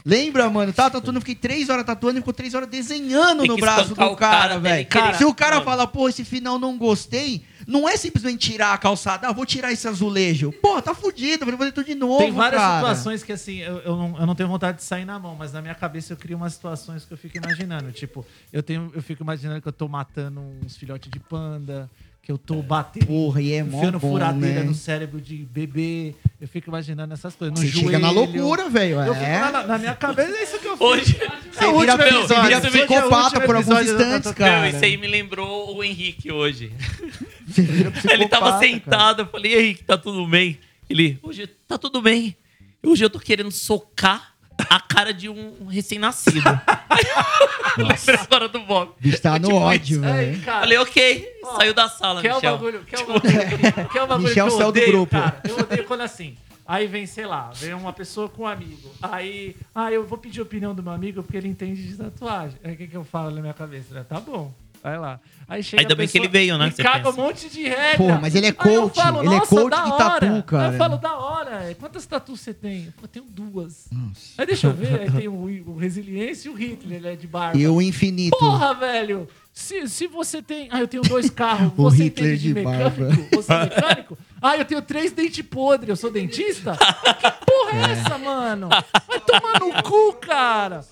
Lembra, mano? Tá tatuando, eu fiquei três horas tatuando e ficou três horas desenhando Tem no que braço espancar do o cara cara, até ele velho. querer- Se o cara Mano. fala, pô, esse final não gostei, não é simplesmente tirar a calçada, ah, vou tirar esse azulejo. Pô, tá fudido, vou fazer tudo de novo. Tem várias cara. situações que, assim, eu, eu não, eu não tenho vontade de sair na mão, mas na minha cabeça eu crio umas situações que eu fico imaginando. Tipo, eu, tenho, eu fico imaginando que eu tô matando uns filhotes de panda, que eu tô batendo, Porra, e é mó enfiando bom, furadeira né? no cérebro de bebê. Eu fico imaginando essas coisas. No Você joelho. chega na loucura, velho. Eu fico É. na, na minha cabeça, é isso que eu fico. Hoje. Você o vira, último você episódio, esse vira hoje é o psicopata último por alguns episódio da instantes, Tatu- cara. Meu, isso aí me lembrou o Henrique hoje. Você vira Ele tava psicopata, cara. sentado, eu falei, "E aí, que tá tudo bem? Ele, hoje tá tudo bem. Hoje eu tô querendo socar a cara de um recém-nascido. Lembra a história do Bob? O é bicho tá no ódio, velho. Cara, Falei, ok, saiu da sala, Que é o Michel. Tipo, bagulho, que é o bagulho, que é o bagulho Michel que eu saiu do odeio, grupo. cara. Eu odeio quando é assim. Aí vem, sei lá, vem uma pessoa com um amigo. Aí, ah, eu vou pedir a opinião do meu amigo porque ele entende de tatuagem. Aí o que, que eu falo na minha cabeça? Né? Tá bom, vai lá. Aí chega Ainda a bem que pessoa ele veio, né, e que você caga pensa. um monte de regra. Porra, mas ele é Aí eu coach, ele é "Nossa, coach da de tatu, hora." Aí cara. eu falo, da hora. é. Quantas tatus você tem? Eu falo, tenho duas. Aí deixa eu ver. Aí tem o, o Resiliência e o Hitler, ele é de barba. E o infinito. Porra, velho! Se, se você tem. Ah, eu tenho dois carros. O Você Hitler entende de, de mecânico? Você é mecânico? Ah, eu tenho três dentes podres. Eu sou dentista? Que porra é essa, mano? Vai tomar no cu, cara!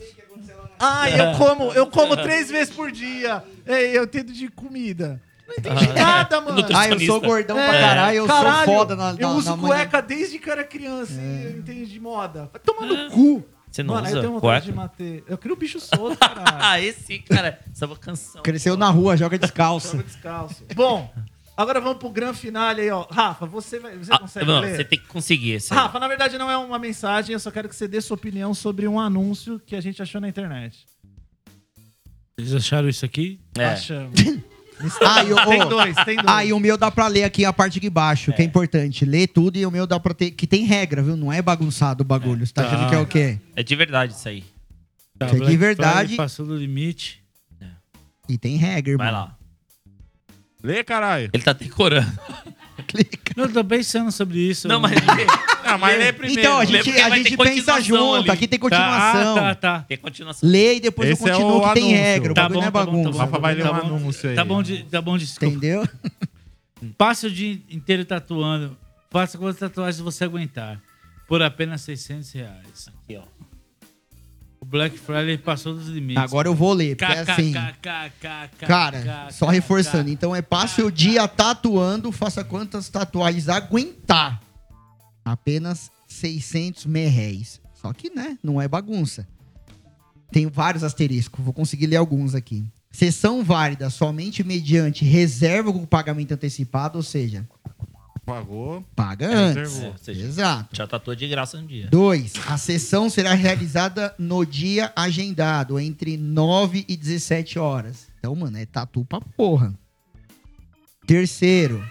Ah, eu como, eu como três vezes por dia. Ei, eu tendo de comida. Não entendi nada, mano. Nutricionista. Ah, eu sou gordão pra É. caralho, eu sou foda na, na Eu uso na manhã. cueca desde que eu era criança, hein? Eu entendo de moda. Vai tomar no cu. Você não mano, aí eu usa tenho vontade cueca? de matar. Eu crio bicho solto, caralho. Ah, esse, cara, essa é uma canção. Cresceu na rua, joga descalço. Joga descalço. Bom, agora vamos pro grande finale aí, ó. Rafa, você, vai, você Ah, consegue não, ler? você tem que conseguir esse. aí. Rafa, na verdade não é uma mensagem, eu só quero que você dê sua opinião sobre um anúncio que a gente achou na internet. Eles acharam isso aqui? É. Achamos. Ah, e o- Tem ô, dois, tem dois. ah, e o meu dá pra ler aqui a parte de baixo, que é importante. Lê tudo e o meu dá pra ter. Que tem regra, viu? Não é bagunçado o bagulho. Você tá achando que é o quê? É de verdade isso aí. Tá, Isso é de Black verdade. Friday Passou do limite. E tem regra, irmão. Vai lá. Lê, caralho. Ele tá decorando. Clica. Não, eu tô pensando sobre isso. Tá, Não, mas Ah, mas lê primeiro. Então, a Lê gente, porque a vai gente ter pensa continuação junto. ali. Aqui tem Tá, continuação. ah, tá, tá. tem continuação. Lê e depois Esse eu é continuo o que tem anúncio. regra. O Tá bagulho bom, não é tá bom, tá bagunça. bom. Rafa vai ler Tá um bom. anúncio aí. Tá bom de, tá bom de desculpa. Entendeu? Passe o dia inteiro tatuando. Faça quantas tatuagens você aguentar. Por apenas 600 reais. Aqui, ó. O Black Friday passou dos limites. Agora eu vou ler, porque é assim. Cara, só reforçando. Então é passe o dia tatuando, faça quantas tatuagens aguentar. Apenas 600 merréis. Só que, né, não é bagunça. Tem vários asteriscos, vou conseguir ler alguns aqui. Sessão válida somente mediante reserva com pagamento antecipado, ou seja, Pagou. paga antes. Reservou. É, ou seja, Exato. Já tatuou de graça um dia. 2. A sessão será realizada no dia agendado, entre 9 e 17 horas. Então, mano, é tatu pra porra. Terceiro.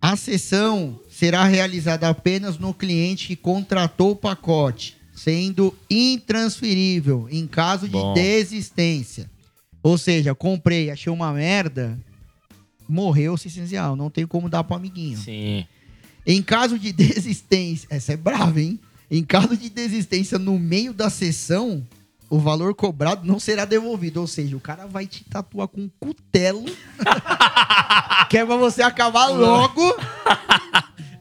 A sessão será realizada apenas no cliente que contratou o pacote, sendo intransferível em caso de Bom. desistência. Ou seja, comprei, achei uma merda, morreu o 600 reais, não tem como dar pro amiguinho. Sim. Em caso de desistência, essa é brava, hein? Em caso de desistência no meio da sessão, o valor cobrado não será devolvido. Ou seja, o cara vai te tatuar com um cutelo, que é pra você acabar logo.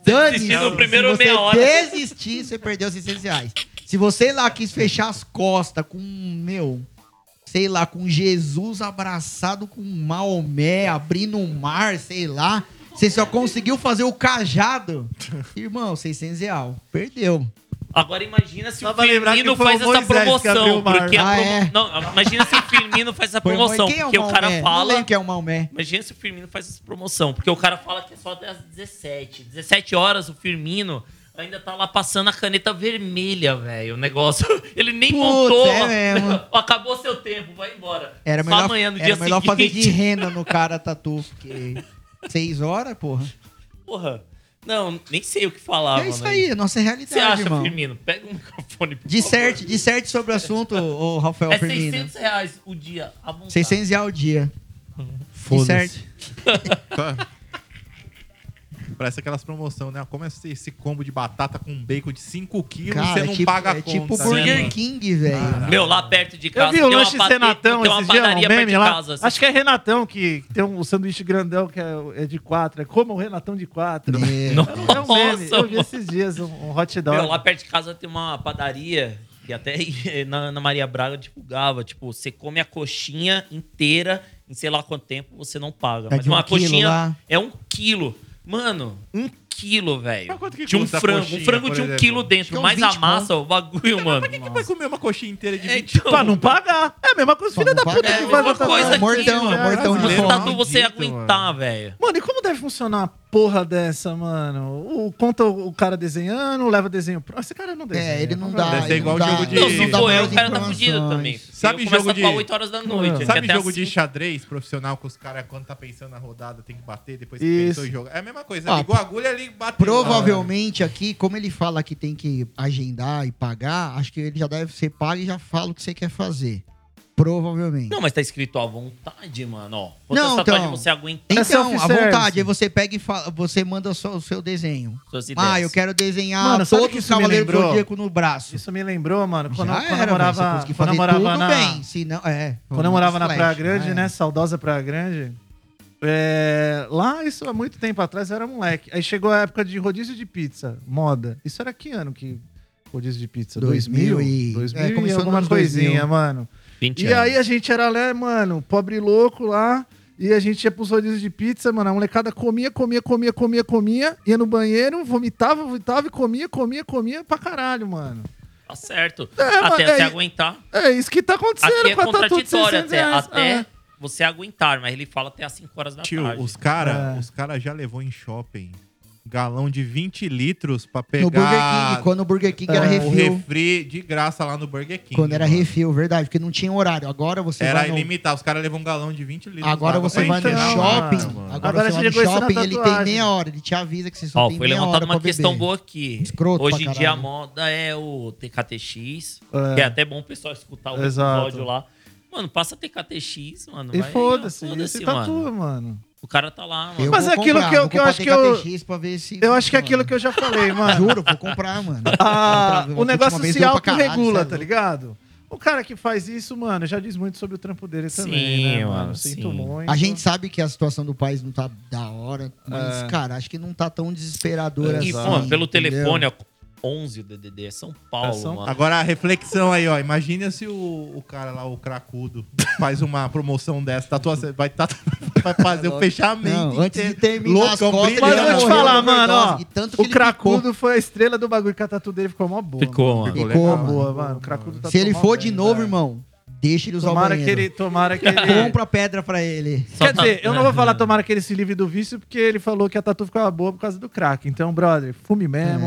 Dane-se. desistiu no primeiro Se você meia hora. desistir, você perdeu os 600 reais. Se você lá quis fechar as costas com, meu, sei lá, com Jesus abraçado com Maomé, abrindo um mar, sei lá. Você só conseguiu fazer o cajado. Irmão, 600 real. Perdeu. Agora imagina se Só o pra lembrar Firmino que foi o faz essa Moisés que abriu promoção. o mar. Porque a Ah, promo- é? Não, imagina se o Firmino faz essa Foi uma- promoção. Quem é Porque o cara Maomé? Não fala. lembro quem é o Maomé. Imagina se o Firmino faz essa promoção, porque o cara fala que é só até às 17. 17 horas o Firmino ainda tá lá passando a caneta vermelha, velho. O negócio. Ele nem Putz, montou. é mesmo. Acabou seu tempo, vai embora. Era só melhor, amanhã, no era dia melhor fazer seguinte. de renda no cara tatu, porque... Seis horas, porra. Porra. Não, nem sei o que falar. é isso mano. aí, é a nossa O que Ah, Você acha, realidade, irmão. Firmino? Pega o microfone. por favor. Disserte, disserte sobre o assunto, ô Rafael É Firmino. 600 reais o dia. à vontade. 600 reais ao dia. Disserte. Tá. Parece aquelas promoções, né? Como é esse, esse combo de batata com bacon de 5 quilos e você não paga a é conta. tipo né, Burger mano? King, velho. Meu, lá perto de casa. Eu vi tem o uma lanche pate- Renatão tem uma esses dias, um padaria perto meme de lá. casa. assim. Acho que é Renatão que tem um sanduíche grandão que é, é de quatro. É como o Renatão de quatro. É. É um meme. Nossa, Eu vi mano. esses dias um, um hot Então, Meu, dog. lá perto de casa tem uma padaria que até na Ana Maria Braga divulgava. Tipo, você come a coxinha inteira em sei lá quanto tempo você não paga. É Mas de um uma quilo coxinha lá. é um quilo. Mano, um quilo, velho. Mas quanto que De um custa a frango. coxinha, um frango por de um exemplo? quilo Acho que é dentro. uns Mais a 20 mano. massa, o bagulho, mano. Quem vai comer uma coxinha inteira de É, 20 então, Pra não pagar. É a mesma coisa, Pra filha não da puta pagar. É a que mesma faz outra coisa coisa. aqui, Mortão, mano. mortão de Mas Brasileiro, fome. tá do você maldito, mano. aguentar, velho. Mano, e como deve funcionar uma porra dessa, mano? O, conta o cara desenhando, leva desenho pro. Esse cara não desenha. É, ele não dá. Deve ser ele igual não dá- jogo de- ele Não, não se dá for eu, mais o cara tá fudido informações. também. Sabe eu começo jogo a atuar de- 8 horas da noite. Sabe até jogo às de cinco. xadrez profissional que os caras, quando tá pensando na rodada, tem que bater, depois que Isso. pensou e joga? É a mesma coisa. Ah, ligou a agulha ali, bateu. Provavelmente aqui, como ele fala que tem que agendar e pagar, acho que ele já deve ser pago e já fala o que você quer fazer. Provavelmente. Não, mas tá escrito à vontade, mano. Ó, quantas Não, tatuagens então. você aguentar? Então, É à self-service. vontade, aí você pega e fala, você manda só o seu desenho. Suas ideias. Ah, eu quero desenhar Mano, sabe todos que os isso me Cavaleiros do lembrou? Zodíaco no braço. Isso me lembrou, mano, quando, Já quando era, eu velho, morava, você conseguiu quando eu fazer morava tudo na, bem, se não, é. quando eu morava na flash, Praia Grande, ah, é. né? Saudosa Praia Grande. é, lá, isso há muito tempo atrás, eu era moleque. Aí chegou a época de rodízio de pizza, moda. Isso era que ano que rodízio de pizza? 2000 2000 e- 2000 é, e começou alguma nos 2000. coisinha, mano. 20 E aí a gente era lá, mano, pobre louco lá. E a gente ia pros rodízios de pizza, mano. A molecada comia, comia, comia, comia, comia. Ia no banheiro, vomitava, vomitava e comia, comia, comia pra caralho, mano. Tá certo. É, mas até é- você aguentar. É isso que tá acontecendo Aqui é com a tatu de contraditório 600 até. reais. Até Ah. você aguentar, mas ele fala até às 5 horas da Tio, tarde. os caras É. os cara já levou em shopping galão de 20 litros pra pegar No Burger King, quando o Burger King era É, o refil. refri de graça lá no Burger King. Quando era mano. refil, verdade, porque não tinha horário. Agora você Era vai no- ilimitado. Os caras levam um galão de 20 litros. Agora d'água você pra vai no encher na shopping. lata, mano. Agora, Agora você você vai chegou isso no na shopping, ele tem tatuagem. meia hora, ele te avisa que você só Ó, tem foi meia hora levantada pra uma beber. questão boa aqui. Escroto Hoje pra em dia a caralho. moda é o TKTX, É. que é até bom o pessoal escutar o Exato. episódio lá. Mano, passa TKTX, mano. E vai- foda-se, foda-se, e mano. tatua, mano. O cara tá lá, mano. Eu Mas vou aquilo comprar, que eu- vou que eu comprar acho que eu- TKTX pra ver se- Eu acho que é mano, aquilo que eu já falei, mano. Juro, vou comprar, mano. Ah, o negócio se autorregula, regula tá ligado? O cara que faz isso, mano, já diz muito sobre o trampo dele também, Sim, né, mano? mano, Sinto sim. muito. A gente sabe que a situação do país não tá da hora, mas, cara, acho que não tá tão desesperadora E, assim. mano, pelo entendeu? telefone, ó, 11 o DDD, é São Paulo, É São- mano. Agora a reflexão aí, ó. Imagina se o, o cara lá, o cracudo, faz uma promoção dessa, tatua, vai, tatu- vai fazer o fechamento. Não, antes de inteiro. terminar as Loucão, costas, Mas brilhando. eu ele vou te morreu falar, de mano, ó. overdose, de tanto que O ele picou. cracudo foi a estrela do bagulho que a tatu dele ficou mó boa. Ficou, mano. Ficou, Ficou mano. boa, mano. O cracudo tá Se ele for de novo, irmão, deixa ele usar Tomara o que banheiro. ele. Tomara que ele. Compra pedra pra ele. Só Quer tá- dizer, eu não vou falar tomara que ele se livre do vício, porque ele falou que a tatu ficava boa por causa do crack. Então, brother, fume mesmo, dá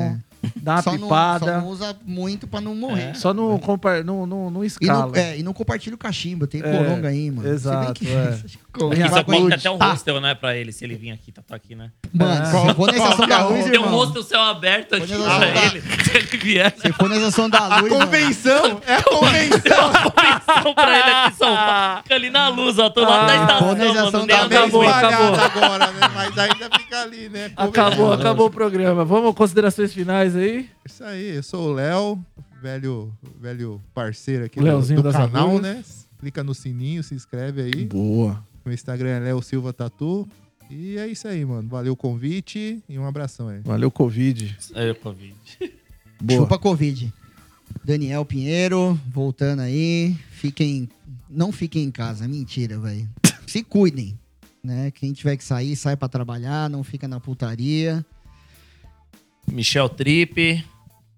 uma É. Só não, só pipada. É. não usa muito pra não morrer. Só não, compa- não, não, não E escala. não, é, e não compartilha o cachimbo, tem coronga aí, mano. É. exato, Se bem que- é. acho que coronga- Aqui Minha só saúde. conta até o hostel, né, pra ele, se ele vir aqui, tá, tá aqui, né? É. Mano, se for na estação da luz, Tem um irmão. hostel céu aberto aqui Quando ela pra voltar. ele, se ele vier. Se for na estação da A luz, mano. convenção é a convenção. Então, pra ele aqui em São Paulo. Fica ali na luz, ó, tô lá da estação, Organização mano. Ah, da Nem Tá mesa. anda meio Acabou, muito. espalhado acabou. agora, né? Mas ainda fica ali, né? Acabou, Convenção. acabou o programa. Vamos, considerações finais aí? Isso aí, eu sou o Léo, velho, velho parceiro aqui do, Leozinho do das canal, agulhas. né? Clica no sininho, se inscreve aí. Boa. Meu Instagram é Léo Silva Tatu. E é isso aí, mano. Valeu o convite e um abração aí. Valeu, Covid. É, Covid. Chupa Covid. Daniel Pinheiro, voltando aí. Fiquem não fiquem em casa. Mentira, velho. Se cuidem. Né? Quem tiver que sair, sai pra trabalhar, não fica na putaria. Michel Tripe.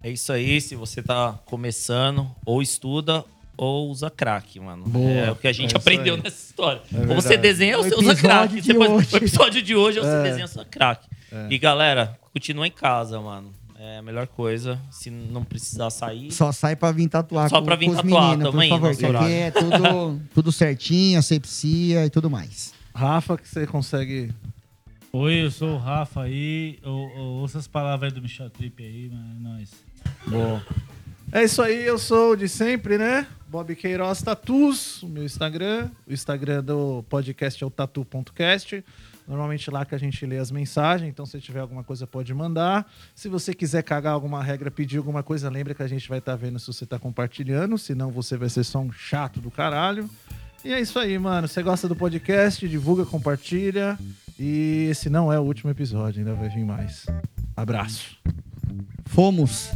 É isso aí. Se você tá começando, ou estuda ou usa crack, mano. Boa. é o que a gente É isso aprendeu aí. É nessa história. ou verdade. você desenha ou O você usa episódio crack. de Depois, hoje. O episódio de hoje é você É. desenha usa crack. É. E galera, continua em casa, mano. É a melhor coisa. Se não precisar sair. Só sai pra vir tatuar Só com, pra vir com os tatuar, meninos, tamo por aí, favor. nosso que Aqui horário. é tudo, tudo certinho, asepsia e tudo mais. Rafa, que você consegue. Oi, eu sou o Rafa aí. Ou, ou- ouça as palavras aí do Michel Trip aí, mas é nóis. É isso aí, eu sou o de sempre, né? Bob Queiroz Tatus, o meu Instagram. O Instagram do podcast é o tatu.cast. Normalmente lá que a gente lê as mensagens, então se tiver alguma coisa pode mandar. Se você quiser cagar alguma regra, pedir alguma coisa, lembra que a gente vai estar vendo se você tá compartilhando, senão você vai ser só um chato do caralho. E é isso aí, mano. Você gosta do podcast, divulga, compartilha. E esse não é o último episódio, ainda vai vir mais. Abraço. Fomos.